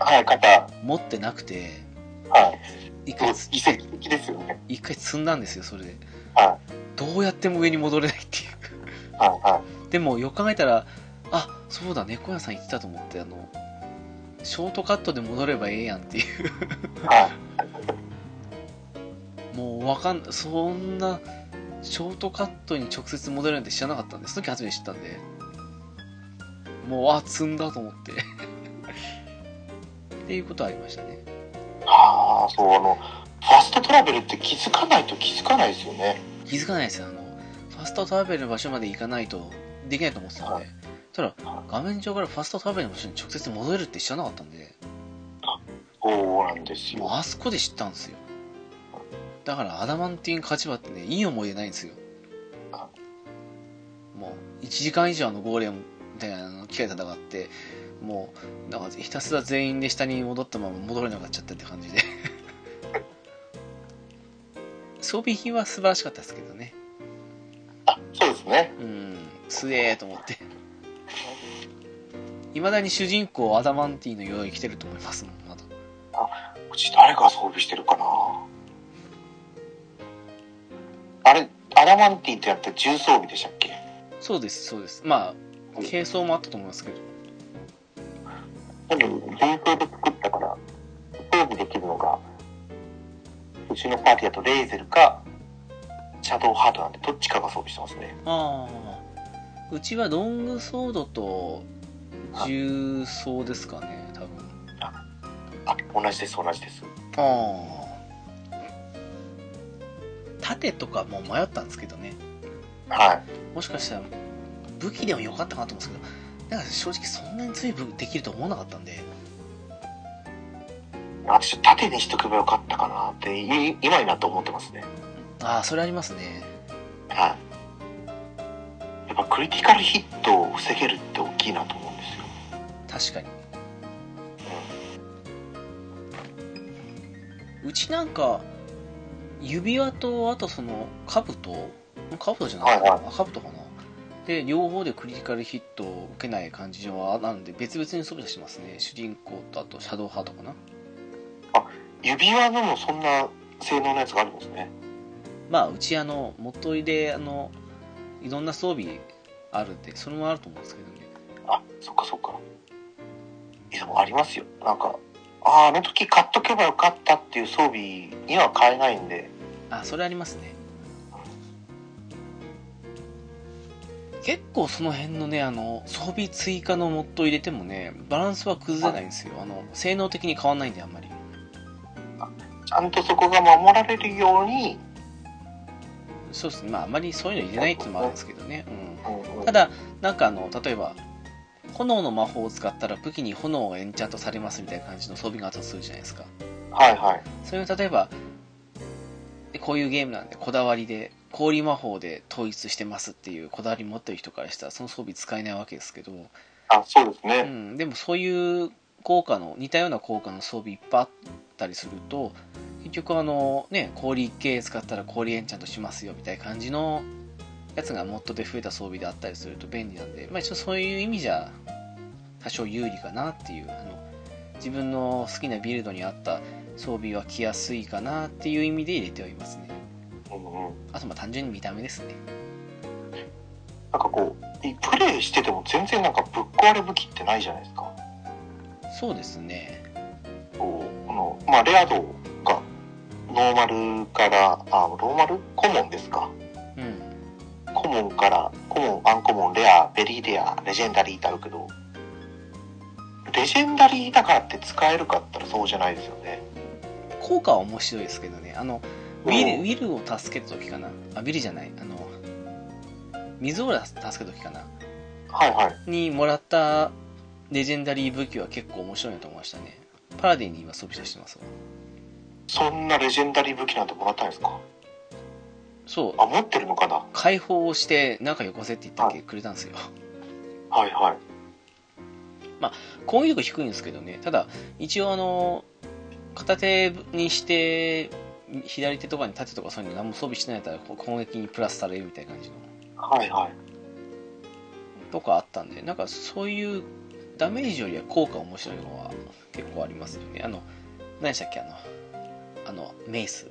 [SPEAKER 2] いはい肩
[SPEAKER 1] 持ってなくて
[SPEAKER 2] はい
[SPEAKER 1] 一
[SPEAKER 2] も
[SPEAKER 1] 回
[SPEAKER 2] う
[SPEAKER 1] つ
[SPEAKER 2] 奇跡的ですよね
[SPEAKER 1] 一回積んだんですよそれで
[SPEAKER 2] は
[SPEAKER 1] どうやっても上に戻れないっていう
[SPEAKER 2] はいは
[SPEAKER 1] でもよく考えたらあそうだ猫屋さん言ってたと思ってあのショートカットで戻ればええやんってい
[SPEAKER 2] いはいう
[SPEAKER 1] もうわかんそんなショートカットに直接戻れるなんて知らなかったんでその時初めて知ったんでもうあ積んだと思って っていうことはありましたね
[SPEAKER 2] ああそうあのファストトラベルって気づかないと気づかないですよね
[SPEAKER 1] 気づかないですよあのファストトラベルの場所まで行かないとできないと思ってたんでただ画面上からファストトラベルの場所に直接戻れるって知らなかったんで
[SPEAKER 2] そうなんです
[SPEAKER 1] もう
[SPEAKER 2] よ
[SPEAKER 1] あそこで知ったんですよだからアダマンティン勝ち場ってねいい思い出ないんですよ
[SPEAKER 2] あ
[SPEAKER 1] もう1時間以上あのゴーレムみたいなの機械戦ってもうだからひたすら全員で下に戻ったまま戻れなくなっちゃったって感じで 装備品は素晴らしかったですけどね
[SPEAKER 2] あそうですね
[SPEAKER 1] うんすえーと思っていまだに主人公アダマンティンの鎧着てると思いますもんまだ
[SPEAKER 2] うち誰が装備してるかなあれアダマンティってやって重装備でしたっけ
[SPEAKER 1] そうですそうですまあ軽装もあったと思いますけど
[SPEAKER 2] 多分重装で作ったから装備できるのがうちのパーティーだとレイゼルかシャドウハートなんでどっちかが装備してますね
[SPEAKER 1] ああうちはロングソードと重装ですかね多分
[SPEAKER 2] あ同じです同じです
[SPEAKER 1] ああ盾とかも迷ったんですけどね
[SPEAKER 2] はい
[SPEAKER 1] もしかしたら武器でもよかったかなと思うんですけどなんか正直そんなに強い武器できると思わなかったんで
[SPEAKER 2] 私縦にしとけばよかったかなってい今になって思ってますね
[SPEAKER 1] ああそれありますね
[SPEAKER 2] はいやっぱクリティカルヒットを防げるって大きいなと思うんです
[SPEAKER 1] 確
[SPEAKER 2] よ
[SPEAKER 1] かにうちなんか指輪とあとその兜兜じゃない
[SPEAKER 2] はいは
[SPEAKER 1] あ兜かなで両方でクリティカルヒットを受けない感じはなんで別々に装備してますね主人公とあとシャドウハートかな
[SPEAKER 2] 指輪のもそんな性能のやつがあるんですね
[SPEAKER 1] まあうちあの元いであのいろんな装備あるんでそれもあると思うんですけどね
[SPEAKER 2] あそっかそっかいやもうありますよなんかあああの時買っとけばよかったっていう装備には買えないんで
[SPEAKER 1] あそれありますね結構その辺のねあの装備追加のモッドを入れてもねバランスは崩れないんですよあの性能的に変わんないんであんまり
[SPEAKER 2] ちゃんとそこが守られるように、
[SPEAKER 1] そうですねまああまりそういうの入れないっていうのもあるんですけどね、
[SPEAKER 2] うん
[SPEAKER 1] う、
[SPEAKER 2] うんん
[SPEAKER 1] ただなんかあの例えば炎の魔法を使ったら武器に炎がエンチャントされますみたいな感じの装備があったとするじゃないですか
[SPEAKER 2] はいはい
[SPEAKER 1] それを例えばでこういうゲームなんでこだわりで氷魔法で統一してますっていうこだわり持ってる人からしたらその装備使えないわけですけど、
[SPEAKER 2] あそうです
[SPEAKER 1] う
[SPEAKER 2] ね、
[SPEAKER 1] ん、でもそういう効果の似たような効果の装備いっぱいあったりすると結局あのね氷系使ったら氷エンチャントしますよみたいな感じのやつがモッドで増えた装備であったりすると便利なんで、まあ、一応そういう意味じゃ多少有利かなっていうあの自分の好きなビルドに合った装備は着やすいかなっていう意味で入れてはいますね
[SPEAKER 2] うんうん、
[SPEAKER 1] あとまあ単純に見た目ですね
[SPEAKER 2] なんかこういプレイしてても全然なんかぶっ壊れ武器ってないじゃないですか
[SPEAKER 1] そうですね
[SPEAKER 2] こうこの、まあ、レア度がノーマルからあノーマルコモンですか
[SPEAKER 1] うん
[SPEAKER 2] コモンからコモンアンコモンレアベリーレアレジェンダリーってあるけどレジェンダリーだからって使えるかって言ったらそうじゃないですよね
[SPEAKER 1] 効果は面白いですけどねあのウ
[SPEAKER 2] うん
[SPEAKER 1] ィルウィルを助けた時かなあウィルじゃないあの水を助けた時かな
[SPEAKER 2] はいはい
[SPEAKER 1] にもらったレジェンダリー武器は結構面白いなと思いましたねパラディに今装備してますわ
[SPEAKER 2] そんなレジェンダリー武器なんてもらったんですか
[SPEAKER 1] そう
[SPEAKER 2] あ、持ってるのかな
[SPEAKER 1] 解放をしてなんかよこせって言ったっけくれたんですよ
[SPEAKER 2] はいはい。
[SPEAKER 1] 攻撃力低いんですけどねただ一応あの片手にして左手とかに盾とかそういうの何も装備してないやったら攻撃にプラスされるみたいな感じの
[SPEAKER 2] はいはい。
[SPEAKER 1] とかあったんでなんかそういうダメージよりは効果面白いのは結構ありますよねあの何でしたっけあのあのメイス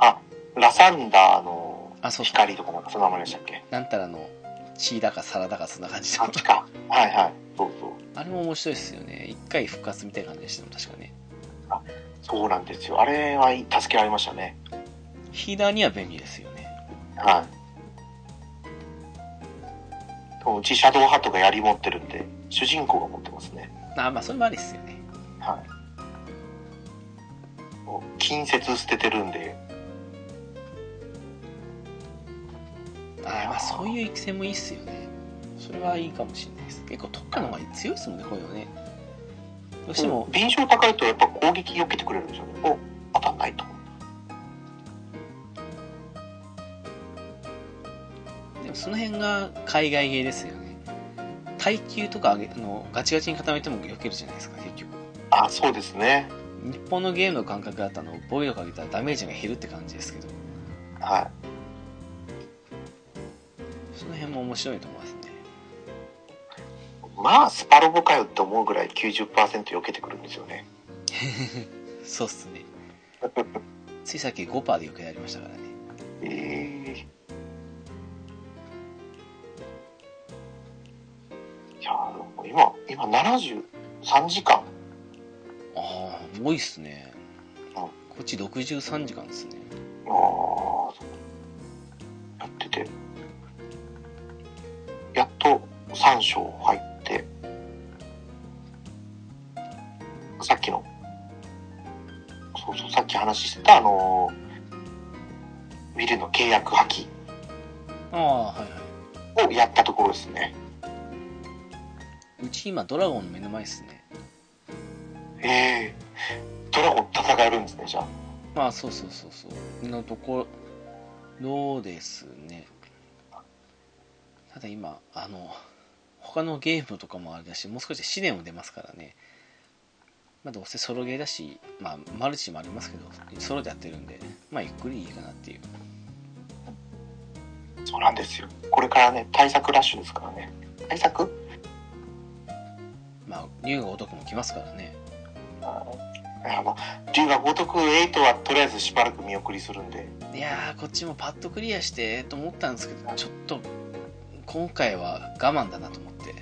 [SPEAKER 2] あ、ラサンダーの
[SPEAKER 1] あそうそう
[SPEAKER 2] 光とかなんかその名前でしたっけ
[SPEAKER 1] なんたらのシーだかサラだかそんな感じ
[SPEAKER 2] あ
[SPEAKER 1] の
[SPEAKER 2] っちか。はいはい。そうそう。
[SPEAKER 1] あれも面白いですよね一回復活みたいな感じでしたもん確かね
[SPEAKER 2] そうなんですよ。あれはいい助けられましたね。
[SPEAKER 1] ヒーラーには便利ですよね
[SPEAKER 2] はい。とうちシャドウハットが槍持ってるんで、主人公が持ってますね。
[SPEAKER 1] あまあそれもありですよね
[SPEAKER 2] はい。もう近接捨ててるんで、
[SPEAKER 1] あーまあそういう育成もいいっすよねそれはいいかもしれないです結構特化の方が強いっすもんねこういうのねどうしても
[SPEAKER 2] 敏捷高いとやっぱ攻撃避けてくれるんですよね。お、当たんないと。
[SPEAKER 1] でもその辺が海外芸ですよね耐久とか上げあのガチガチに固めても避けるじゃないですか結局
[SPEAKER 2] あ、そうですね。
[SPEAKER 1] 日本のゲームの感覚だったの防御力上げたらダメージが減るって感じですけど
[SPEAKER 2] はい。
[SPEAKER 1] その辺も面白いと思いますね
[SPEAKER 2] まあスパロボかよって思うぐらい90%避けてくるんですよね
[SPEAKER 1] そうっすねついさっき5%で避けられましたからね
[SPEAKER 2] えー、いやーでも今今73時間
[SPEAKER 1] ああ多いっすね
[SPEAKER 2] あ
[SPEAKER 1] こっち63時間ですね
[SPEAKER 2] あーやっててやっと3章入ってさっきのそうそうさっき話してたあのービルの契約破棄
[SPEAKER 1] ああはいはい
[SPEAKER 2] をやったところですね。
[SPEAKER 1] うち今ドラゴンの目の前ですね
[SPEAKER 2] ええドラゴン戦えるんですね、じゃあ。
[SPEAKER 1] まあそうそうそうそうのところですねただ今あの他のゲームとかもあれだしもう少しで試練も出ますからねまあどうせソロゲーだしまあマルチもありますけどソロでやってるんでまあゆっくりいいかなっていう
[SPEAKER 2] そうなんですよ。これからね、対策ラッシュですからね。対策
[SPEAKER 1] まあ竜が如くも来ますからね
[SPEAKER 2] ああまあ、竜が如く8はとりあえずしばらく見送りするんで。
[SPEAKER 1] いやーこっちもパッとクリアしてと思ったんですけどちょっと今回は我慢だなと思って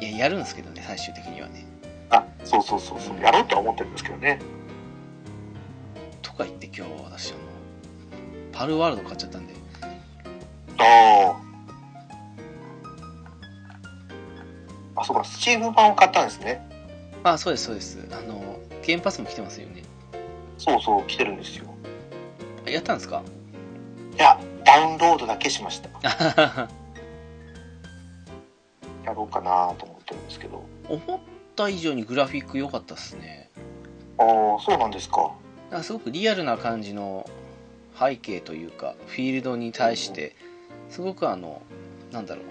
[SPEAKER 1] いややるんですけどね最終的にはね
[SPEAKER 2] あ、そうそうそうそう。やろうとは思ってるんですけどね。
[SPEAKER 1] とか言って今日私あのパルワールド買っちゃったんで
[SPEAKER 2] ああ。あ、そうか、スチーム版を買ったんですね。
[SPEAKER 1] あそうですそうですあのゲームパスも来てますよね
[SPEAKER 2] そうそう、来てるんですよ。
[SPEAKER 1] あやったんですか
[SPEAKER 2] いや、ダウンロードだけしました。やろうかなと思ってるんですけど。
[SPEAKER 1] 思った以上にグラフィック良かったっすね
[SPEAKER 2] ああ、そうなんですか。
[SPEAKER 1] なんかすごくリアルな感じの背景というかフィールドに対してすごくあのなんだろう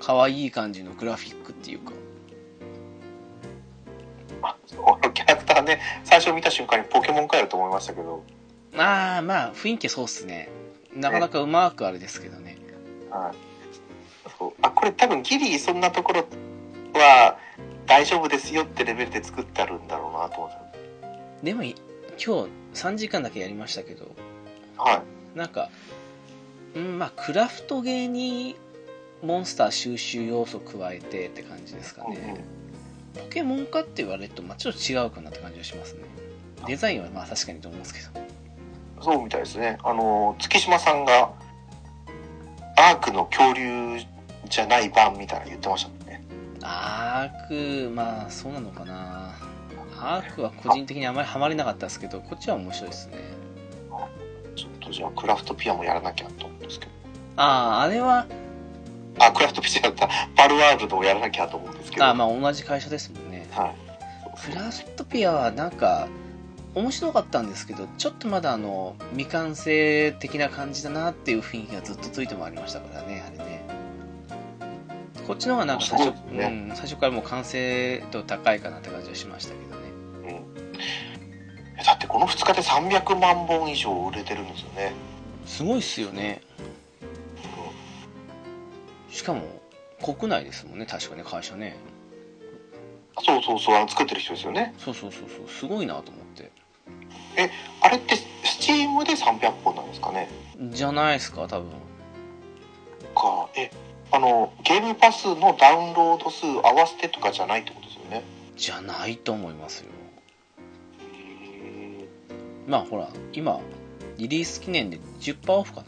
[SPEAKER 1] 可愛い感じのグラフィックっていうか
[SPEAKER 2] あこのキャラクターね最初見た瞬間にポケモンかよと思いましたけど、
[SPEAKER 1] まあまあ雰囲気そうっすねなかなかうまくあれですけどね
[SPEAKER 2] はい、そうあこれ多分ギリそんなところは大丈夫ですよってレベルで作ってあるんだろうなと思って
[SPEAKER 1] でもい今日3時間だけやりましたけど
[SPEAKER 2] はい
[SPEAKER 1] なんか、うん、まあクラフトゲーにモンスター収集要素加えてって感じですか
[SPEAKER 2] うんう
[SPEAKER 1] ね
[SPEAKER 2] ん
[SPEAKER 1] ポケモンかって言われると、まあ、ちょっと違うかなって感じがしますねデザインはまあ確かにと思うんですけど
[SPEAKER 2] そうみたいですねあの月島さんがアークの恐竜じゃない版みたいなの言ってましたもんね
[SPEAKER 1] アークまあそうなのかなアークは個人的にあまりハマれなかったですけどこっちは面白いですね
[SPEAKER 2] ちょっとじゃあクラフトピアもやらなきゃと思うんですけど
[SPEAKER 1] あああれは
[SPEAKER 2] あ、クラフトピッチだった。パルワールドをやらなきゃと思うんですけど。
[SPEAKER 1] あまあ同じ会社ですもんね
[SPEAKER 2] はい。
[SPEAKER 1] クラフトピアはなんか面白かったんですけどちょっとまだあの未完成的な感じだなっていう雰囲気がずっとついてもありましたからねあれねこっちの方がなんか最
[SPEAKER 2] そう
[SPEAKER 1] 初,、
[SPEAKER 2] ですね
[SPEAKER 1] うん、最初からもう完成度高いかなって感じはしましたけどね
[SPEAKER 2] えだってこの2日で300万本以上売れてるんですよね。
[SPEAKER 1] すごいっすよねしかも国内ですもんね確かね会社ね
[SPEAKER 2] あそうそうそう、あの作ってる人ですよね。
[SPEAKER 1] そうそうそうそうすごいなと思って
[SPEAKER 2] あれって、スチームで300本なんですかね。
[SPEAKER 1] じゃないですか多分
[SPEAKER 2] か、え、あの、ゲームパスのダウンロード数合わせてとかじゃないってことですよね。
[SPEAKER 1] じゃないと思いますよまあほら今リリース記念で10%オフかな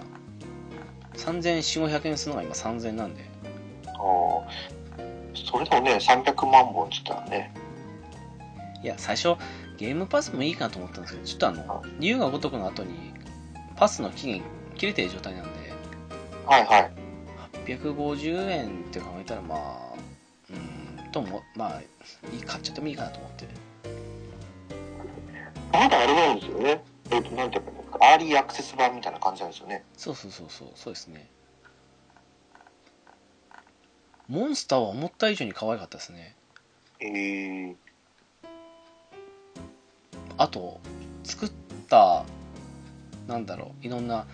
[SPEAKER 1] 3400500円するのが今3000円なんで
[SPEAKER 2] あーそれでもね、300万本って言ったらね、
[SPEAKER 1] いや最初ゲームパスもいいかなと思ったんですけどちょっとあの竜が如くの後にパスの期限切れてる状態なんで
[SPEAKER 2] はいはい。
[SPEAKER 1] 850円って考えたらまあうーんともまあいい買っちゃってもいいかなと思って
[SPEAKER 2] まだあれなんですよね。えっと、なんていうか、アーリーアクセス版みたいな感じなんですよね。
[SPEAKER 1] そうそうそうそうそうですねモンスターは思った以上に可愛かったですね
[SPEAKER 2] えー、
[SPEAKER 1] あと作ったなんだろういろんな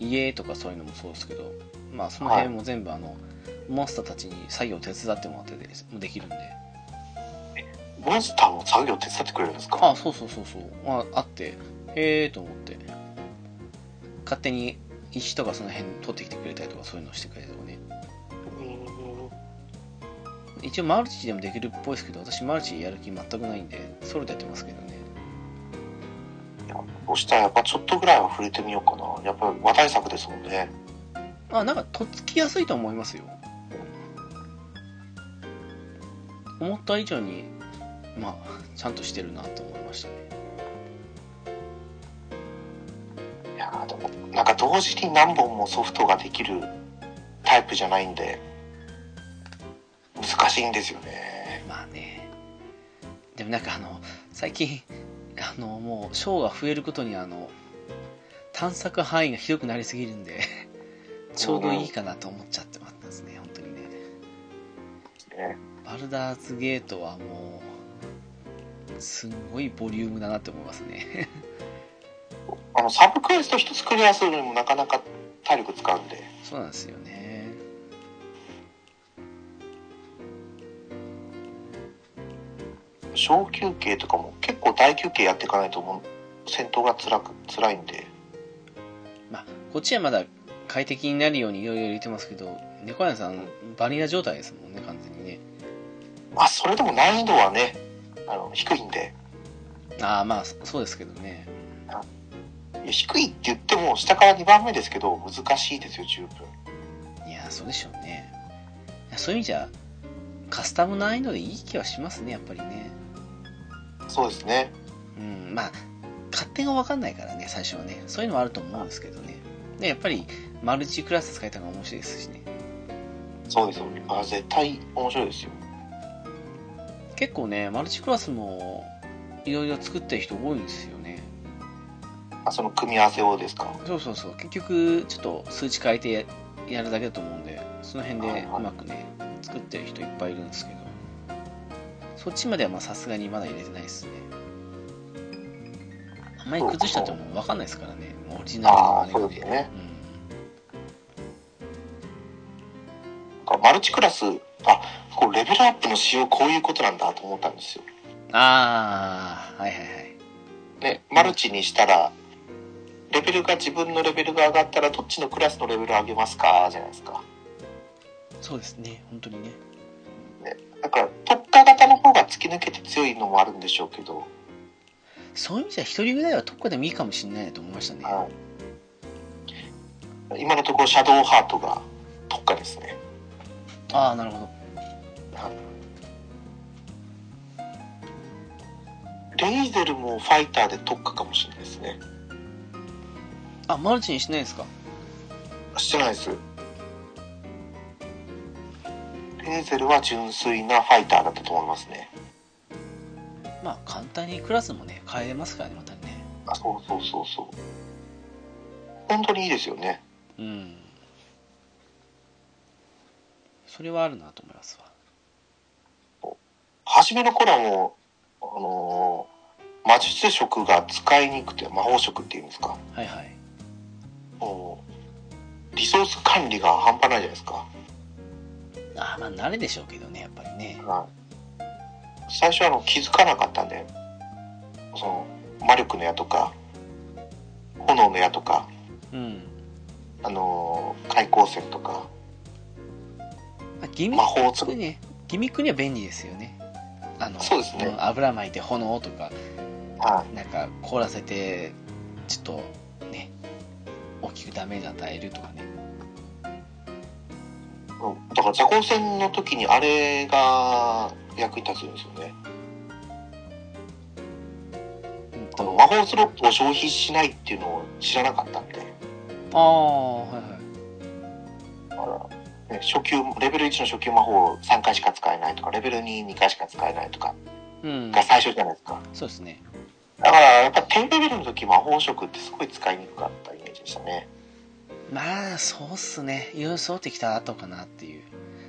[SPEAKER 1] 家とかそういうのもそうですけどまあその辺も全部あの、モンスターたちに作業を手伝ってもらってでできるんで
[SPEAKER 2] モンスターの作業手伝ってくれるんですか
[SPEAKER 1] あそうそうそうそうああってへえと思って勝手に石とかその辺取ってきてくれたりとかそういうのをしてくれたりとかね
[SPEAKER 2] うーん
[SPEAKER 1] 一応マルチでもできるっぽいですけど私マルチやる気全くないんでソロでやってますけどね
[SPEAKER 2] そしたらやっぱちょっとぐらいは触れてみようかな。やっぱ話題作ですもんね。
[SPEAKER 1] あなんかとっつきやすいと思いますよ思った以上にまあちゃんとしてるなと思いましたね
[SPEAKER 2] いやーでも、なんか同時に何本もソフトができるタイプじゃないんで、難しいんですよね。
[SPEAKER 1] まあねでもなんかあの最近あのもうショーが増えることにあの探索範囲が広くなりすぎるんでちょうどいいかなと思っちゃってますね本当にね
[SPEAKER 2] ね
[SPEAKER 1] バルダーズゲートはもうすんごいボリュームだなって思いますね
[SPEAKER 2] あの、サブクエスト一つクリアするのにもなかなか体力使うんで。
[SPEAKER 1] そうなんですよね
[SPEAKER 2] 小休憩とかも結構大休憩やっていかないともう戦闘が辛く辛いんで
[SPEAKER 1] まあ、こっちはまだ快適になるようにいろいろ入れてますけど、猫屋さん、バニラ状態ですもんね、完全にね。
[SPEAKER 2] まあそれでも難易度はねあの低いんで
[SPEAKER 1] ああ、まあ、そそうですけどね。
[SPEAKER 2] いや低いって言っても下から2番目ですけど難しいですよ十分
[SPEAKER 1] いや、そうでしょうね。いやそういう意味じゃ、カスタム難易度でいい気はしますね、やっぱりね。
[SPEAKER 2] そうですね
[SPEAKER 1] うん、まあ、勝手が分かんないからね、最初はね。そういうのもあると思うんですけどね。で、やっぱり、マルチクラス使えた方が面白いですしね。
[SPEAKER 2] そうですよあ絶対面白いですよ
[SPEAKER 1] 結構ね、マルチクラスも、いろいろ作ってる人多いんですよね。
[SPEAKER 2] あその組み合わせをですか
[SPEAKER 1] そうそうそう結局ちょっと数値変えてややるだけだと思うんでその辺
[SPEAKER 2] はい
[SPEAKER 1] で
[SPEAKER 2] は
[SPEAKER 1] う
[SPEAKER 2] い
[SPEAKER 1] まくね作ってる人いっぱいいるんですけどそっちまではまあさすがにまだ入れてないですねあんまり崩したとも分かんないですからねもうオリジナルの
[SPEAKER 2] ああ
[SPEAKER 1] れ
[SPEAKER 2] そ
[SPEAKER 1] が
[SPEAKER 2] うですよね
[SPEAKER 1] う
[SPEAKER 2] なんかマルチクラスあこうレベルアップの仕様こういうことなんだと思ったんですよ
[SPEAKER 1] ん、ああはいはいはい
[SPEAKER 2] ねマルチにしたらレベルが自分のレベルが上がったらどっちのクラスのレベル上げますかじゃないですか
[SPEAKER 1] そうですね本当にね
[SPEAKER 2] なんか特化型の方が突き抜けて強いのもあるんでしょうけど、
[SPEAKER 1] そういう意味じゃ一人ぐらいは特化でもいいかもしれないなと思いましたね
[SPEAKER 2] はい今のところシャドウハートが特化ですね
[SPEAKER 1] ああなるほど
[SPEAKER 2] レイゼルもファイターで特化かもしれないですね
[SPEAKER 1] あマルチにしないですか
[SPEAKER 2] してないですヘーゼルは純粋なファイターだったと思いますね。
[SPEAKER 1] まあ簡単にクラスもね変えれますからねまたね
[SPEAKER 2] あ、そうそうそうそう。本当にいいですよね。
[SPEAKER 1] うんそれはあるなと思いますわ
[SPEAKER 2] 初めの頃はもう、あのー魔術色が使いにくくて、魔法色っていうんですか。
[SPEAKER 1] はいはい
[SPEAKER 2] もう、リソース管理が半端ないじゃないですか。
[SPEAKER 1] あーまあ慣れでしょうけどねやっぱりね
[SPEAKER 2] はい、最初はあの気づかなかったんでその魔力の矢とか炎の矢とか、
[SPEAKER 1] うん、
[SPEAKER 2] あのー開口石とか
[SPEAKER 1] まあ、ギミ
[SPEAKER 2] 魔
[SPEAKER 1] ッ
[SPEAKER 2] 法を作
[SPEAKER 1] ク
[SPEAKER 2] る
[SPEAKER 1] ねギミックには便利ですよねあの
[SPEAKER 2] そうですね
[SPEAKER 1] ん油巻いて炎とか
[SPEAKER 2] は
[SPEAKER 1] なんか凍らせてちょっとね大きくダメージ与えるとかね
[SPEAKER 2] いうんだから座高戦の時にあれが役に立つんですよね
[SPEAKER 1] うん
[SPEAKER 2] あの
[SPEAKER 1] と
[SPEAKER 2] 魔法スロットを消費しないっていうのを知らなかったんで
[SPEAKER 1] ああはいはい
[SPEAKER 2] だから、ね、初級レベル1の初級魔法を3回しか使えないとかレベル22回しか使えないとか
[SPEAKER 1] うん
[SPEAKER 2] が最初じゃないですか
[SPEAKER 1] そうですね
[SPEAKER 2] だからやっぱ低レベルの時魔法色ってすごい使いにくかったイメージでしたね
[SPEAKER 1] まあそうっすねいろいろ揃ってきた後かなっていう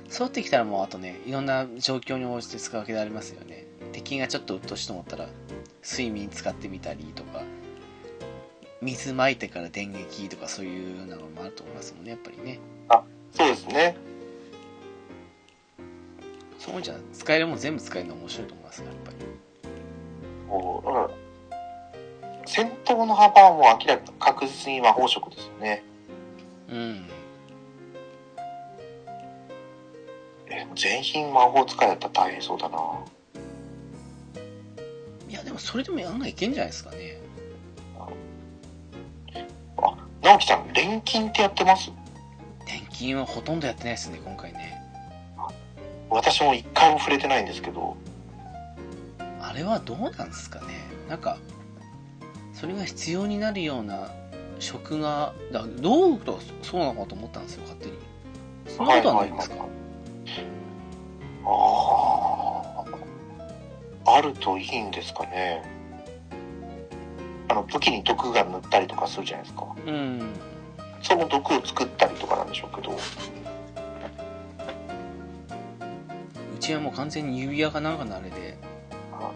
[SPEAKER 1] 揃ってきたらもうあとねいろんな状況に応じて使うわけでありますよね敵がちょっと鬱陶しいと思ったら睡眠使ってみたりとか水撒いてから電撃とかそういうのもあると思いますもんねやっぱりね
[SPEAKER 2] そうですね。
[SPEAKER 1] そうじゃない使えるもん全部使えるの面白いと思いますよやっぱり
[SPEAKER 2] もうだから戦闘の幅はもう明らか確実に魔法色ですよね。
[SPEAKER 1] うん
[SPEAKER 2] え全品魔法使いだったら大変そうだな。
[SPEAKER 1] いやでもそれでも案外いけんじゃないですかね
[SPEAKER 2] 直樹さん、錬金ってやってます
[SPEAKER 1] 転勤はほとんどやってないですね今回ね
[SPEAKER 2] 私も一回も触れてないんですけど、
[SPEAKER 1] あれはどうなんですかねなんかそれが必要になるような職がだ道具とそうなのかと思ったんですよ勝手にそんなことはないんですか、
[SPEAKER 2] はいああ、あるといいんですかね。あの、武器に毒が塗ったりとかするじゃないですか。
[SPEAKER 1] うん
[SPEAKER 2] その毒を作ったりとかなんでしょうけど。
[SPEAKER 1] うちはもう完全に指輪かなんかのあれで
[SPEAKER 2] あ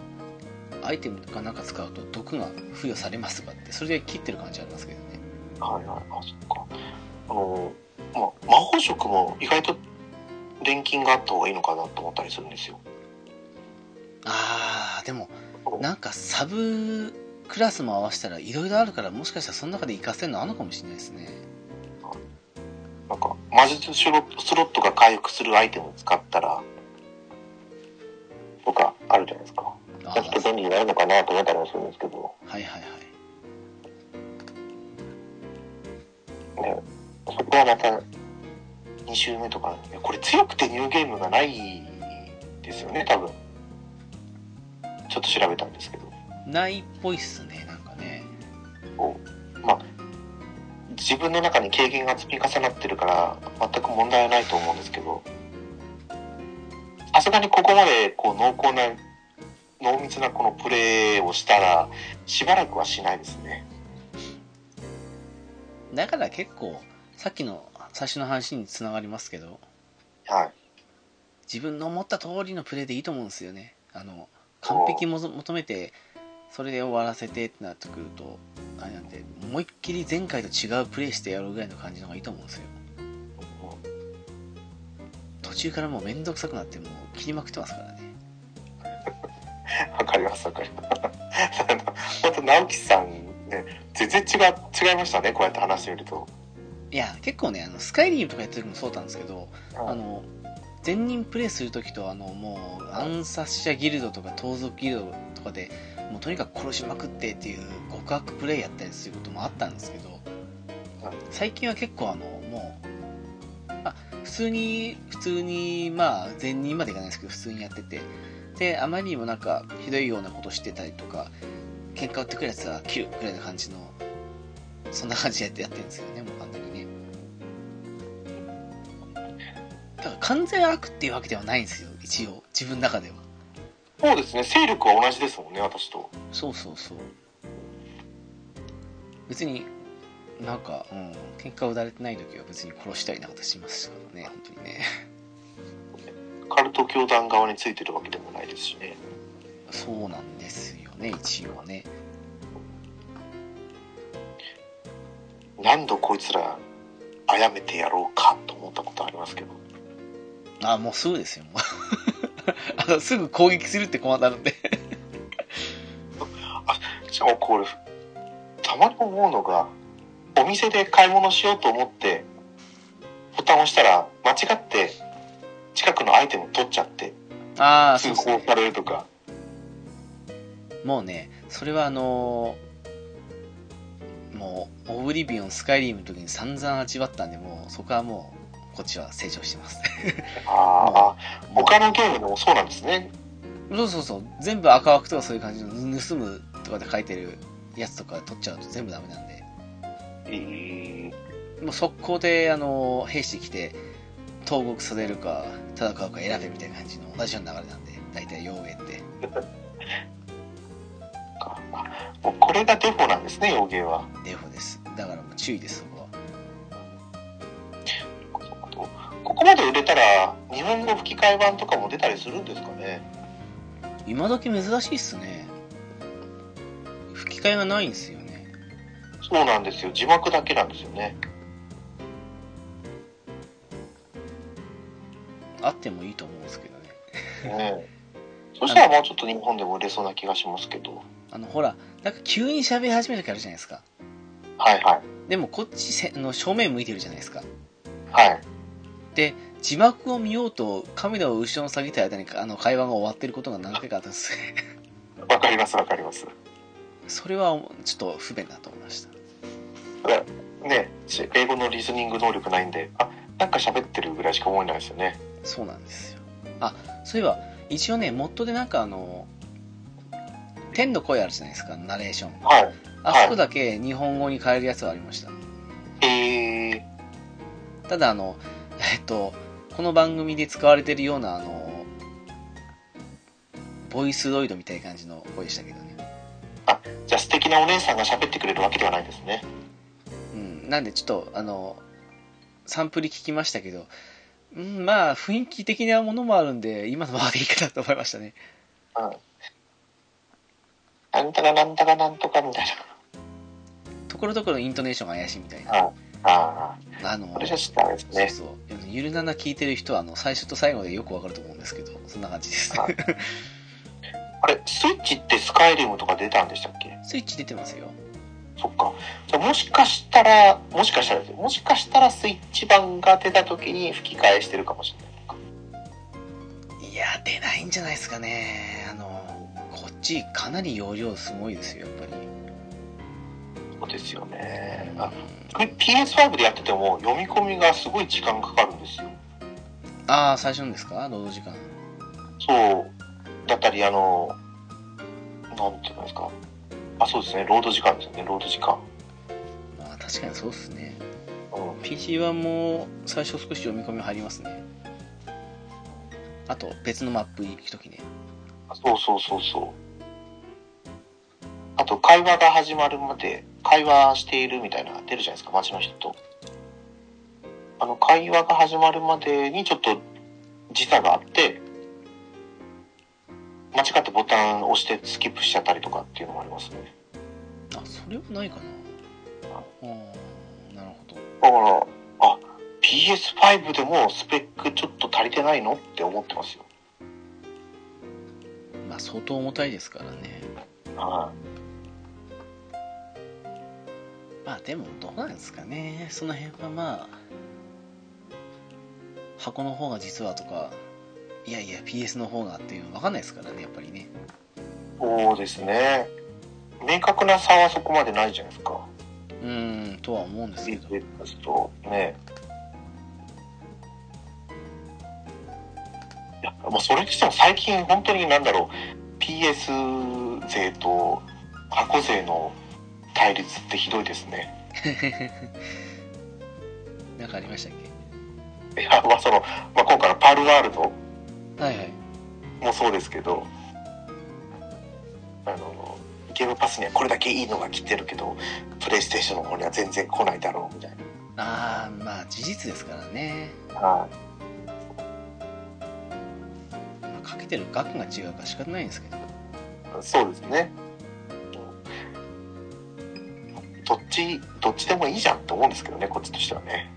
[SPEAKER 1] アイテムかなんか使うと毒が付与されますとかってそれで切ってる感じありますけどね
[SPEAKER 2] はいはい、あ、そっか。あの、まあ、魔法色も意外と錬金があった方がいいのかなと思ったりするんですよ。
[SPEAKER 1] あーでもなんかサブクラスも合わせたらいろいろあるからもしかしたらその中で活かせるのあるのかもしれないですね
[SPEAKER 2] なんか、魔術スロスロットが回復するアイテムを使ったら、とかあるじゃないですか。
[SPEAKER 1] あ
[SPEAKER 2] ちょっと
[SPEAKER 1] ー
[SPEAKER 2] 便利になるのかなと思ったりもするんですけど、
[SPEAKER 1] はいはいはい
[SPEAKER 2] ね、そこはまた、2周目とか、いやこれ強くてニューゲームがないですよね、多分。ちょっと調べたんですけど。
[SPEAKER 1] ないっぽいっすねなんかね
[SPEAKER 2] 自分の中に経験が積み重なってるから全く問題はないと思うんですけどさすがにここまでこう濃厚な濃密なこのプレーをしたらしばらくはしないですね
[SPEAKER 1] だから結構さっきの最初の話につながりますけど
[SPEAKER 2] はい
[SPEAKER 1] 自分の思った通りのプレーでいいと思うんですよねあの完璧もぞ求めてそれで終わらせてってなってくるとあれなんで思いっきり前回と違うプレーしてやろうぐらいの感じの方がいいと思うんですよ途中からもうめんどくさくなってもう切りまくってますからね
[SPEAKER 2] わかりますわ かります本当直樹さんね全然違う違いましたねこうやって話してみると
[SPEAKER 1] いや結構ねあのスカイリームとかやってる時もそうだったんですけどあの全人プレイする時とあのもう暗殺者ギルドとか盗賊ギルドとかでもうとにかく殺しまくってっていう極悪プレイやったりすることもあったんですけど
[SPEAKER 2] はい
[SPEAKER 1] 最近は結構あのもうあ普通に普通にまあ全人までいかないですけど普通にやっててであまりにもなんかひどいようなことしてたりとか喧嘩売ってくるやつは切るくらいの感じのそんな感じでやってやってるんですよねもう完全にねだから完全悪っていうわけではないんですよ一応自分の中では
[SPEAKER 2] そうですね、勢力は同じですもんね、私と。
[SPEAKER 1] そうそうそう別になんか、うん、喧嘩を打たれてない時は別に殺したりなんかしますからね本当にね
[SPEAKER 2] カルト教団側についてるわけでもないですしね。
[SPEAKER 1] そうなんですよね一応ね
[SPEAKER 2] 何度こいつら、殺めてやろうかと思ったことありますけど。
[SPEAKER 1] あもうすぐですよもう あのすぐ攻撃するって困ったので
[SPEAKER 2] しかもこれ、たまに思うのが、お店で買い物しようと思って、ボタンを押したら、間違って、近くのアイテムを取っちゃって、
[SPEAKER 1] ああそう
[SPEAKER 2] 通
[SPEAKER 1] です
[SPEAKER 2] 報
[SPEAKER 1] ね
[SPEAKER 2] されるとか。
[SPEAKER 1] もうねそれはあのーもうオブリビオンスカイリームの時に散々味わったんでもうそこはもうこっちは成長してます
[SPEAKER 2] ああ、他のゲームでもそうなんですね。
[SPEAKER 1] そうそうそう全部赤枠とかそういう感じの盗むとかで書いてるやつとか取っちゃうと全部ダメなんで
[SPEAKER 2] え
[SPEAKER 1] もう速攻であの兵士来て投獄されるか戦うか選べみたいな感じの同じような流れなんで大体妖艶って
[SPEAKER 2] ーかあもうこれがデフォなんですね、洋芸は。
[SPEAKER 1] デフォですだからもう注意ですそこは
[SPEAKER 2] ここまで売れたら、日本語吹き替え版とかも出たりするんですかね。
[SPEAKER 1] 今時珍しいっすね吹き替えがないんですよね
[SPEAKER 2] そうなんですよ。字幕だけなんですよね。
[SPEAKER 1] あってもいいと思うんですけどね
[SPEAKER 2] ねそしたらもうちょっと日本でも売れそうな気がしますけど。
[SPEAKER 1] あのほらなんか急に喋り始める時あるじゃないですか
[SPEAKER 2] はいはい。
[SPEAKER 1] でもこっちせあの正面向いてるじゃないですか
[SPEAKER 2] はい。
[SPEAKER 1] 字幕を見ようとカメラを後ろに下げた間にあの会話が終わってることが何回かあったんです
[SPEAKER 2] わかりますわかります。
[SPEAKER 1] それはちょっと不便だと思いました
[SPEAKER 2] ね、し英語のリスニング能力ないんで、あ、なんか喋ってるぐらいしか思えないですよね。
[SPEAKER 1] そうなんですよあそういえば一応ねモッドでなんかあの天の声あるじゃないですかナレーション
[SPEAKER 2] は
[SPEAKER 1] あそこだけ日本語に変えるやつはありました
[SPEAKER 2] い。えー、
[SPEAKER 1] ただあのえっとこの番組で使われてるようなあのボイスロイドみたいな感じの声でしたけどね
[SPEAKER 2] じゃあ素敵なお姉さんが喋ってくれるわけではないですね。
[SPEAKER 1] うんなんでちょっとあのサンプル聞きましたけどうんまあ雰囲気的なものもあるんで今のままでいいかなと思いましたね
[SPEAKER 2] うん。なんたかなんたかなんとかみたい
[SPEAKER 1] ところどころイントネーションが怪しいみたい
[SPEAKER 2] な。
[SPEAKER 1] な
[SPEAKER 2] ああ
[SPEAKER 1] あの
[SPEAKER 2] ー、これじゃちょっとあれで すね。
[SPEAKER 1] そうそう。ゆるなな聞いてる人は、あの、最初と最後でよくわかると思うんですけど、そんな感じです。
[SPEAKER 2] はいあれ、スイッチってスカイリムとか出たんでしたっけ
[SPEAKER 1] スイッチ出てますよ。
[SPEAKER 2] そっか。じゃあもしかしたら、もしかしたらですよもしかしたらスイッチ版が出た時に吹き替えしてるかもしれない。
[SPEAKER 1] いや、出ないんじゃないですかね。あの、こっち、かなり容量すごいですよ、やっぱり。
[SPEAKER 2] そうですよね。あこれ PS5 でやってても読み込みがすごい時間かかるんですよ。
[SPEAKER 1] ああ、最初のですか労働時間。
[SPEAKER 2] そう。だったり、あの、なんていうんですか。あ、そうですね。ロード時間ですよね。ロード時間。
[SPEAKER 1] まあ、確かにそうっすね。
[SPEAKER 2] うん。
[SPEAKER 1] PC はもう、最初少し読み込み入りますね。あと、別のマップ行くときね。
[SPEAKER 2] そうそうそうそう。あと、会話が始まるまで、会話しているみたいな、出るじゃないですか、街の人と。あの、会話が始まるまでにちょっと時差があって、間違ってボタンを押してスキップしちゃったりとかっていうのもありますね。
[SPEAKER 1] あ、それはないかな。ああ、なるほど。
[SPEAKER 2] だから、あ、PS5 でもスペックちょっと足りてないのって思ってますよ。
[SPEAKER 1] まあ、相当重たいですからね。
[SPEAKER 2] は
[SPEAKER 1] まあでもどうなんですかねその辺はまあ箱の方が実はとかいやいや PS の方がっていうの分かんないですからねやっぱりね
[SPEAKER 2] い。そうですね。明確な差はそこまでないじゃないですか。
[SPEAKER 1] うーんとは思うんですけど
[SPEAKER 2] BTS とねいやまあそれにしても最近本当になんだろう PS 勢と箱勢の対 立ってひどいですね
[SPEAKER 1] なんかありましたっけ
[SPEAKER 2] いや、まあその、まあ今回のパルワールド
[SPEAKER 1] はいはい
[SPEAKER 2] もそうですけど、あの、ゲームパスにはこれだけいいのが来てるけど、プレイステーションの方には全然来ないだろうみたい
[SPEAKER 1] ああまあ事実ですからね、
[SPEAKER 2] な。は
[SPEAKER 1] まあ、かけてる額が違うから仕方ないんですけど
[SPEAKER 2] い。そうですね。どっち、どっちでもいいじゃんと思うんですけどね、こっちとしてはね。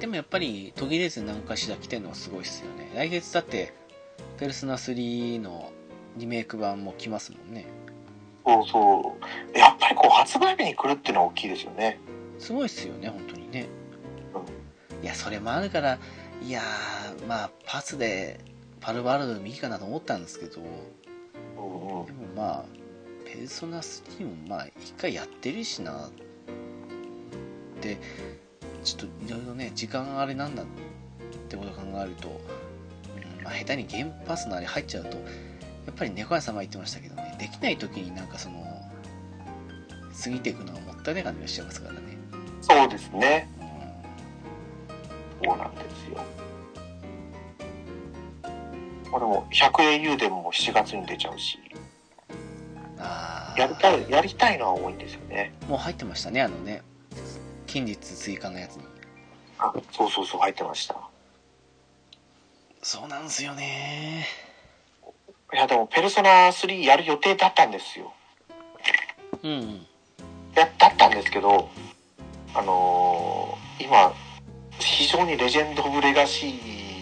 [SPEAKER 1] でもやっぱり途切れず何かしら来てるのはすごいっすよね来月だって「ペルソナ3」のリメイク版も来ますもんね
[SPEAKER 2] そうそう。やっぱりこう発売日に来るっていうのは大きいですよね。
[SPEAKER 1] すごいっすよね本当にねいやそれもあるからいやーまあパスでパルワールドでもいいかなと思ったんですけど
[SPEAKER 2] うんうんうん
[SPEAKER 1] でもまあペルソナ3もまあ一回やってるしなでちょっといろいろね時間があれなんだってことを考えると、うんまあ、下手にゲームパスのあれ入っちゃうとやっぱり猫屋様言ってましたけどねできない時になんかその過ぎていくのはもったいない感じがしちゃいますからね、
[SPEAKER 2] そうですね。
[SPEAKER 1] うん
[SPEAKER 2] そうなんですよ。まあでも、100円油田も7月に出ちゃうし、
[SPEAKER 1] あー
[SPEAKER 2] やりたい、やりたいのは多いんですよね。
[SPEAKER 1] もう入ってましたねあのね近日追加のやつに
[SPEAKER 2] あ、そうそうそう、入ってました。
[SPEAKER 1] そうなんですよね
[SPEAKER 2] いや、でも、ペルソナ3やる予定だったんですよ。
[SPEAKER 1] うんうん
[SPEAKER 2] だだったんですけど、あのー今、非常にレジェンド・オブ・レガシ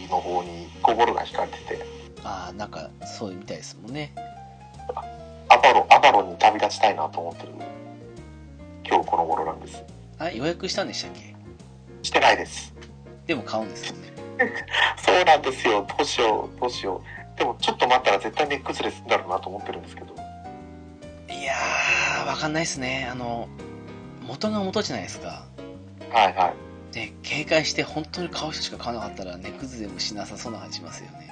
[SPEAKER 2] ーの方に心が惹かれてて、
[SPEAKER 1] ああなんかそうみたいですもんね
[SPEAKER 2] アバロ、アバロに旅立ちたいなと思ってる、今日この頃なんです。
[SPEAKER 1] あ予約したんでしたっけ
[SPEAKER 2] してないです。
[SPEAKER 1] でも買うんですよね
[SPEAKER 2] そうなんですよ。どうしよう、どうしよう。でも、ちょっと待ったら絶対目崩れするんだろうなと思ってるんですけど。
[SPEAKER 1] いやーわかんないっすねあの元が元じゃないですか
[SPEAKER 2] はいはい。
[SPEAKER 1] で警戒して本当に買う人しか買わなかったら値崩れもしなさそうな感じしますよね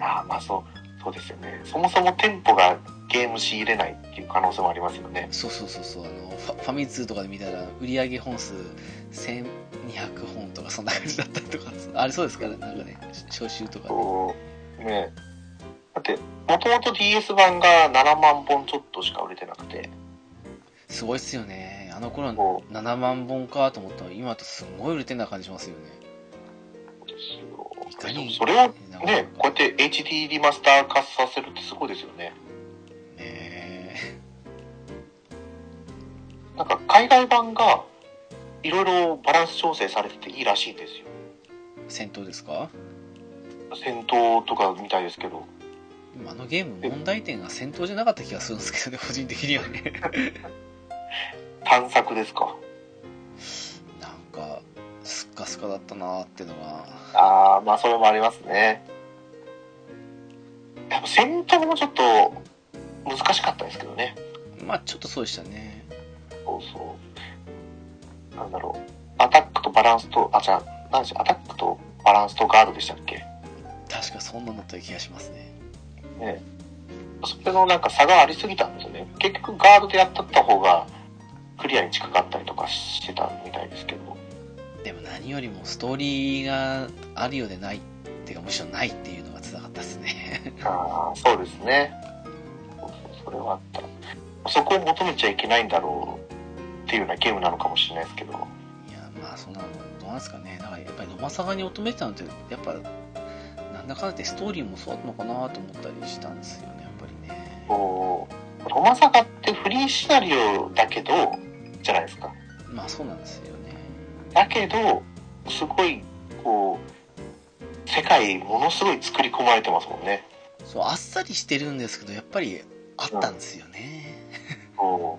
[SPEAKER 2] ああ、まあそう、そうですよね。そもそも店舗がゲーム仕入れないっていう可能性もありますよね。
[SPEAKER 1] そうそうそうそうあのファファミ通とかで見たら売り上げ本数1200本とかそんな感じだったりとかありそうですからなんかね招集とかね
[SPEAKER 2] そう、ね。だって、もともと DS 版が7万本ちょっとしか売れてなくて、
[SPEAKER 1] すごいっすよねあの頃
[SPEAKER 2] そ
[SPEAKER 1] 7万本かと思ったら今とすごい売れてんな感じしますよね
[SPEAKER 2] うです
[SPEAKER 1] いかに
[SPEAKER 2] よ。それを
[SPEAKER 1] なかな
[SPEAKER 2] ね、こうやって HD リマスター化させるってすごいですよね。
[SPEAKER 1] え
[SPEAKER 2] なんか海外版が、いろいろバランス調整されてていいらしいんですよ。
[SPEAKER 1] ー戦闘ですか
[SPEAKER 2] 戦闘とかみたいですけど、
[SPEAKER 1] でもあのゲーム問題点が戦闘じゃなかった気がするんですけどね 個人的にはね
[SPEAKER 2] 探索ですか
[SPEAKER 1] なんかスッカスカだったなーってのが
[SPEAKER 2] ああまあそれもありますね多分戦闘もちょっと難しかったですけどね
[SPEAKER 1] まあちょっとそうでしたね
[SPEAKER 2] そうそうなんだろうアタックとバランスとあじゃあ何でしょうアタックとバランスとガードでしたっけ
[SPEAKER 1] 確かそんなんだった気がしますね
[SPEAKER 2] それのなんか差がありすぎたんですよね結局ガードでやったった方がクリアに近かったりとかしてたみたいですけど
[SPEAKER 1] でも何よりもストーリーがあるようでないっていうかむしろないっていうのがつらかったですね
[SPEAKER 2] ああそうですねそうそうそれはあったそこを求めちゃいけないんだろうっていうようなゲームなのかもしれないですけど
[SPEAKER 1] いやまあそんなのどうなんですかねだからやっぱりロマサガに求めてたのってやっぱなんだかんだってストーリーもそうだったのかなと思ったりしたんですよねやっぱりね
[SPEAKER 2] こうロマサガってフリーシナリオだけどじゃないですか
[SPEAKER 1] まあそうなんですよね
[SPEAKER 2] だけどすごいこう世界ものすごい作り込まれてますもんね
[SPEAKER 1] そうあっさりしてるんですけどやっぱりあったんですよね、
[SPEAKER 2] こ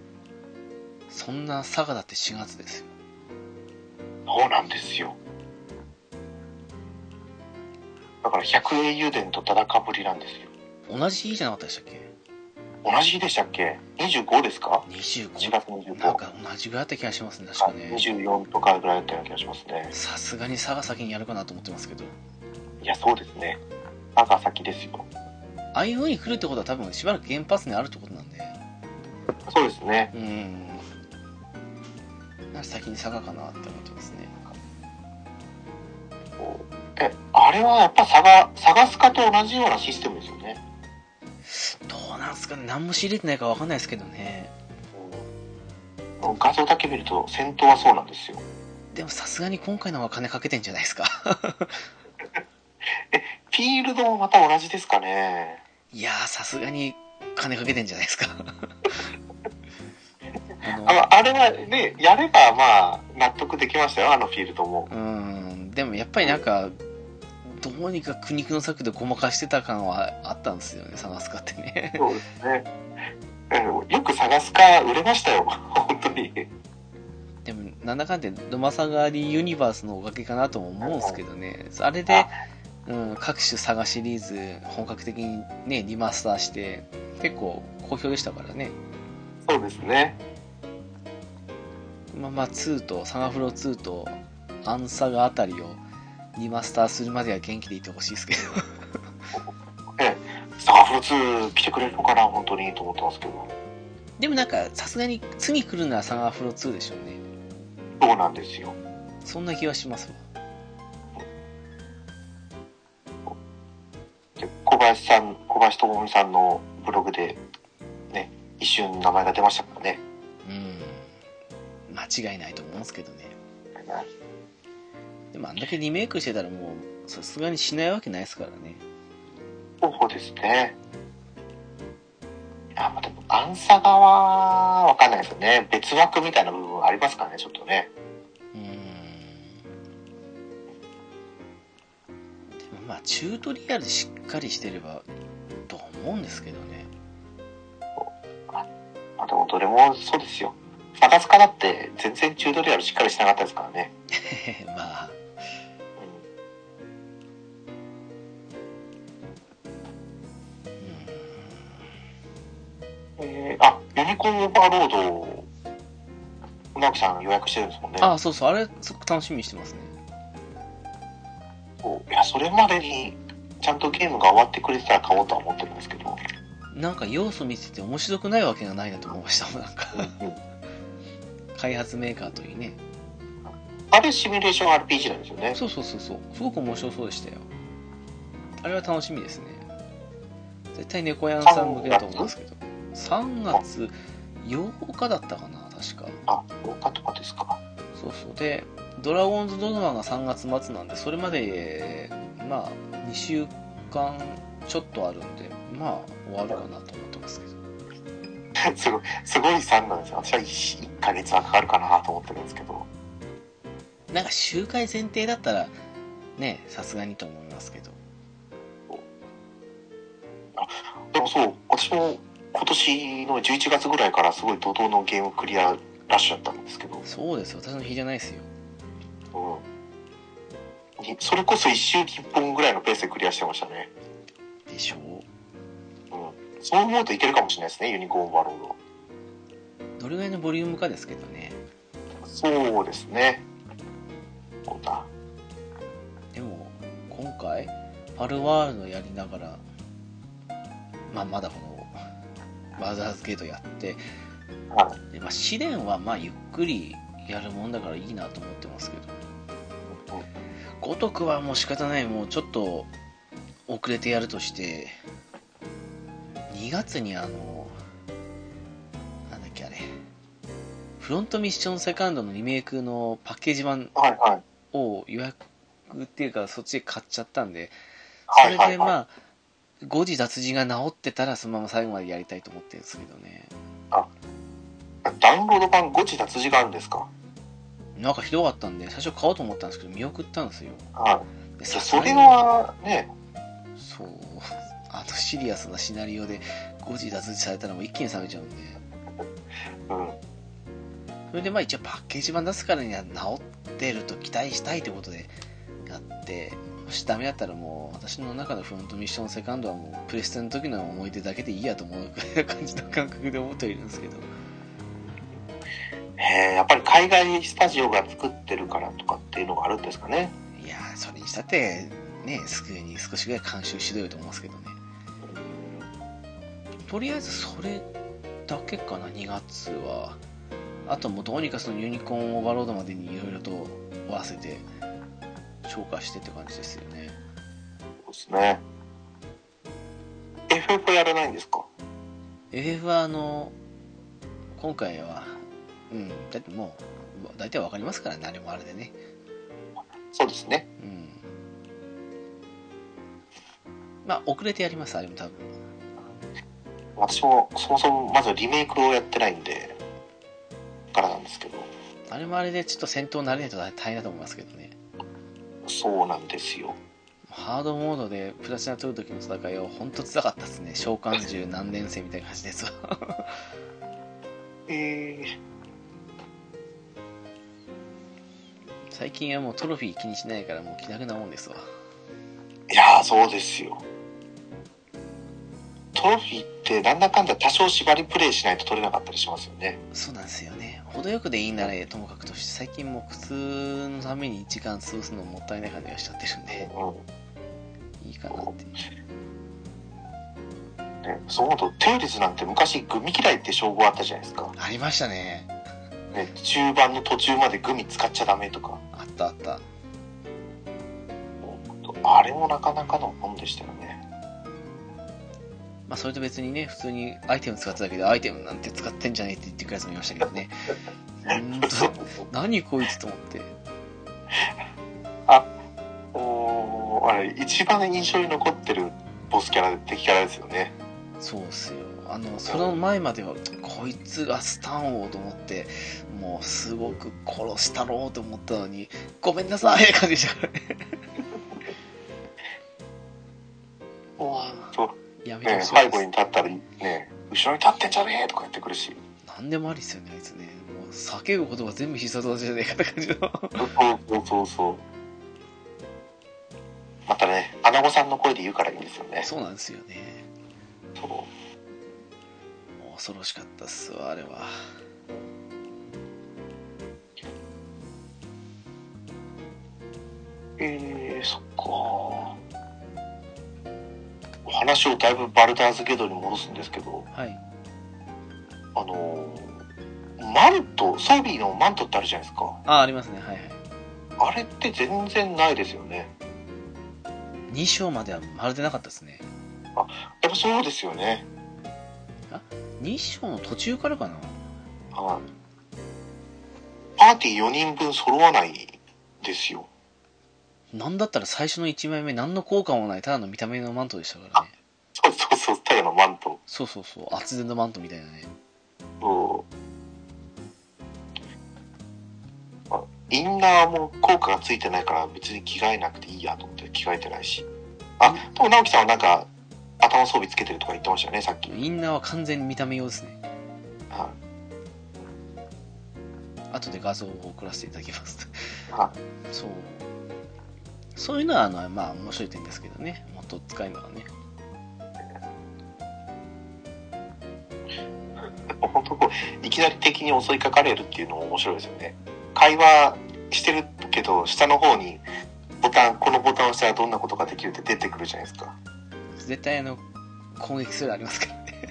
[SPEAKER 1] そんな佐賀だって4月ですよ
[SPEAKER 2] うそうなんですよだから百英雄伝と戦ぶりなんですよ
[SPEAKER 1] 同じ日じゃなかったでしたっけ
[SPEAKER 2] 同じ日でしたっけ25ですか4
[SPEAKER 1] 25
[SPEAKER 2] 月25
[SPEAKER 1] なんか同じぐらいだった気がしますね確かね
[SPEAKER 2] 24とかぐらいだったような気がしますね
[SPEAKER 1] さすがに佐賀先にやるかなと思ってますけど
[SPEAKER 2] いやそうですね赤先ですよ
[SPEAKER 1] ああいう風に来るってことは多分しばらく原発にあるってことなんで
[SPEAKER 2] そうですね
[SPEAKER 1] うんなら先に佐賀かなって思ってますね
[SPEAKER 2] これはやっぱ探探すかと同じようなシステムですよね。
[SPEAKER 1] どうなんすかね何も仕入れてないから分かんないですけどね
[SPEAKER 2] うん、画像だけ見ると戦闘はそうなんですよ。
[SPEAKER 1] でもさすがに今回のは金かけてんじゃないですか
[SPEAKER 2] フィールドもまた同じですかね。
[SPEAKER 1] いやーさすがに金かけてんじゃないですかあの
[SPEAKER 2] ああれはね、やればまあ納得できましたよ、あのフィールドも。
[SPEAKER 1] うーんでもやっぱりなんかどうにか苦肉の策でごまかしてた感はあったんですよね探すかって ね
[SPEAKER 2] そうですね。うんよく探すか売れましたよ、本当に。
[SPEAKER 1] でもなんだかんだドマサガリユニバースのおかげかなとも思うんですけどねあれで、うん、各種サガシリーズ本格的にねリマスターして結構好評でしたからね
[SPEAKER 2] そうですね。
[SPEAKER 1] まあまあ2とサガフロ2とアンサガあたりをリマスターするまでは元気でいてほしいですけど
[SPEAKER 2] スターフル2来てくれるのかな、本当にと思ってますけど。
[SPEAKER 1] でもなんかさすがに次来るのはサガフロ2でしょうね
[SPEAKER 2] そうなんですよ。
[SPEAKER 1] そんな気はしますわ
[SPEAKER 2] で小林さん、小林智美さんのブログで、ね、一瞬名前が出ましたからね。
[SPEAKER 1] うん間違いないと思うんですけどねでもあんだけリメイクしてたらもうさすがにしないわけないですからね
[SPEAKER 2] そうですね。あ、まあでも、アンサ側はわかんないですよね。別枠みたいな部分ありますからね、ちょっとね。
[SPEAKER 1] うんでもまあチュートリアルしっかりしてればと思うんですけどね
[SPEAKER 2] まあでも、どれもそうですよ。探すかだって、全然チュートリアルしっかりしてなかったですからね。
[SPEAKER 1] まあ
[SPEAKER 2] うんえーあ、ユニコーンオーバーロードを、船木さん予約してるんですもんね。
[SPEAKER 1] ああそうそうあれすごく楽しみにしてますね
[SPEAKER 2] そういや、それまでに、ちゃんとゲームが終わってくれてたら買おうとは思ってるんですけど。
[SPEAKER 1] なんか要素見てて面白くないわけがないなと思いましたもんなんか開発メーカーといいね
[SPEAKER 2] あれ、シミュレーション RPG なんですよね。
[SPEAKER 1] そうそうそうそうすごく面白そうでしたよあれは楽しみですね絶対猫やんさん向けだと思うんですけど3月8日だったかな確か
[SPEAKER 2] あ、どうかとかですか。
[SPEAKER 1] そうそうで「ドラゴンズ・ドグマ」が3月末なんでそれまでまあ2週間ちょっとあるんでまあ終わるかなと思ってますけど
[SPEAKER 2] すごい、すごい3なんですよ。私は 1, ヶ月はかかるかなと思ってるんですけど。
[SPEAKER 1] なんか集会前提だったらねさすがにと思いますけど
[SPEAKER 2] でもそう、私も今年の11月ぐらいからすごい怒涛のゲームクリアラッシュだったんですけど、
[SPEAKER 1] そうですよ私の日じゃないですよ
[SPEAKER 2] うんに。それこそ1週に1本ぐらいのペースでクリアしてましたね。
[SPEAKER 1] でしょう
[SPEAKER 2] うん。そう思うといけるかもしれないですね、ユニコーンオーバーロード。
[SPEAKER 1] どれぐらいのボリュームかですけどね
[SPEAKER 2] そうですね。そうだ。
[SPEAKER 1] でも今回パルワールドやりながら、まあ、まだこのマザーズゲートやって
[SPEAKER 2] は
[SPEAKER 1] で、まあ、試練はまあゆっくりやるもんだからいいなと思ってますけど五徳はもう仕方ないもうちょっと遅れてやるとして2月にあのなんだっけあれフロントミッションセカンドのリメイクのパッケージ版
[SPEAKER 2] はいはい。
[SPEAKER 1] を予約っていうかそっちで買っちゃったんでそ
[SPEAKER 2] はい
[SPEAKER 1] れ
[SPEAKER 2] は
[SPEAKER 1] で
[SPEAKER 2] い、はい。
[SPEAKER 1] まあ誤字脱字が治ってたらそのまま最後までやりたいと思ってるんですけどね
[SPEAKER 2] ダウンロード版5時脱字があるんですか
[SPEAKER 1] なんかひどかったんで最初買おうと思ったんですけど見送ったんですよ
[SPEAKER 2] はい。
[SPEAKER 1] で
[SPEAKER 2] いや
[SPEAKER 1] さす
[SPEAKER 2] そ
[SPEAKER 1] がに
[SPEAKER 2] れはね、
[SPEAKER 1] そう あのシリアスなシナリオで誤字脱字されたらもう一気に冷めちゃうんで
[SPEAKER 2] うん。
[SPEAKER 1] それでまあ一応パッケージ版出すからには治ってると期待したいってことでやってもしダメだったらもう私の中のフロントミッションセカンドはもうプレステの時の思い出だけでいいやと思うくらいの感じの感覚で思っているんですけど
[SPEAKER 2] へえやっぱり海外スタジオが作ってるからとかっていうのがあるんですかね。
[SPEAKER 1] いやーそれにしたってねスクエに少しぐらい監修しろよと思いますけどねとりあえずそれだけかな2月はあともうどうにかそのユニコーンオーバーロードまでにいろいろと終わらせて消化してって感じですよね
[SPEAKER 2] ですね。FF やらないんですか
[SPEAKER 1] FF はあの今回はうんだってもう大体わかりますからねあれもあれでね
[SPEAKER 2] そうですね。
[SPEAKER 1] うんまあ遅れてやりますあれも多分
[SPEAKER 2] 私もそもそもまずリメイクをやってないんで、からなんですけど、
[SPEAKER 1] あれもあれでちょっと戦闘慣れないと大変だと思いますけどね
[SPEAKER 2] そうなんですよ。
[SPEAKER 1] ハードモードでプラチナ取る時の戦いは本当つらかったですね召喚獣何年生みたいな感じですわ
[SPEAKER 2] えー、
[SPEAKER 1] 最近はもうトロフィー気にしないからもう気楽なもんですわ
[SPEAKER 2] いやー、そうですよ。トロフィーってなんだかんだ多少縛りプレイしないと取れなかったりしますよね。
[SPEAKER 1] そうなんですよね程よくでいいならともかくとして最近もう苦痛のために時間過ごすのもったいない感じがしちゃってるんで
[SPEAKER 2] う
[SPEAKER 1] いいかなって
[SPEAKER 2] ん。ね、そう思うと、テイルズなんて昔グミ嫌いって称号あったじゃないですか。
[SPEAKER 1] ありましたね
[SPEAKER 2] ね、中盤の途中までグミ使っちゃダメとか。
[SPEAKER 1] あったあった
[SPEAKER 2] あれもなかなかのもんでしたよね。
[SPEAKER 1] まあそれと別にね普通にアイテム使ってたけどアイテムなんて使ってんじゃねえって言ってくるやつもいましたけどね 本当何こいつと思って
[SPEAKER 2] おーあれ、一番印象に残ってるボスキャラ、敵キャラですよね。
[SPEAKER 1] そうっすよあのその前まではこいつがスタン王と思ってもうすごく殺したろうと思ったのにごめんなさいって感じでしたからね おー
[SPEAKER 2] そ
[SPEAKER 1] や
[SPEAKER 2] う、
[SPEAKER 1] めて
[SPEAKER 2] ね、
[SPEAKER 1] ほしいです
[SPEAKER 2] 背後に立ったり、ね、後ろに立ってんじゃねえとか言ってくるし。
[SPEAKER 1] 何でもありっすよねあいつねもう叫ぶことが全部必殺技じゃねえかって感じの
[SPEAKER 2] そうそうそうそう。またね、アナゴさんの声で言うからいいんですよね。
[SPEAKER 1] そうなんですよね
[SPEAKER 2] そう
[SPEAKER 1] もう恐ろしかったっすわあれは
[SPEAKER 2] えー、そっか。話をだいぶバルダーズゲートに戻すんですけど、
[SPEAKER 1] はい
[SPEAKER 2] あのーマント、ソビーのマントってあるじゃないですか。
[SPEAKER 1] あありますねはいはい
[SPEAKER 2] あれって全然ないですよね。
[SPEAKER 1] 2章まではまるでなかったですね
[SPEAKER 2] やっぱそうですよね。
[SPEAKER 1] 2章の途中からかな
[SPEAKER 2] はい。パーティー4人分揃わないですよ。
[SPEAKER 1] なんだったら最初の1枚目何の効果もないただの見た目のマントでしたからね
[SPEAKER 2] そうそうそう、ただのマント。
[SPEAKER 1] そうそうそう厚手のマントみたいなね
[SPEAKER 2] うんあインナーも効果がついてないから別に着替えなくていいやと思って着替えてないしあでも直樹さんはなんか頭装備つけてるとか言ってましたよねさっき、
[SPEAKER 1] インナーは完全に見た目用ですね
[SPEAKER 2] は
[SPEAKER 1] 後で画像を送らせていただきます
[SPEAKER 2] は
[SPEAKER 1] そうそういうのはあのまあ面白い点ですけどねもっと使えるのはね
[SPEAKER 2] い、本当こういきなり敵に襲いかかれるっていうのも面白いですよね会話してるけど下の方にボタンこのボタンを押したらどんなことができるって出てくるじゃないですか
[SPEAKER 1] 絶対あの攻撃するありますか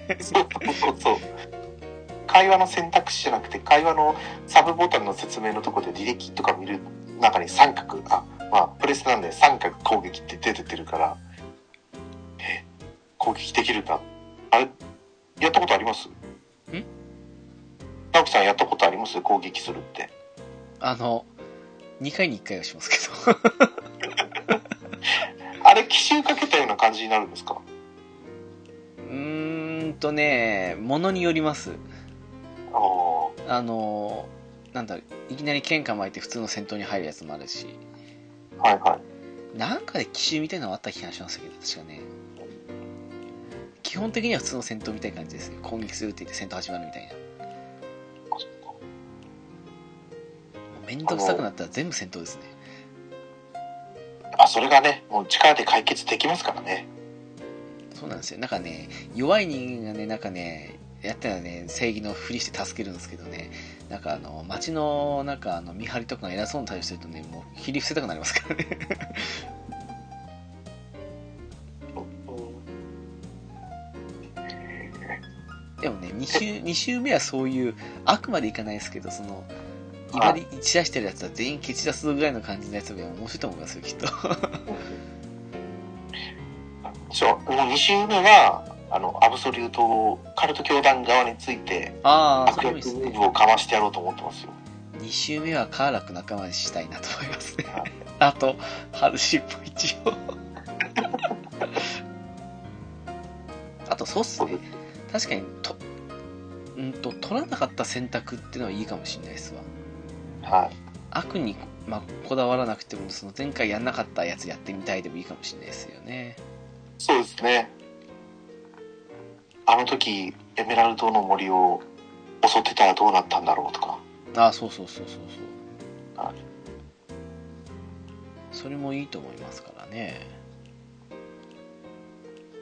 [SPEAKER 1] ら ね
[SPEAKER 2] そうそうそう会話の選択肢じゃなくて会話のサブボタンの説明のところで履歴とか見る中に三角あまあプレスなんで三角攻撃って出てってるからえ攻撃できるかあれやったことあります直樹さんやったことあります攻撃するって
[SPEAKER 1] あの2回に1回はしますけど
[SPEAKER 2] あれ奇襲かけたような感じになるんですか
[SPEAKER 1] うーんとねものによります
[SPEAKER 2] ああ
[SPEAKER 1] あのなんだいきなり剣構えて普通の戦闘に入るやつもあるし
[SPEAKER 2] はいはい
[SPEAKER 1] なんかで奇襲みたいなのあった気がしますけど確かね基本的には普通の戦闘みたいな感じですね攻撃するって言って戦闘始まるみたいなもうめんどくさくなったら全部戦闘ですね
[SPEAKER 2] あそれがねもう力で解決できますからね
[SPEAKER 1] そうなんですよなんかね弱い人間がねなんかねやったらね正義のふりして助けるんですけどねなんかあの街のなんかあの見張りとかが偉そうに対応してるとねもうひり伏せたくなりますからね でもね2週二週目はそういうあくまでいかないですけどその威張り散らしてるやつは全員蹴散らすぐらいの感じのやつが面白いと思いますよきっと
[SPEAKER 2] うんそう、もう2週目は、あの、アブソリュート、カルト教団側について、
[SPEAKER 1] ああ、そ
[SPEAKER 2] 悪
[SPEAKER 1] れも
[SPEAKER 2] 役
[SPEAKER 1] いいです
[SPEAKER 2] ムー
[SPEAKER 1] ね
[SPEAKER 2] ブ。をかましてやろうと思ってますよ。
[SPEAKER 1] 2周目はカーラク仲間にしたいなと思いますね。あと、ハルシップ一応。 あと、そうっす
[SPEAKER 2] そうで
[SPEAKER 1] ね
[SPEAKER 2] す。
[SPEAKER 1] 確かに、と、うんと、取らなかった選択っていうのはいいかもしれないですわ。
[SPEAKER 2] はい。
[SPEAKER 1] 悪に、まあ、こだわらなくても、その前回やんなかったやつやってみたいでもいいかもしれないですよね。
[SPEAKER 2] そうですね。あの時、エメラルドの森を襲ってたらどうなったんだろうとか。
[SPEAKER 1] ああ、そうそうそうそうそう。
[SPEAKER 2] はい
[SPEAKER 1] それもいいと思いますからね。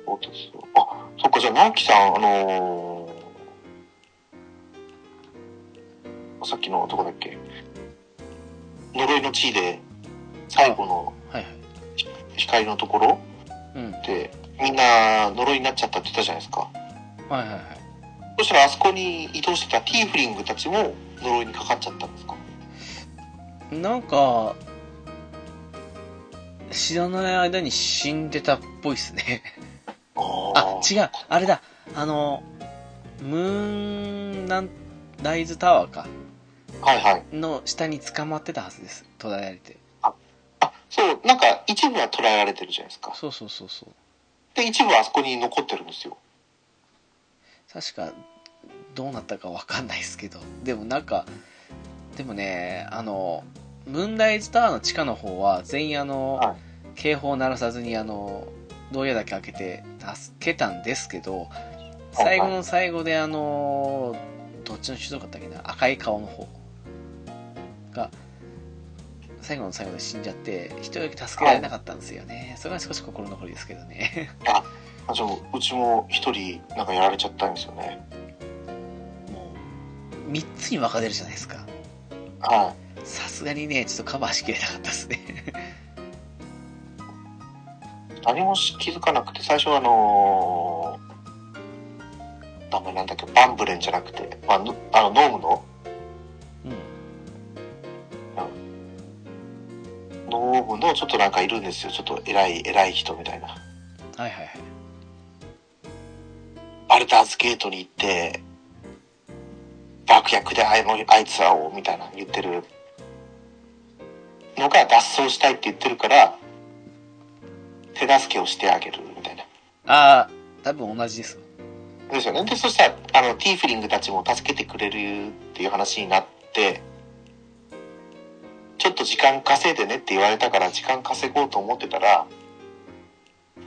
[SPEAKER 2] そうですよあ、そっか、じゃあ、直樹さん、あのーさっきのどこだっけ呪いの地位で、最後の
[SPEAKER 1] はいはい。
[SPEAKER 2] 光のところ
[SPEAKER 1] うん。はい
[SPEAKER 2] で、みんな呪いになっちゃったって言ったじゃないですか。
[SPEAKER 1] はいはい。
[SPEAKER 2] そしたら、あそこに移動してたティーフリングたちも呪いにかかっちゃったんですか
[SPEAKER 1] なんか、知らない間に死んでたっぽいっすね。あ、
[SPEAKER 2] あ
[SPEAKER 1] 違う、あれだ、あの、ムーン、なん、ライズタワーか、
[SPEAKER 2] う。はいはい。
[SPEAKER 1] の下に捕まってたはずです。捕らえられて。
[SPEAKER 2] あ、そう、なんか一部は捕らえられてるじゃないですか。
[SPEAKER 1] そうそうそうそう。
[SPEAKER 2] で、一部はあそこに残ってるんですよ。
[SPEAKER 1] 確か、どうなったかわかんないですけど。でもなんか、でもね、あの、ムーンライズタワーの地下の方は、全員あの、
[SPEAKER 2] は
[SPEAKER 1] 警報を鳴らさずに、あの、牢屋だけ開けて、助けたんですけど、最後の最後で、あの、どっちの種族だったっけな、赤い顔の方が、最後の最後で死んじゃって、一人だけ助けられなかったんですよね。それが少し心残りですけどね。
[SPEAKER 2] あ、じゃあ、うちも一人、なんかやられちゃったんですよね。
[SPEAKER 1] もう、三つに分かれるじゃないですか。
[SPEAKER 2] はい。
[SPEAKER 1] さすがにね、ちょっとカバーしきれなかったですね。
[SPEAKER 2] 何も気づかなくて最初はあのー、名前なんだっけバンブレンじゃなくて、まあ、ぬあのノームの
[SPEAKER 1] うん。
[SPEAKER 2] ノームのちょっとなんかいるんですよちょっと偉い偉い人みたいな
[SPEAKER 1] はいはいはい。
[SPEAKER 2] アルターズゲートに行って爆薬であいのあいつらをみたいな言ってるのが脱走したいって言ってるから手助けをしてあげるみたいな
[SPEAKER 1] ああ、多分同じですわ。
[SPEAKER 2] ですよね。で、そしたら、あの、ティーフリングたちも助けてくれるっていう話になって、ちょっと時間稼いでねって言われたから、時間稼ごうと思ってたら、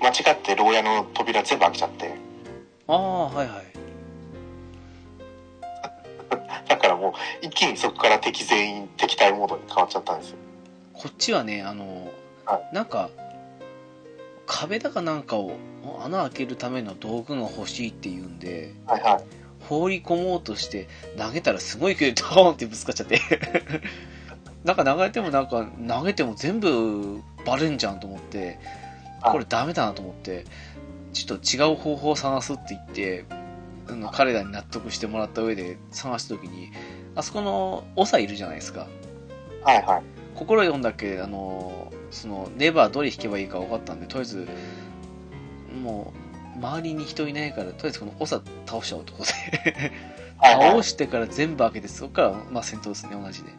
[SPEAKER 2] 間違って牢屋の扉全部開けちゃって、
[SPEAKER 1] ああ、はいはい。
[SPEAKER 2] だからもう、一気にそこから敵全員敵対モードに変わっちゃったんですよ。
[SPEAKER 1] こっちはね、あの、
[SPEAKER 2] は
[SPEAKER 1] なんか、壁だかなんかを穴開けるための道具が欲しいって言うんで、
[SPEAKER 2] はいはい。
[SPEAKER 1] 放り込もうとして投げたらすごい勢いでドーンってぶつかっちゃって。 なんか投げてもなんか投げても全部バレんじゃんと思って、これダメだなと思って、ちょっと違う方法を探すって言って、あの彼らに納得してもらった上で探した時に、あそこの長いるじゃないですか。
[SPEAKER 2] はいはい。
[SPEAKER 1] 心読んだっけあのそのレバーどれ引けばいいか分かったんでとりあえずもう周りに人いないからとりあえずこの長倒しちゃおうとこで
[SPEAKER 2] はいはい、
[SPEAKER 1] 倒してから全部開けてそこから、まあ、戦闘ですね同じで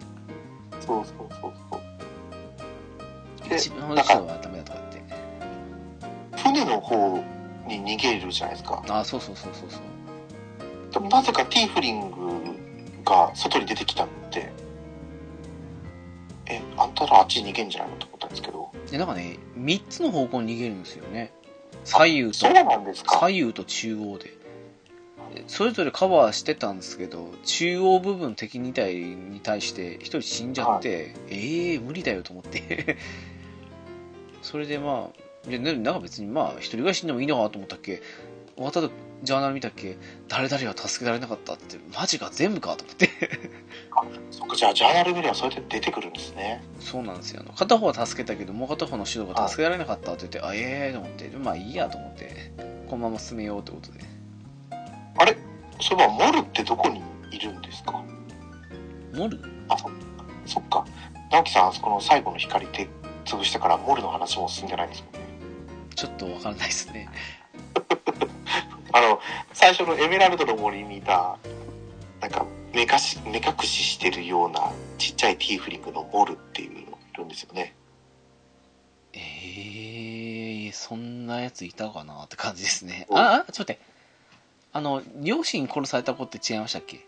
[SPEAKER 2] そうそうそうそう。で
[SPEAKER 1] 一番の人はダメだとかって
[SPEAKER 2] 船の方に逃げるじゃないですか。
[SPEAKER 1] ああそうそうそうそうそう
[SPEAKER 2] でもなぜかティーフリングが外に出てきたってえあんたらあっちに逃げんじゃないのと思ったんですけど
[SPEAKER 1] でなんかね3つの方向に逃げるんですよね左右と
[SPEAKER 2] そうなんですか
[SPEAKER 1] 左右と中央ででそれぞれカバーしてたんですけど中央部分敵2体に対して1人死んじゃって、ええー、無理だよと思って それでまあでななんか別にまあ1人ぐらい死んでもいいのかなと思ったっけ終わったとジャーナル見たっけ誰々は助けられなかったってマジか全部かと思って
[SPEAKER 2] そっかじゃあジャーナル見ればそうやって出てくるんですね
[SPEAKER 1] そうなんですよあの片方は助けたけどもう片方の指導が助けられなかったって言ってあええー、と思ってまあいいやと思ってこのまま進めようってことで
[SPEAKER 2] あれそういえばモルってどこにいるんですか
[SPEAKER 1] モル
[SPEAKER 2] あそそっか直樹さんあそこの最後の光で潰してからモルの話も進んでないんですもんね
[SPEAKER 1] ちょっとわかんないですね。
[SPEAKER 2] あの、最初のエメラルドの森にいた、なんか目隠し、目隠ししてるようなちっちゃいティーフリングのボルっていうのがいるんですよね。
[SPEAKER 1] えー、そんなやついたかなって感じですね。あ、あちょっと待って。あの、両親殺された子って違いましたっけ
[SPEAKER 2] こ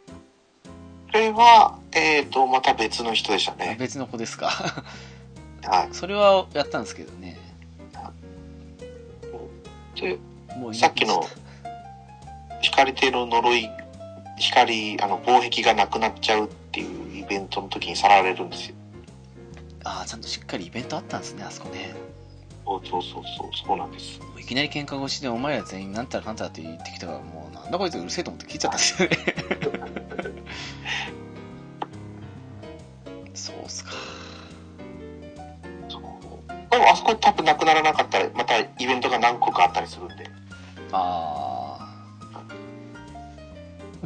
[SPEAKER 2] れは、えーと、また別の人でした
[SPEAKER 1] あ
[SPEAKER 2] ね。
[SPEAKER 1] 別の子ですか
[SPEAKER 2] は
[SPEAKER 1] それはやったんですけどね。
[SPEAKER 2] い。で、
[SPEAKER 1] もう
[SPEAKER 2] さっきの光亭の呪い、光、あの、防壁がなくなっちゃうっていうイベントの時にさらわれるんですよ。
[SPEAKER 1] ああ、ちゃんとしっかりイベントあったんですね、あそこね。
[SPEAKER 2] そうそうそうそう、そうなんです。
[SPEAKER 1] もういきなり喧嘩腰でお前ら全員なんたらかんたらって言ってきたから、もうなんだこいつうるせえと思って聞いちゃったんですよね。 そうっすか。
[SPEAKER 2] そうでもあそこ多分なくならなかったらまたイベントが何個かあったりするんで
[SPEAKER 1] ああ。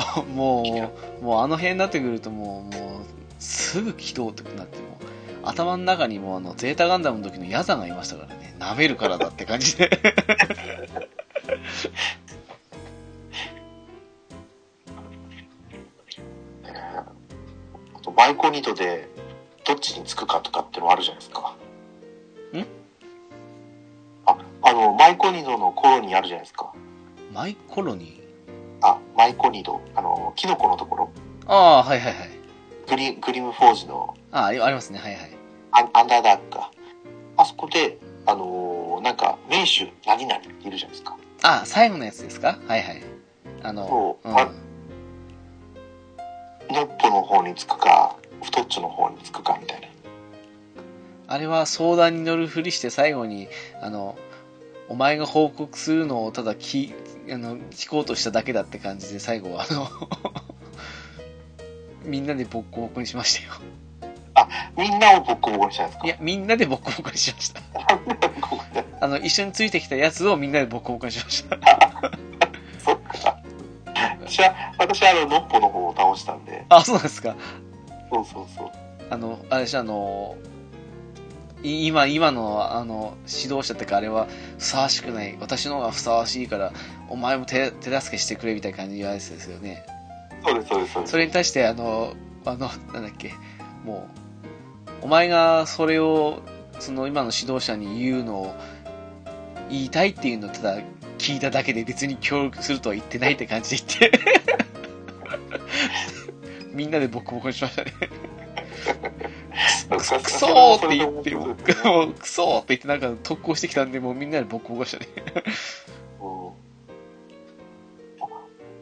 [SPEAKER 1] もう、もうあの辺になってくるともう、もう、すぐ起動ってなってもう、頭の中にもうあの、ゼータガンダムの時のヤザがいましたからね、舐めるからだって感じで。
[SPEAKER 2] えーあとバイコニートでどっちにつくかとかってのもあるじゃないですか
[SPEAKER 1] ん
[SPEAKER 2] ああのマイコニードのコロニーあるじゃないですか
[SPEAKER 1] マイコロニ
[SPEAKER 2] あマイコニードあのキノコのところ
[SPEAKER 1] ーああ、はいはいはい。
[SPEAKER 2] グリグリムフォージの
[SPEAKER 1] ああ、ありますね、はいはい。
[SPEAKER 2] アンアンダーダークかあそこであのーなんか名手何々っているじゃないですか
[SPEAKER 1] あ、最後のやつですかはいはい。あの、
[SPEAKER 2] そう、
[SPEAKER 1] うん、
[SPEAKER 2] あノッポの方につくか太っちょの方につくかみたいな
[SPEAKER 1] あれは相談に乗るふりして最後に、あの、お前が報告するのをただ聞あの聞こうとしただけだって感じで最後は、あの、 みんなでボッコボコにしましたよ。
[SPEAKER 2] みんなをボッコボコにしたんですか
[SPEAKER 1] いや、みんなでボッコボコにしました。
[SPEAKER 2] ここで
[SPEAKER 1] あの、一緒についてきたやつをみんなでボッコボコにしました。
[SPEAKER 2] そっか。私は、私はあの、ノッポの方を倒したんで。
[SPEAKER 1] あ、そうなんですか。
[SPEAKER 2] そうそうそう。
[SPEAKER 1] あの、あれじゃあの、い今、今の、あの、指導者ってか、あれは、ふさわしくない。私の方がふさわしいから、お前も手、手助けしてくれ、みたいな感じのやつですよね。
[SPEAKER 2] そうです、そうです、そうです。
[SPEAKER 1] それに対して、あの、あの、なんだっけ、もう、お前がそれを、その今の指導者に言うのを、言いたいっていうのをただ聞いただけで別に協力するとは言ってないって感じで言って。 みんなでボコボコにしましたね。くそくそーって言って、もうくそーって言ってなんか特攻してきたんで、もうみんなでボコボコでしたね。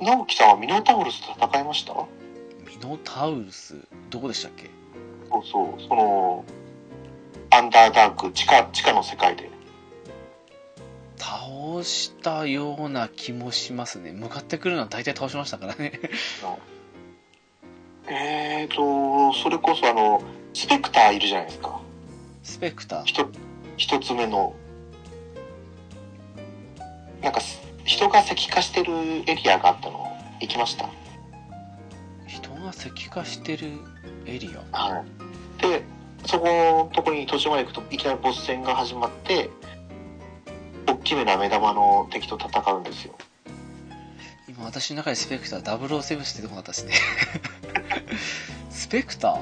[SPEAKER 2] うん直樹さんはミノタウルスと戦いましたそ
[SPEAKER 1] ミノタウルス、どこでしたっけ
[SPEAKER 2] うそう、その、アンダーダーク、地下、地下の世界で。
[SPEAKER 1] 倒したような気もしますね。向かってくるのは大体倒しましたからね。
[SPEAKER 2] えーと、それこそあの、スペクターいるじゃないですか。
[SPEAKER 1] スペクター。
[SPEAKER 2] 一一つ目のなんかす人が石化してるエリアがあったの行きました
[SPEAKER 1] 人が石化してるエリア。
[SPEAKER 2] はいでそこのとこに途中まで行くといきなりボス戦が始まって大きめな目玉の敵と戦うんですよ
[SPEAKER 1] 今私の中でスペクター007しててこなかったですね。 スペクタ
[SPEAKER 2] あ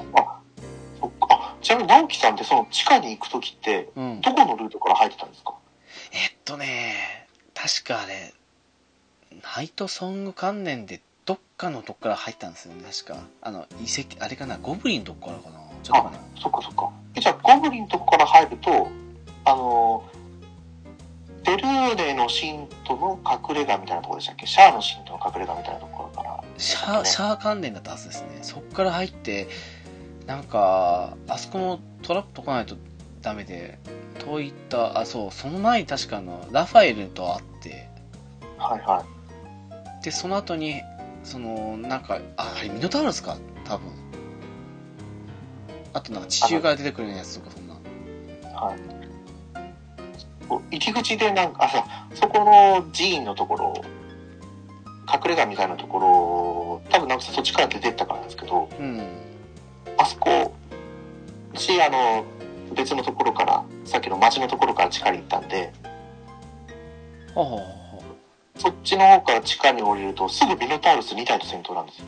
[SPEAKER 2] そっかあちなみに直樹さんってその地下に行く時って
[SPEAKER 1] ーうん。
[SPEAKER 2] どこのルートから入ってたんですか
[SPEAKER 1] えっとね、確かあれ、ナイトソング関連でどっかのとこから入ったんですよね、確か。あの、遺跡、あれかな、ゴブリンのとこからかな。ちょっとね。
[SPEAKER 2] そっかそっかえじゃあゴブリンのとこから入るとあのデルーネの信徒の隠れ家みたいなとこでしたっけシャアの信徒の隠れ家みたいなところから
[SPEAKER 1] シャー、シャー関連だったはずですね。そっから入って、なんか、あそこもトラップ解かないとダメで、といった、あ、そう、その前に確かあの、ラファエルと会って、
[SPEAKER 2] はいは
[SPEAKER 1] で、その後に、その、なんか、あ、あれ、ミノタウルスか多分。あとなんか地中から出てくるようなやつとか、そんな。
[SPEAKER 2] いはいこう入り口でなんかあそうそこの寺院のところ隠れ家みたいなところ多分なんかそっちから出てったからなんですけど
[SPEAKER 1] うん。
[SPEAKER 2] あそこしあの別のところからさっきの町のところから地下に行ったんで
[SPEAKER 1] ほうほうほうほう
[SPEAKER 2] そっちの方から地下に降りると、すぐミノタウルス2体と戦闘なんですよ。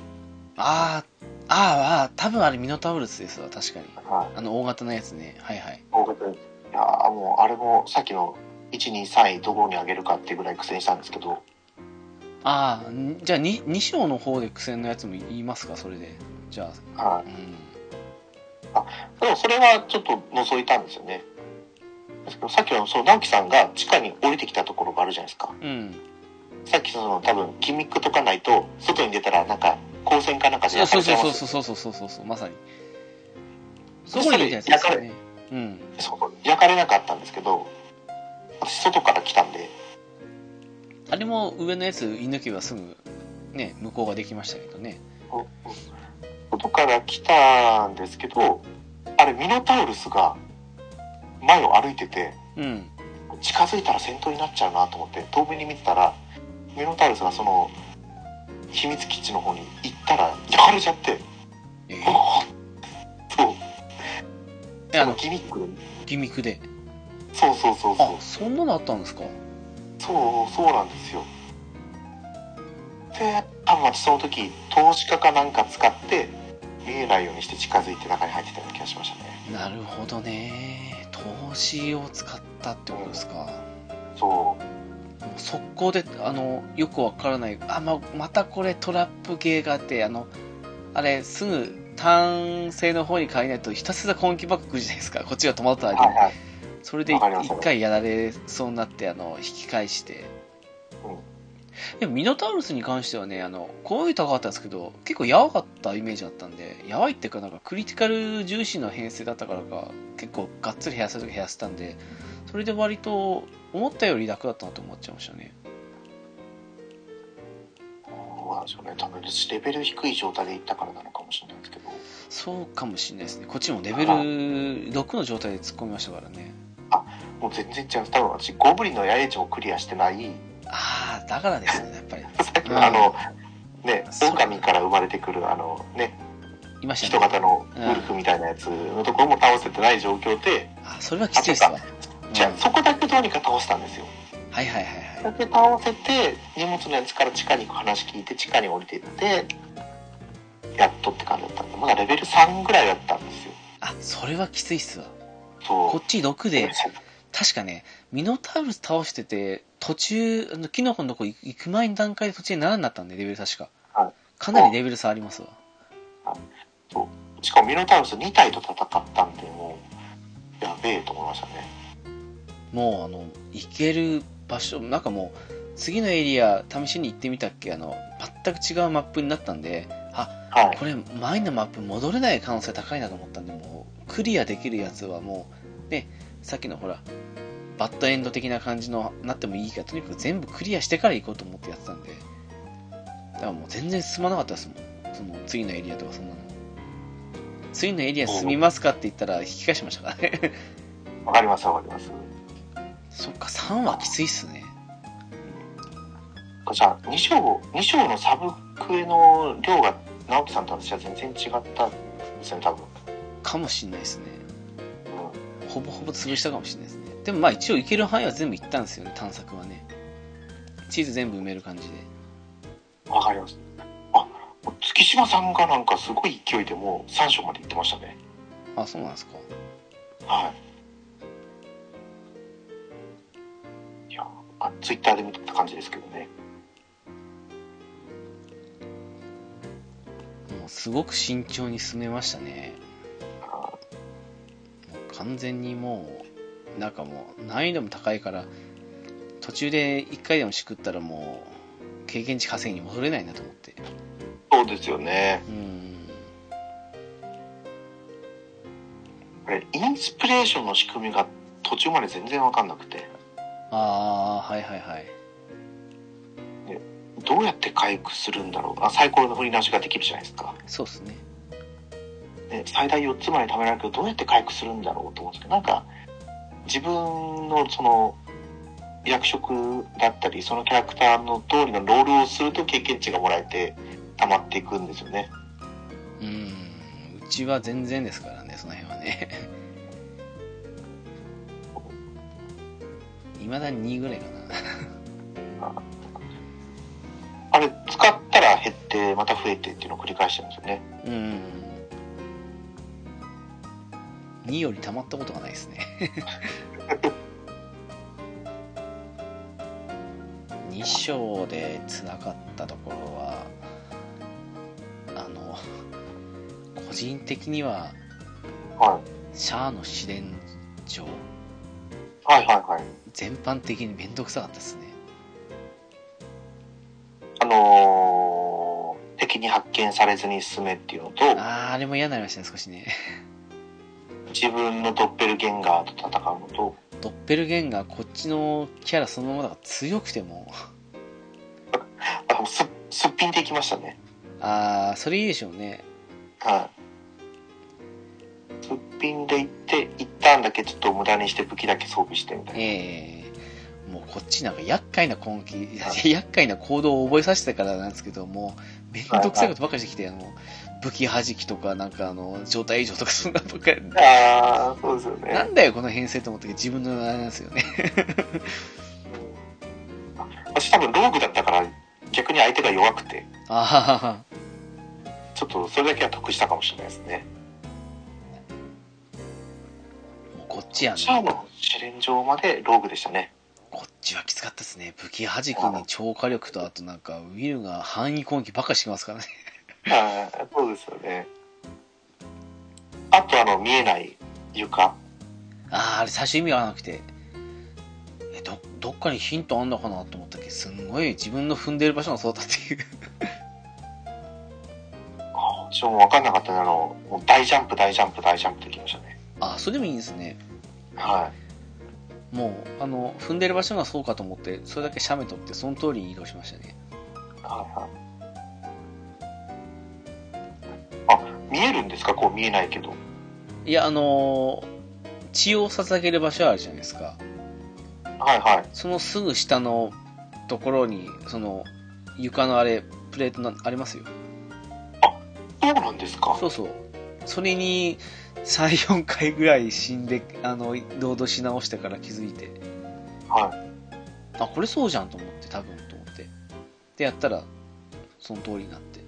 [SPEAKER 1] あーあーあー多分あれミノタウルスですわ確かに
[SPEAKER 2] はい。
[SPEAKER 1] あの大型のやつねはいはい
[SPEAKER 2] 大型いやーもう、あれもさっきの1、2、3位どこに上げるかっていうぐらい苦戦したんですけど、
[SPEAKER 1] ああじゃあ 2, 2章の方で苦戦のやつも言いますかそれでじゃ
[SPEAKER 2] は
[SPEAKER 1] あうん
[SPEAKER 2] い。でもそれはちょっと覗いたんですよね。ですけど、さっきのその直樹さんが地下に降りてきたところがあるじゃないですか。
[SPEAKER 1] うん
[SPEAKER 2] さっきその多分ギミックとかないと、外に出たらなんか光線かなんかし
[SPEAKER 1] そう
[SPEAKER 2] らさ
[SPEAKER 1] そう
[SPEAKER 2] れちゃいます
[SPEAKER 1] そう
[SPEAKER 2] よね
[SPEAKER 1] そうそうそうそうそうまさにそ
[SPEAKER 2] そ
[SPEAKER 1] こ
[SPEAKER 2] した
[SPEAKER 1] に
[SPEAKER 2] ら
[SPEAKER 1] いいじゃないですかねうん
[SPEAKER 2] そう焼かれなかったんですけど私外から来たんで
[SPEAKER 1] あれも上のやつ射抜けばすぐね無効ができましたけどね
[SPEAKER 2] 外から来たんですけどあれミノタウルスが前を歩いてて
[SPEAKER 1] うん
[SPEAKER 2] 近づいたら戦闘になっちゃうなと思って遠目に見てたらミノタウルスがその秘密基地の方に行ったら焼かれちゃって
[SPEAKER 1] え
[SPEAKER 2] う
[SPEAKER 1] ー
[SPEAKER 2] わそう
[SPEAKER 1] えあ
[SPEAKER 2] その
[SPEAKER 1] の
[SPEAKER 2] ギミック
[SPEAKER 1] ギミックで
[SPEAKER 2] そうそうそうそう
[SPEAKER 1] あそんなのあったんですか
[SPEAKER 2] そうそうなんですよで多分私その時投資家かなんか使って見えないようにして近づいて中に入ってたような気がしましたね
[SPEAKER 1] なるほどね投資を使ったってことですか
[SPEAKER 2] そう
[SPEAKER 1] もう速攻であのよくわからないあ、ままたこれトラップ系があってあのあれすぐ単性の方に変えないとひたすら根気バックるじゃないですかこっちが止まった間
[SPEAKER 2] はい
[SPEAKER 1] に
[SPEAKER 2] はい
[SPEAKER 1] それで
[SPEAKER 2] わかります
[SPEAKER 1] 一回やられそうになってあの引き返して、でもミノタウルスに関してはねあの攻撃高かったんですけど結構やわかったイメージだったんでやわいっていうかなんかクリティカル重視の編成だったからか結構がっつり減らせる時減らせたんでそれで割と思ったより楽だったなと思っちゃいましたね
[SPEAKER 2] そうなんですよね多分私レベル低い状態で行ったからなのかもしれないですけど
[SPEAKER 1] そうかもしれないですねこっちもレベル6の状態で突っ込みましたからね
[SPEAKER 2] もう全然違う多分私ゴブリンの野営地もクリアしてない
[SPEAKER 1] ああだからですねやっぱり
[SPEAKER 2] さっき
[SPEAKER 1] うん
[SPEAKER 2] のあのね
[SPEAKER 1] そう
[SPEAKER 2] 狼から生まれてくるあのね
[SPEAKER 1] いました
[SPEAKER 2] 人
[SPEAKER 1] ね
[SPEAKER 2] 型のウルフみたいなやつのところも倒せてない状況で
[SPEAKER 1] あそれはきついですわ、うん
[SPEAKER 2] じゃあそこだけどうにか倒したんですよ
[SPEAKER 1] はいはいはいは
[SPEAKER 2] だけ倒せて荷物のやつから地下に行く話聞いて地下に降りていってやっとって感じだったんでまだレベル3ぐらいだったんですよ
[SPEAKER 1] いあそれはきついっすわ
[SPEAKER 2] そう
[SPEAKER 1] こっち6で
[SPEAKER 2] そう
[SPEAKER 1] 確かねミノタウルス倒してて途中あのキノコのとこ行行く前の段階で途中で7になったんでレベル確か、
[SPEAKER 2] はい
[SPEAKER 1] かなりレベル差ありますわ
[SPEAKER 2] しかもミノタウルス2体と戦ったんでもうやべえと思いましたね
[SPEAKER 1] もうあの行ける場所なんかもう次のエリア試しに行ってみたっけあの全く違うマップになったんであ
[SPEAKER 2] はい
[SPEAKER 1] これ前のマップ戻れない可能性高いなと思ったんでもうクリアできるやつはもうねさっきのほらバッドエンド的な感じのなってもいいからとにかく全部クリアしてから行こうと思ってやってたんでだからもう全然進まなかったですもんその次のエリアとかそんなの次のエリア進みますかって言ったら引き返しましたからね
[SPEAKER 2] わかりますわかります
[SPEAKER 1] そっか、3はきついっすね。
[SPEAKER 2] じゃあ2章二章のサブクエの量が直樹さんと私は全然違ったんですよね多分、
[SPEAKER 1] かもしんないですね。
[SPEAKER 2] うん
[SPEAKER 1] ほぼほぼ潰したかもしんないですね。でもまあ一応行ける範囲は全部行ったんですよね、探索はね。地図全部埋める感じで。
[SPEAKER 2] わかります。あ、月島さんがなんかすごい勢いでもう3章まで行ってましたね。
[SPEAKER 1] あ、そうなんですか。
[SPEAKER 2] はい。いや、あ、ツイッターで見た感じですけどね。
[SPEAKER 1] もうすごく慎重に進めましたね。
[SPEAKER 2] あ
[SPEAKER 1] もう完全にもう、なんかもう難易度も高いから、途中で1回でもしくったらもう、経験値稼ぎに戻れないなと思って。
[SPEAKER 2] そうですよね。
[SPEAKER 1] うん。
[SPEAKER 2] これインスピレーションの仕組みが途中まで全然わかんなくて、
[SPEAKER 1] あー、はいはいはい。
[SPEAKER 2] どうやって回復するんだろう。あ、サイコロの振り直しができるじゃないですか。
[SPEAKER 1] そうっすね。
[SPEAKER 2] ね、最大4つまで貯められるけど、どうやって回復するんだろうと思うんですけど、なんか、自分のその、役職だったり、そのキャラクターの通りのロールをすると経験値がもらえて、溜まっていくんですよね。
[SPEAKER 1] うん、うちは全然ですからね、その辺はね。いまだに2ぐらいかな。
[SPEAKER 2] また増えてっていうのを繰り返してるんですよね。
[SPEAKER 1] うん2よりたまったことがないですね 2章でつながったところはあの個人的には
[SPEAKER 2] は
[SPEAKER 1] シャアの自伝帳
[SPEAKER 2] い。はいはいはい。
[SPEAKER 1] 全般的に面倒くさかったですね
[SPEAKER 2] あのー敵に発見されずに進めっていうのと、
[SPEAKER 1] あーあれも嫌になりましたね少しね
[SPEAKER 2] 自分のドッペルゲンガーと戦うのと、
[SPEAKER 1] ドッペルゲンガーこっちのキャラそのままだから強くても
[SPEAKER 2] あもうすすっぴんでいきましたね。
[SPEAKER 1] ああそれいいでしょうね
[SPEAKER 2] はい。すっぴんで行って、一旦だけちょっと無駄にして武器だけ装備してみたいな。
[SPEAKER 1] ええもうこっちなんか厄介な根気、 厄介な行動を覚えさせてからなんですけどもうめんどくさいことばっかりしてきて、あの武器弾きとかなんかあの状態異常とかそんなばっかり
[SPEAKER 2] ああ、そうですよね。
[SPEAKER 1] なんだよこの編成と思ったけど自分のあれなんですよね
[SPEAKER 2] 私多分ローグだったから逆に相手が弱くて
[SPEAKER 1] ああ
[SPEAKER 2] ちょっとそれだけは得したかもしれないですね
[SPEAKER 1] もうこっちやん
[SPEAKER 2] シャアの試練場までローグでしたね
[SPEAKER 1] こっちはきつかったですね武器弾きに超火力とあとなんかウィルが範囲攻撃ばっかりしてますからね
[SPEAKER 2] ああそうですよねあとあの見えない床
[SPEAKER 1] あああれ最初意味がわからなくてえどどっかにヒントあんのかなと思ったけどすんごい自分の踏んでる場所がそうだったっていう
[SPEAKER 2] ああちょっと分かんなかったねあのもう大ジャンプ大ジャンプ大ジャンプってきましたね
[SPEAKER 1] あそれでもいいんですね
[SPEAKER 2] は
[SPEAKER 1] もうあの踏んでる場所がそうかと思ってそれだけ斜メ取ってその通りに移動しましたね
[SPEAKER 2] いはいはいあ見えるんですかこう見えないけど
[SPEAKER 1] いやあのー血を捧げる場所あるじゃないですか
[SPEAKER 2] はいはい
[SPEAKER 1] そのすぐ下のところにその床のあれプレートなありますよ
[SPEAKER 2] そうなんですか
[SPEAKER 1] そうそうそれに34回ぐらい死んであの労働し直してから気づいて
[SPEAKER 2] は
[SPEAKER 1] あこれそうじゃんと思って多分と思ってでやったらその通りになって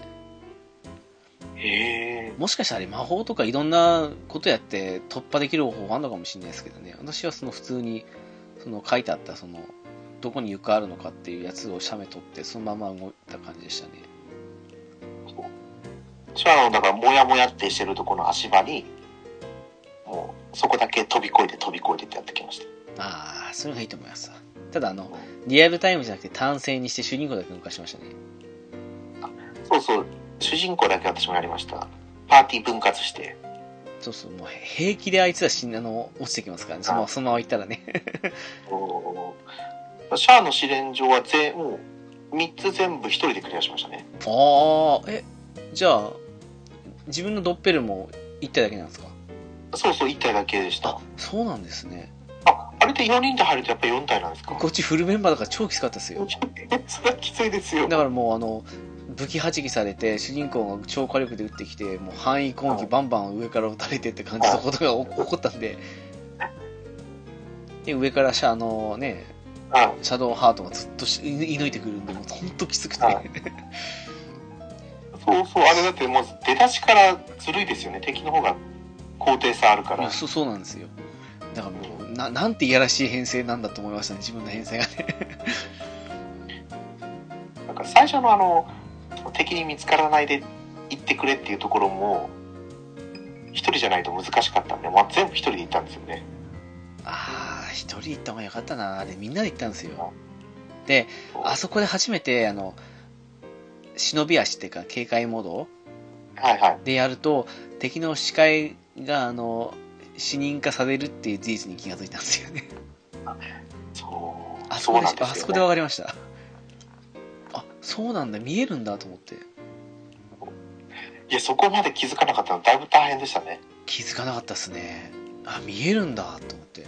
[SPEAKER 2] いへえ
[SPEAKER 1] もしかしたらあれ魔法とかいろんなことやって突破できる方法あるのかもしれないですけどね私はその普通にその書いてあったそのどこに床あるのかっていうやつを写メ取ってそのまま動いた感じでしたね
[SPEAKER 2] シャアのだからモヤモヤってしてるとこの足場にもうそこだけ飛び越えて飛び越えてってやってきました
[SPEAKER 1] ああそれがいいと思いますわただあのリアルタイムじゃなくて単性にして主人公だけ動かしましたね
[SPEAKER 2] そうそう主人公だけ私もやりましたパーティー分割して
[SPEAKER 1] そうそうもう平気であいつら死んだの落ちてきますからねそのままそのまま行ったらね
[SPEAKER 2] おーシャアの試練場は全もう3つ全部一人でクリアしましたね
[SPEAKER 1] ああえじゃあ自分のドッペルも1体だけなんですか
[SPEAKER 2] そうそう1体だけでした
[SPEAKER 1] あそうなんですね
[SPEAKER 2] ああれで4人で入るとやっぱ4体なんですか
[SPEAKER 1] こっちフルメンバーだから超きつかったですよ
[SPEAKER 2] それはきついです よ
[SPEAKER 1] だからもうあの武器弾きされて主人公が超火力で撃ってきてもう範囲攻撃バンバン上から撃たれてって感じのことが起こったんでで上からシャあのね
[SPEAKER 2] はい
[SPEAKER 1] シャドウハートがずっとし射抜いてくるんでもうほんときつくて、
[SPEAKER 2] はいそうそうあれだってもう出だしからずるいですよね敵の方が高低差あるか
[SPEAKER 1] いや
[SPEAKER 2] ら
[SPEAKER 1] そそうなんですよだからもうななんていやらしい編成なんだと思いましたね自分の編成がね
[SPEAKER 2] なんか最初のあの敵に見つからないで行ってくれっていうところも一人じゃないと難しかったんで、まあ、全部一人で行ったんですよね
[SPEAKER 1] ああ一人行った方がよかったなあれみんなで行ったんですよであそこで初めてあの忍び足っていうか警戒モード
[SPEAKER 2] はいはい
[SPEAKER 1] でやると敵の視界があの視認化されるっていう事実に気がついたんですよね
[SPEAKER 2] そう
[SPEAKER 1] あそ
[SPEAKER 2] そ
[SPEAKER 1] こ
[SPEAKER 2] う
[SPEAKER 1] で
[SPEAKER 2] なんで
[SPEAKER 1] あそ
[SPEAKER 2] す
[SPEAKER 1] こで
[SPEAKER 2] よ、ね、
[SPEAKER 1] 分かりましたあそうなんだ見えるんだと思って
[SPEAKER 2] いやそこまで気づかなかったのだいぶ大変でしたね
[SPEAKER 1] 気づかなかったですねあ見えるんだと思って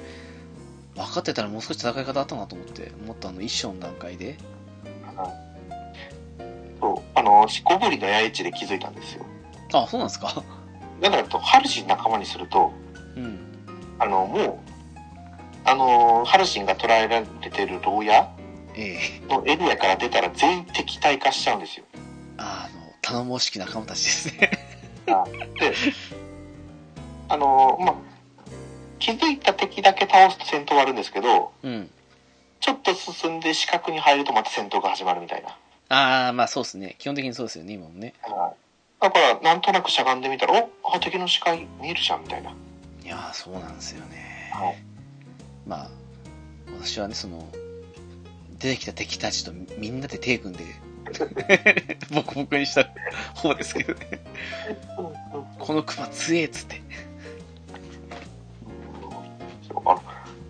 [SPEAKER 1] 分かってたらもう少し戦い方あったなと思ってもっとあの一章の段階で
[SPEAKER 2] そうあのしこぶりの八重地で気づいたんですよ
[SPEAKER 1] あそうなんですか
[SPEAKER 2] だからとハルシン仲間にすると
[SPEAKER 1] うん
[SPEAKER 2] あのもうあのハルシンが捕らえられてる牢屋
[SPEAKER 1] ええ
[SPEAKER 2] のエリアから出たら全員敵対化しちゃうんですよ
[SPEAKER 1] あの頼もしき仲間たちですね。
[SPEAKER 2] で、あのまあ、気づいた敵だけ倒すと戦闘終わるんですけど、
[SPEAKER 1] うん。
[SPEAKER 2] ちょっと進んで死角に入るとまた戦闘が始まるみたいな。
[SPEAKER 1] ああ、まあそうですね。基本的にそうですよね、今もね。
[SPEAKER 2] はいだから、なんとなくしゃがんでみたら、おあ、敵の視界見えるじゃんみたいな。
[SPEAKER 1] いやー、そうなんですよね。
[SPEAKER 2] はい
[SPEAKER 1] まあ、私はね、その、出てきた敵たちとみんなで手組んで、 ボコボコにした方ですけどね。このクマ強えっつって。
[SPEAKER 2] そうあの、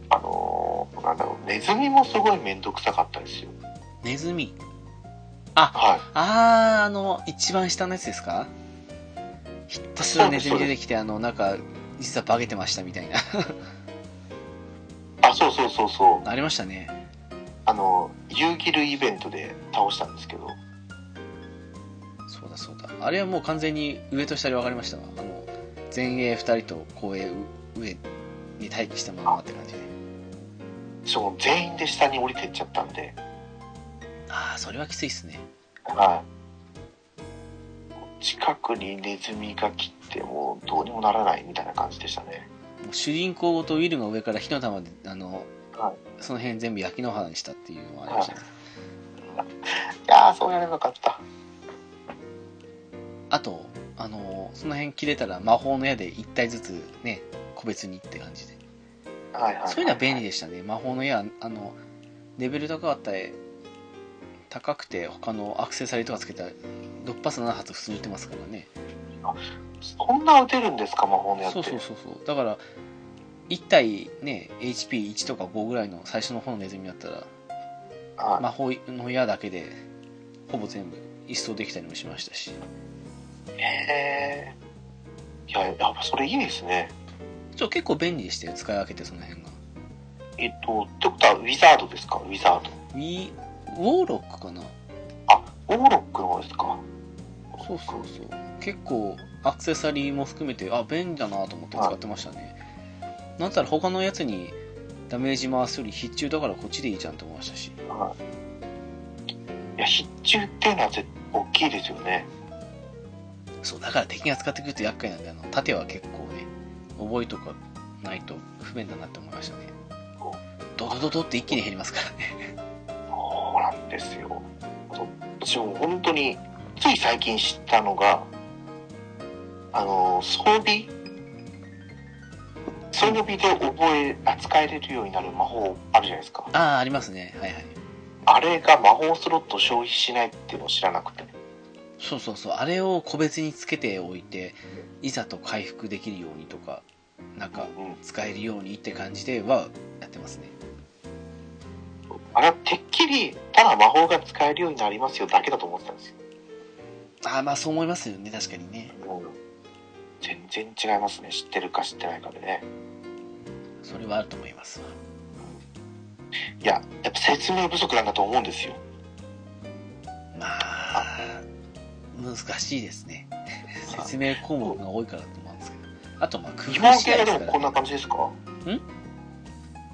[SPEAKER 2] あのーなんだろう、ネズミもすごいめんどくさかったですよ。
[SPEAKER 1] ネズミ。あ、
[SPEAKER 2] はい。
[SPEAKER 1] あー、あの、一番下のやつですかひたすらネズミ出てきて、あの、なんか、実はバゲてましたみたいな。
[SPEAKER 2] あ、そうそうそうそう。
[SPEAKER 1] ありましたね。
[SPEAKER 2] あの、夕霧イベントで倒したんですけど、
[SPEAKER 1] そうだそうだ。あれはもう完全に上と下で分かりましたわ。あの、前衛2人と後衛う上に待機したまんまって感じで。
[SPEAKER 2] しかも全員で下に降りてっちゃったんで、
[SPEAKER 1] ああ、それはきついっすね。
[SPEAKER 2] はい。近くにネズミが来て、もうどうにもならないみたいな感じでしたね。
[SPEAKER 1] もう主人公とウィルが上から火の玉で、あの、
[SPEAKER 2] はい
[SPEAKER 1] その辺全部焼き野原にしたっていうのはありましたね。
[SPEAKER 2] いやー、そうやればよかった。
[SPEAKER 1] あと、あの、その辺切れたら魔法の矢で1体ずつね、個別にって感じで。
[SPEAKER 2] はいはい、はい。
[SPEAKER 1] そういうのは便利でしたね。魔法の矢、あの、レベル高かったり高くて他のアクセサリーとかつけたら6発7発普通に打てますからね。
[SPEAKER 2] そんな打てるんですか、魔法のやつ。
[SPEAKER 1] そうそうそうそうだから1体ね HP1 とか5ぐらいの最初の方のネズミだったら
[SPEAKER 2] はい
[SPEAKER 1] 魔法の矢だけでほぼ全部一掃できたりもしましたし
[SPEAKER 2] へえ。いや、やっぱそれいいですね。
[SPEAKER 1] ちょ結構便利でしたよ使い分けてその辺が
[SPEAKER 2] えっと、ってことはウィザードですかウィザード。
[SPEAKER 1] ウィウォーロックかな
[SPEAKER 2] あ、オーロックの方ですか
[SPEAKER 1] そうそうそう結構アクセサリーも含めてあ便利だなと思って使ってましたねなんだったら他のやつにダメージ回すより必中だからこっちでいいじゃんと思いましたし
[SPEAKER 2] いや、必中っていうのは絶大きいですよね。
[SPEAKER 1] そうだから敵が使ってくると厄介なんであの盾は結構ね覚えとかないと不便だなって思いましたねドドドドって一気に減りますからね
[SPEAKER 2] そうなんですよ。私も本当に、つい最近知ったのが、あの、装備装備で覚え、扱えれるようになる魔法あるじゃないですか。
[SPEAKER 1] ああありますねはいはい
[SPEAKER 2] あれが魔法スロット消費しないっていうのを知らなくて。
[SPEAKER 1] そうそうそうあれを個別につけておいていざと回復できるようにとかなんか
[SPEAKER 2] うん
[SPEAKER 1] 使えるようにって感じではやってますね
[SPEAKER 2] あれはてっきりただ魔法が使えるようになりますよだけだと思ってたんですよ、
[SPEAKER 1] ああまあそう思いますよね確かにね
[SPEAKER 2] 全然違いますね知ってるか知ってないかでね
[SPEAKER 1] それはあると思いますわ
[SPEAKER 2] いややっぱ説明不足なんだと思うんですよ
[SPEAKER 1] まあ難しいですね説明項目が多いからと思うんですけどあとまあ工
[SPEAKER 2] 洋
[SPEAKER 1] 夫次第で
[SPEAKER 2] 芸はですも
[SPEAKER 1] から
[SPEAKER 2] こんな感じですか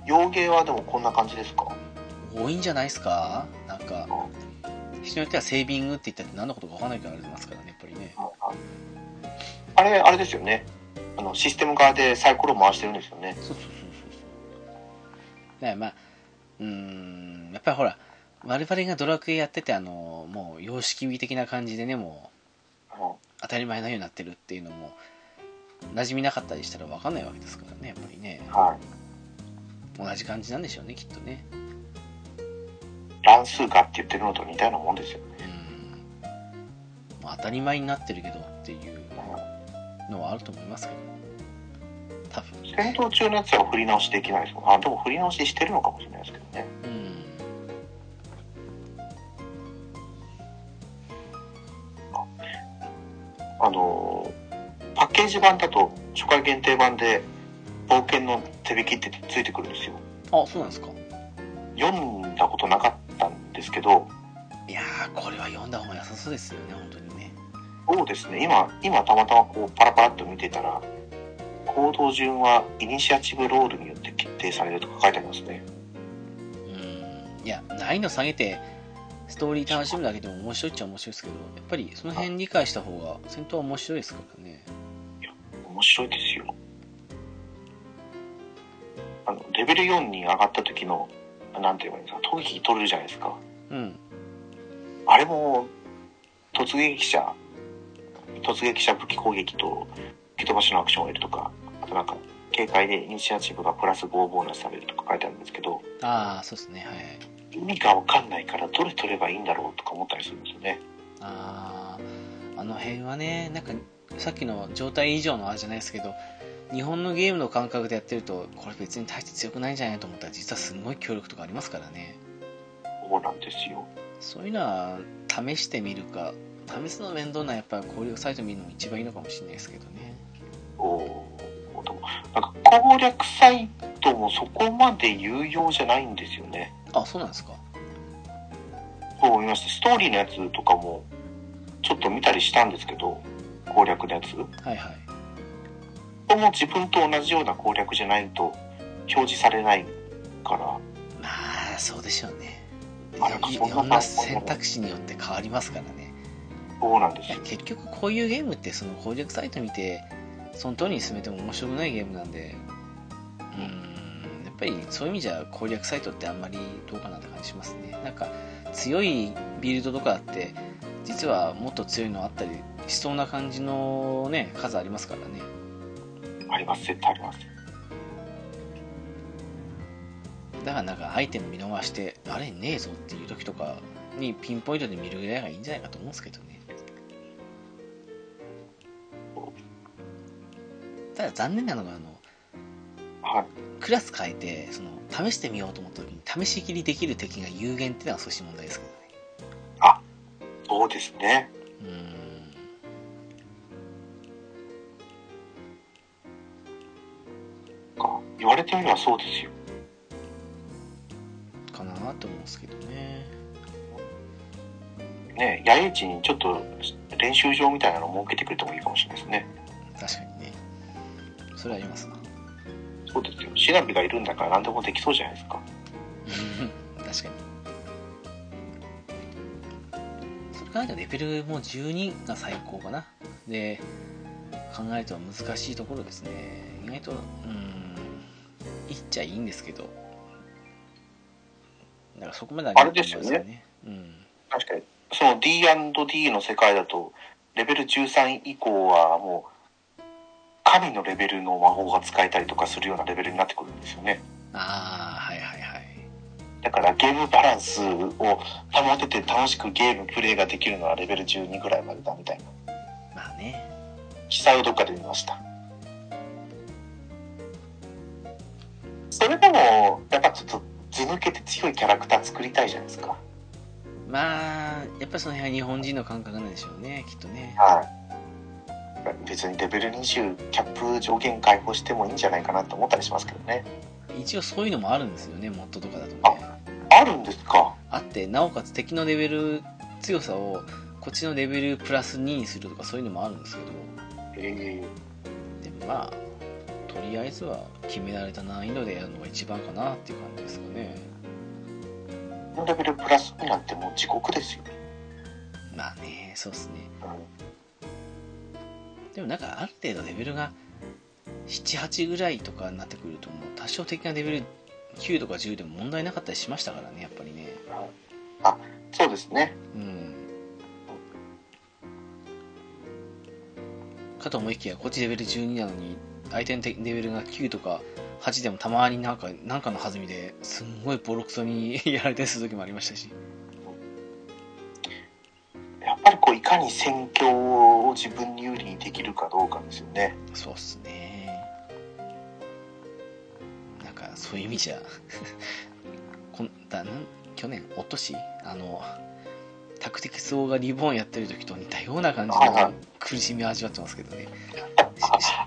[SPEAKER 2] 洋芸はでもこんな感じですか
[SPEAKER 1] 多いんじゃないですかなんか
[SPEAKER 2] あ
[SPEAKER 1] 人によってはセービングって言ったって何のことか分かんないからありますからねやっぱりね
[SPEAKER 2] あれあれですよねあのシステム側でサイコロ回してるんですよね
[SPEAKER 1] そうそうそうそうそうだからまあうーんやっぱりほら我々がドラクエやっててあのもう様式美的な感じでねも
[SPEAKER 2] うん
[SPEAKER 1] う当たり前のようになってるっていうのも馴染みなかったりしたら分かんないわけですからねやっぱりね
[SPEAKER 2] はい
[SPEAKER 1] 同じ感じなんでしょうねきっとね
[SPEAKER 2] 乱数化って言ってるのと似たようなもんですよね
[SPEAKER 1] うんまあ当たり前になってるけどっていうのはあると思いますけど多分
[SPEAKER 2] 戦闘中のやつは振り直しできないですもんあでも振り直ししてるのかもしれないですけどね
[SPEAKER 1] うん
[SPEAKER 2] あのーパッケージ版だと初回限定版で冒険の手引きってついてくるんですよ
[SPEAKER 1] あそうなんですか
[SPEAKER 2] 読んだことなかったんですけど
[SPEAKER 1] いやーこれは読んだ方が良さそうですよね本当にね
[SPEAKER 2] そうですね今今たまたまこうパラパラっと見てたら行動順はイニシアチブロールによって決定されるとか書いてありますね
[SPEAKER 1] うんいや難易度下げてストーリー楽しむだけでも面白いっちゃ面白いですけどやっぱりその辺理解した方が戦闘は面白いですからね
[SPEAKER 2] 面白いですよあのレベル4に上がった時のなんて言えばいいんですか逃避取れるじゃないですか
[SPEAKER 1] うん
[SPEAKER 2] あれも突撃者突撃者武器攻撃と吹き飛ばしのアクションを得るとかあとなんか警戒でイニシアチブがプラス5ボーナスされるとか書いてあるんですけど
[SPEAKER 1] ああそうですねはいはい
[SPEAKER 2] 意味が分かんないからどれ取ればいいんだろうとか思ったりするんですよね
[SPEAKER 1] あああの辺はねなんかさっきの状態以上のあれじゃないですけど日本のゲームの感覚でやってるとこれ別に大して強くないんじゃないと思ったら実はすごい協力とかありますからね
[SPEAKER 2] そうなんですよ
[SPEAKER 1] そういうのは試してみるか試すの面倒なやっぱ攻略サイト見るのが一番いいのかもしれないですけどね
[SPEAKER 2] おーでもなんか攻略サイトもそこまで有用じゃないんですよね
[SPEAKER 1] あそうなんですか
[SPEAKER 2] そう思いましたストーリーのやつとかもちょっと見たりしたんですけど攻略のやつ
[SPEAKER 1] はいはい
[SPEAKER 2] ここも自分と同じような攻略じゃないと表示されないから
[SPEAKER 1] まあそうでしょうね
[SPEAKER 2] まあなんか
[SPEAKER 1] いい
[SPEAKER 2] そんな
[SPEAKER 1] ろんな選択肢によって変わりますからね
[SPEAKER 2] そうなんです
[SPEAKER 1] いや
[SPEAKER 2] よ
[SPEAKER 1] 結局こういうゲームってその攻略サイト見てその通りに進めても面白くないゲームなんでうーんやっぱりそういう意味じゃ攻略サイトってあんまりどうかなって感じしますねなんか強いビルドとかあって実はもっと強いのあったりしそうな感じのね数ありますからね
[SPEAKER 2] あります絶対あります
[SPEAKER 1] だからなんかアイテム見逃してあれねえぞっていう時とかにピンポイントで見るぐらいがいいんじゃないかと思うんですけどねただ残念なのがあの
[SPEAKER 2] はい
[SPEAKER 1] クラス変えてその試してみようと思った時に試し切りできる敵が有限っていうのは少し問題ですけ
[SPEAKER 2] そうですね
[SPEAKER 1] どね
[SPEAKER 2] か言われてみればそうですよ
[SPEAKER 1] うーんかなと思うんですけどね
[SPEAKER 2] ね野営地にちょっと練習場みたいなのを設けてくれてもいいかもしれないですね
[SPEAKER 1] 確かにねそれはありますな
[SPEAKER 2] そうですよシナビがいるんだから何でもできそうじゃないですか
[SPEAKER 1] 確かにそれからじゃレベルも12が最高かなで考えると難しいところですね意外とうーんいっちゃいいんですけどだからそこまで上げると思いま
[SPEAKER 2] あれ
[SPEAKER 1] ねうん
[SPEAKER 2] 確かにその D&D の世界だとレベル13以降はもう神のレベルの魔法が使えたりとかするようなレベルになってくるんですよね
[SPEAKER 1] ああはいはいはい
[SPEAKER 2] だからゲームバランスを保てて楽しくゲームプレイができるのはレベル12ぐらいまでだみたいな
[SPEAKER 1] まあね
[SPEAKER 2] 記載をどっかで見ましたそれでもやっぱちょっと図抜けて強いキャラクター作りたいじゃないですか
[SPEAKER 1] まあやっぱりその辺は日本人の感覚なんでしょうねきっとね
[SPEAKER 2] はい。別にレベル20キャップ上限解放してもいいんじゃないかなと思ったりしますけどね。
[SPEAKER 1] 一応そういうのもあるんですよねモッドとかだとね
[SPEAKER 2] あるんですか
[SPEAKER 1] あってなおかつ敵のレベル強さをこっちのレベルプラス2にするとかそういうのもあるんですけど
[SPEAKER 2] え
[SPEAKER 1] でもまあとりあえずは決められた難易度でやるのが一番かなっていう感じですかね
[SPEAKER 2] えこのレベルプラスになんてもう地獄ですよ。
[SPEAKER 1] まあねそうですね
[SPEAKER 2] うん
[SPEAKER 1] でもなんかある程度レベルが78ぐらいとかになってくるともう多少的なレベル9とか10でも問題なかったりしましたからねやっぱりね
[SPEAKER 2] そうですね。
[SPEAKER 1] うんかと思いきやこっちレベル12なのに相手のレベルが9とか8でもたまになんかなんかの弾みですんごいボロクソにやられたりする時もありましたし
[SPEAKER 2] やっぱりこういかに戦況を自分に有利にできるかどうかですよね。
[SPEAKER 1] そうっすねなんかそういう意味じゃ こんだなん去年おとしあのタクティクス王がリボーンやってる時と似たような感じ
[SPEAKER 2] はいは
[SPEAKER 1] の
[SPEAKER 2] い
[SPEAKER 1] 苦しみを味わってますけどね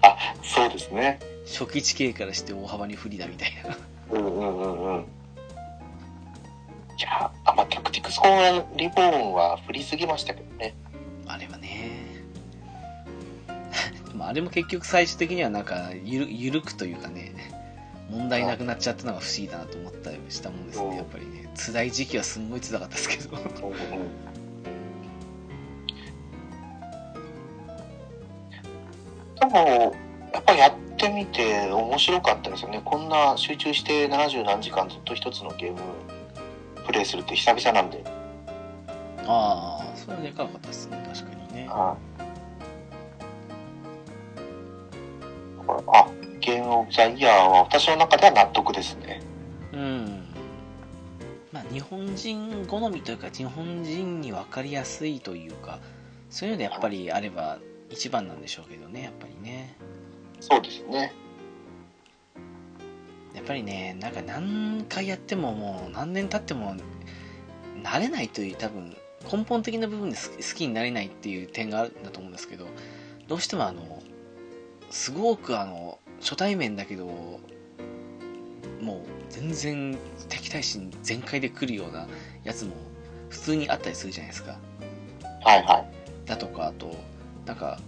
[SPEAKER 2] あ、そうですね。
[SPEAKER 1] 初期地形からして大幅に不利だみたいな
[SPEAKER 2] うんうんうんうん。いや、あ、まあ、タクティクスコンリボーンは振りすぎましたけどね。
[SPEAKER 1] あれはね でもあれも結局最終的にはなんかゆるゆるくというかね問題なくなっちゃったのが不思議だなと思ったりしたもんですねやっぱりね辛い時期はすんごい辛かったですけど
[SPEAKER 2] うんでも、やっぱりやってみて面白かったですよね。こんな集中して70何時間ずっと一つのゲームプレイするって久々なんで。
[SPEAKER 1] ああそれはでかかったですね確かにね
[SPEAKER 2] はいこれあ、ゲームオブザイヤーは私の中では納得ですね。
[SPEAKER 1] うんまあ日本人好みというか日本人に分かりやすいというかそういうのでやっぱりあれば一番なんでしょうけどねやっぱりね
[SPEAKER 2] そうですね。
[SPEAKER 1] やっぱりねなんか何回やってももう何年経っても慣れないという多分根本的な部分です好きになれないっていう点があるんだと思うんですけどどうしてもあのすごくあの初対面だけどもう全然敵対心全開で来るようなやつも普通にあったりするじゃないですか
[SPEAKER 2] はいはい。
[SPEAKER 1] だとかあとなんか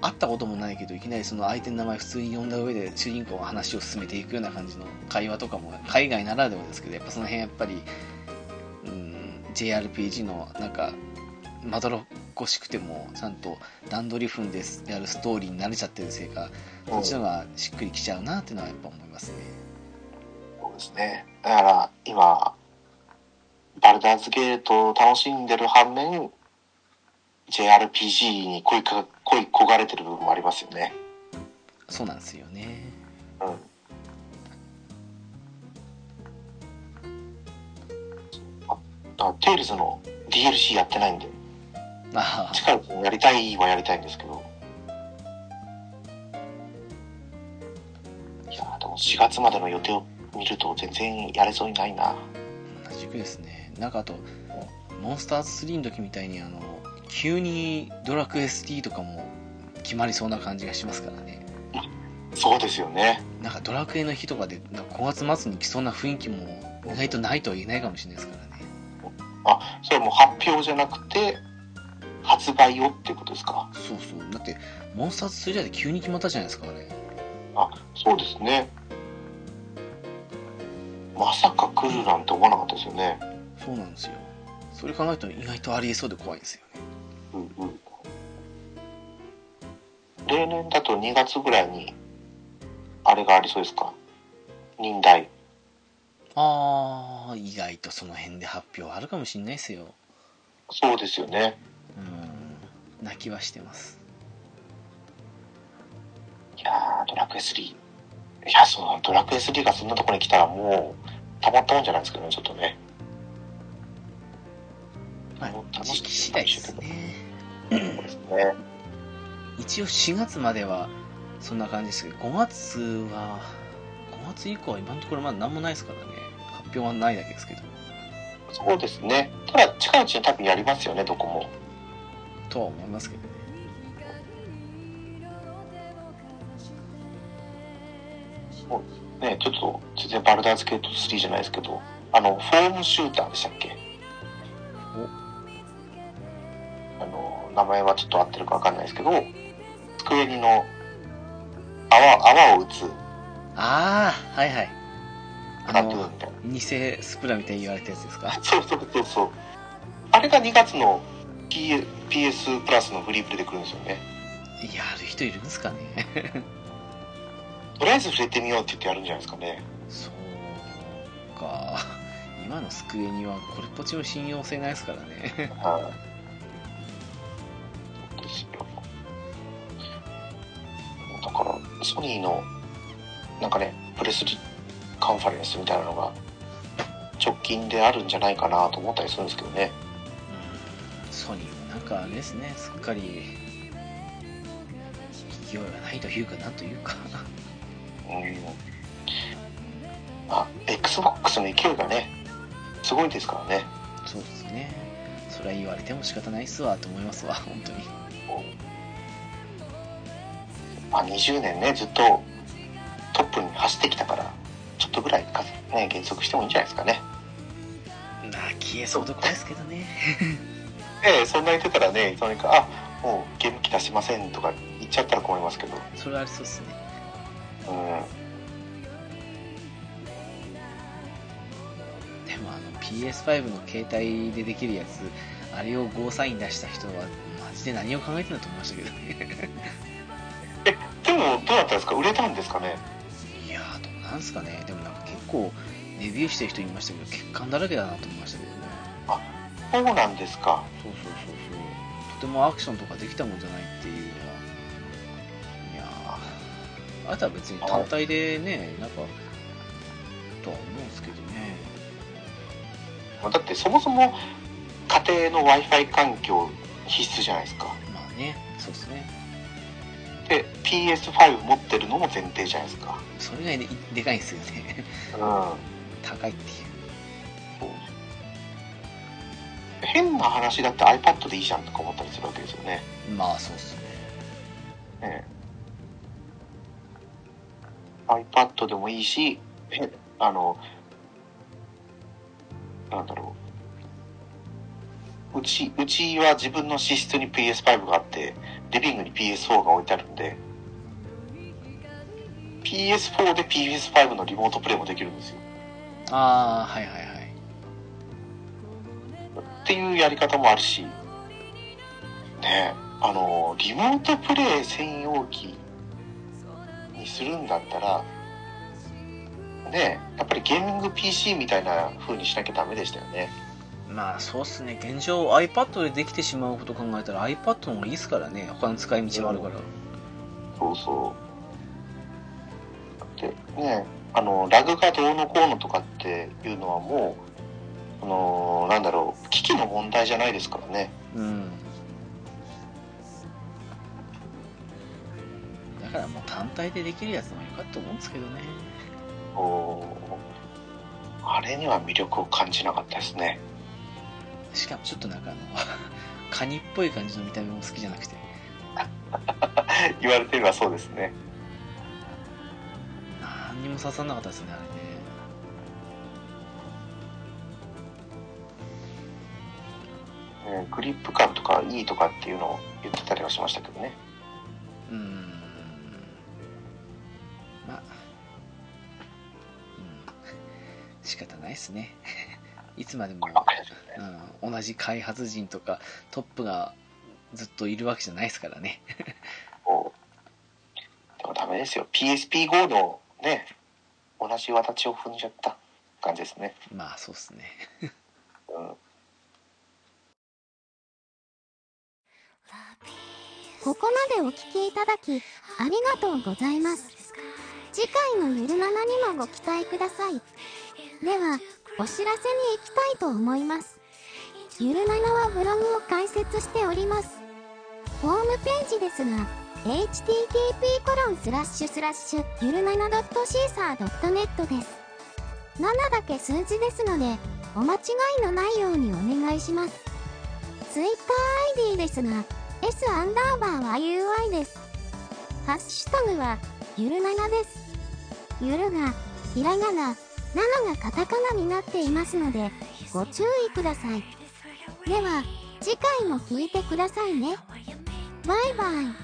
[SPEAKER 1] 会ったこともないけどいきなりその相手の名前普通に呼んだ上で主人公が話を進めていくような感じの会話とかも海外ならではですけどやっぱその辺やっぱり、うん、JRPG のなんかまどろっこしくてもちゃんと段取り踏んでやるストーリーに慣れちゃってるせいかそっちの方がしっくりきちゃうなっていうのはやっぱ思いますね
[SPEAKER 2] そうですね。だから今、バルダーズゲートを楽しんでる反面、JRPG に恋か恋焦がれてる部分もありますよね。
[SPEAKER 1] そうなんですよね
[SPEAKER 2] うん。あ、だからテイルズの DLC やってないんで、
[SPEAKER 1] ああ
[SPEAKER 2] 近くやりたいはやりたいんですけど。いやーでも4月までの予定を見ると全然やれそうにないな。
[SPEAKER 1] 同じくですねなんかあとモンスターズ3の時みたいにあの急にドラクエ ST とかも決まりそうな感じがしますからね
[SPEAKER 2] そうですよね。
[SPEAKER 1] なんかドラクエの日とかでなんか5月末に来そうな雰囲気も意外とないとは言えないかもしれないですからね
[SPEAKER 2] あ、それも発表じゃなくて、発売をっていうことですか。
[SPEAKER 1] そうそうだってモンスターズ3だって急に決まったじゃないですかあれ
[SPEAKER 2] あ、そうですね。まさか来るなんて思わなかったですよね。
[SPEAKER 1] そうなんですよそれ考えると意外とありえそうで怖いですよね
[SPEAKER 2] うんうん。例年だと2月ぐらいに、あれがありそうですか。忍耐。
[SPEAKER 1] ああ意外とその辺で発表あるかもしれないですよ
[SPEAKER 2] そうですよね。
[SPEAKER 1] うん泣きはしてます
[SPEAKER 2] いやー、ドラクエ3。いや、そのドラクエ3がそんなところに来たらもう、たまったもんじゃないですけどね、ちょっとね。
[SPEAKER 1] まあ時期次第ですね
[SPEAKER 2] そうですね。
[SPEAKER 1] 一応4月まではそんな感じですけど5月は5月以降は今のところまだ何もないですからね発表はないだけですけど
[SPEAKER 2] そうですね。ただ、近いうちに多分やりますよね、どこも。
[SPEAKER 1] とは思いますけどね
[SPEAKER 2] ね、ちょっと全然バルダーズゲート3じゃないですけど、あの、フォームシューターでしたっけあの、名前はちょっと合ってるかわかんないですけど、机にの泡、泡を打つ
[SPEAKER 1] ああはいはい
[SPEAKER 2] プ
[SPEAKER 1] あ
[SPEAKER 2] ラトゥーン
[SPEAKER 1] の
[SPEAKER 2] みたい
[SPEAKER 1] 偽スプラみたいに言われたやつですか
[SPEAKER 2] な。そうそうそうそう。あれが2月の P- PS プラスのフリープレイで来るんですよね。
[SPEAKER 1] いやある人いるんですかね
[SPEAKER 2] とりあえず触れてみようって言ってやるんじゃないですかね。
[SPEAKER 1] そうか今のスクエニはこれっぽっちも信用性ないですからね
[SPEAKER 2] はい。そうですよ。だから、ソニーの、なんかね、プレスリカンファレンスみたいなのが、直近であるんじゃないかなと思ったりするんですけどね。
[SPEAKER 1] うんソニーもなんかあれですねすっかり勢いはないというかなんというか
[SPEAKER 2] うん。あ、Xbox の勢いがね、すごいですからね。
[SPEAKER 1] そうですねそれは言われても仕方ないっすわと思いますわ本当に
[SPEAKER 2] まあ、20年ね、ずっとトップに走ってきたから、ちょっとぐらいか、ね、減速してもいいんじゃないですかね。
[SPEAKER 1] なあ消えそうで怖いですけどね
[SPEAKER 2] ええ、そんな言ってたらね、それか、あ、もうゲーム機出しませんとか言っちゃったら困りますけど、
[SPEAKER 1] それはありそうっすね
[SPEAKER 2] うん。
[SPEAKER 1] PS5 の携帯でできるやつあれをゴーサイン出した人はマジで何を考えてんだと思いましたけどね
[SPEAKER 2] でも、どうだったんですか売れたんですかね
[SPEAKER 1] いやーどうなんすかねでもなんか結構レビューしてる人いましたけど欠陥だらけだなと思いましたけどね
[SPEAKER 2] そうなんですか。
[SPEAKER 1] そうそうそうそうとてもアクションとかできたもんじゃないっていうのはいやーあとは別に単体でねなんかとは思うんですけどね
[SPEAKER 2] だって、そもそも家庭の Wi-Fi 環境必須じゃないですか。
[SPEAKER 1] まあねそうですね
[SPEAKER 2] で、PS5 持ってるのも前提じゃないですか。
[SPEAKER 1] それがねでかいんですよね
[SPEAKER 2] うん。
[SPEAKER 1] 高いっていう
[SPEAKER 2] 変な話だって iPad でいいじゃんとか思ったりするわけですよね。
[SPEAKER 1] まあそうっすね
[SPEAKER 2] ね iPad でもいいし、えあの、なんだろう。うち、うちは自分の寝室に PS5 があって、リビングに PS4 が置いてあるんで、PS4 で PS5 のリモートプレイもできるんですよ。
[SPEAKER 1] ああはいはいはい
[SPEAKER 2] っていうやり方もあるし、ねえ、あの、リモートプレイ専用機にするんだったら、ねえ、やっぱりゲーミング PC みたいな風にしなきゃダメでしたよね。
[SPEAKER 1] まあそうっすね現状 iPad でできてしまうこと考えたら iPad の方がいいっすからね他の使い道もあるから
[SPEAKER 2] そうそう。で、ねえ、あの、ラグがどうのこうのとかっていうのはもう、あの、なんだろう、機器の問題じゃないですからね。
[SPEAKER 1] うんだからもう単体でできるやつの方が良かったと思うんですけどね
[SPEAKER 2] おあれには魅力を感じなかったですね。
[SPEAKER 1] しかもちょっとなんかあの カニっぽい感じの見た目も好きじゃなくて
[SPEAKER 2] 言われてみればそうですね。
[SPEAKER 1] 何にも刺さんなかったですねあれね
[SPEAKER 2] ねグリップ感とかいいとかっていうのを言ってたりはしましたけどね。
[SPEAKER 1] うーんまあうん仕方ないっすね いつまでもうん同じ開発人とかトップがずっといるわけじゃないですからね
[SPEAKER 2] こうでもダメですよ。PSP-GO のね、同じ形を踏んじゃった感じですね。
[SPEAKER 1] まあそうっすね
[SPEAKER 2] うん。
[SPEAKER 3] ここまでお聞きいただき、ありがとうございます。次回のゆるななにもご期待ください。では、お知らせに行きたいと思います。ゆるななはブログを開設しております。ホームページですが、http:// ゆるなな .caesar.net です。7だけ数字ですので、お間違いのないようにお願いします。TwitterID ですが、S アンダーバーは UI です。ハッシュタグは、ゆるななです。ゆるが、ひらがな、なのがカタカナになっていますので、ご注意ください。では、次回も聞いてくださいね。バイバイ。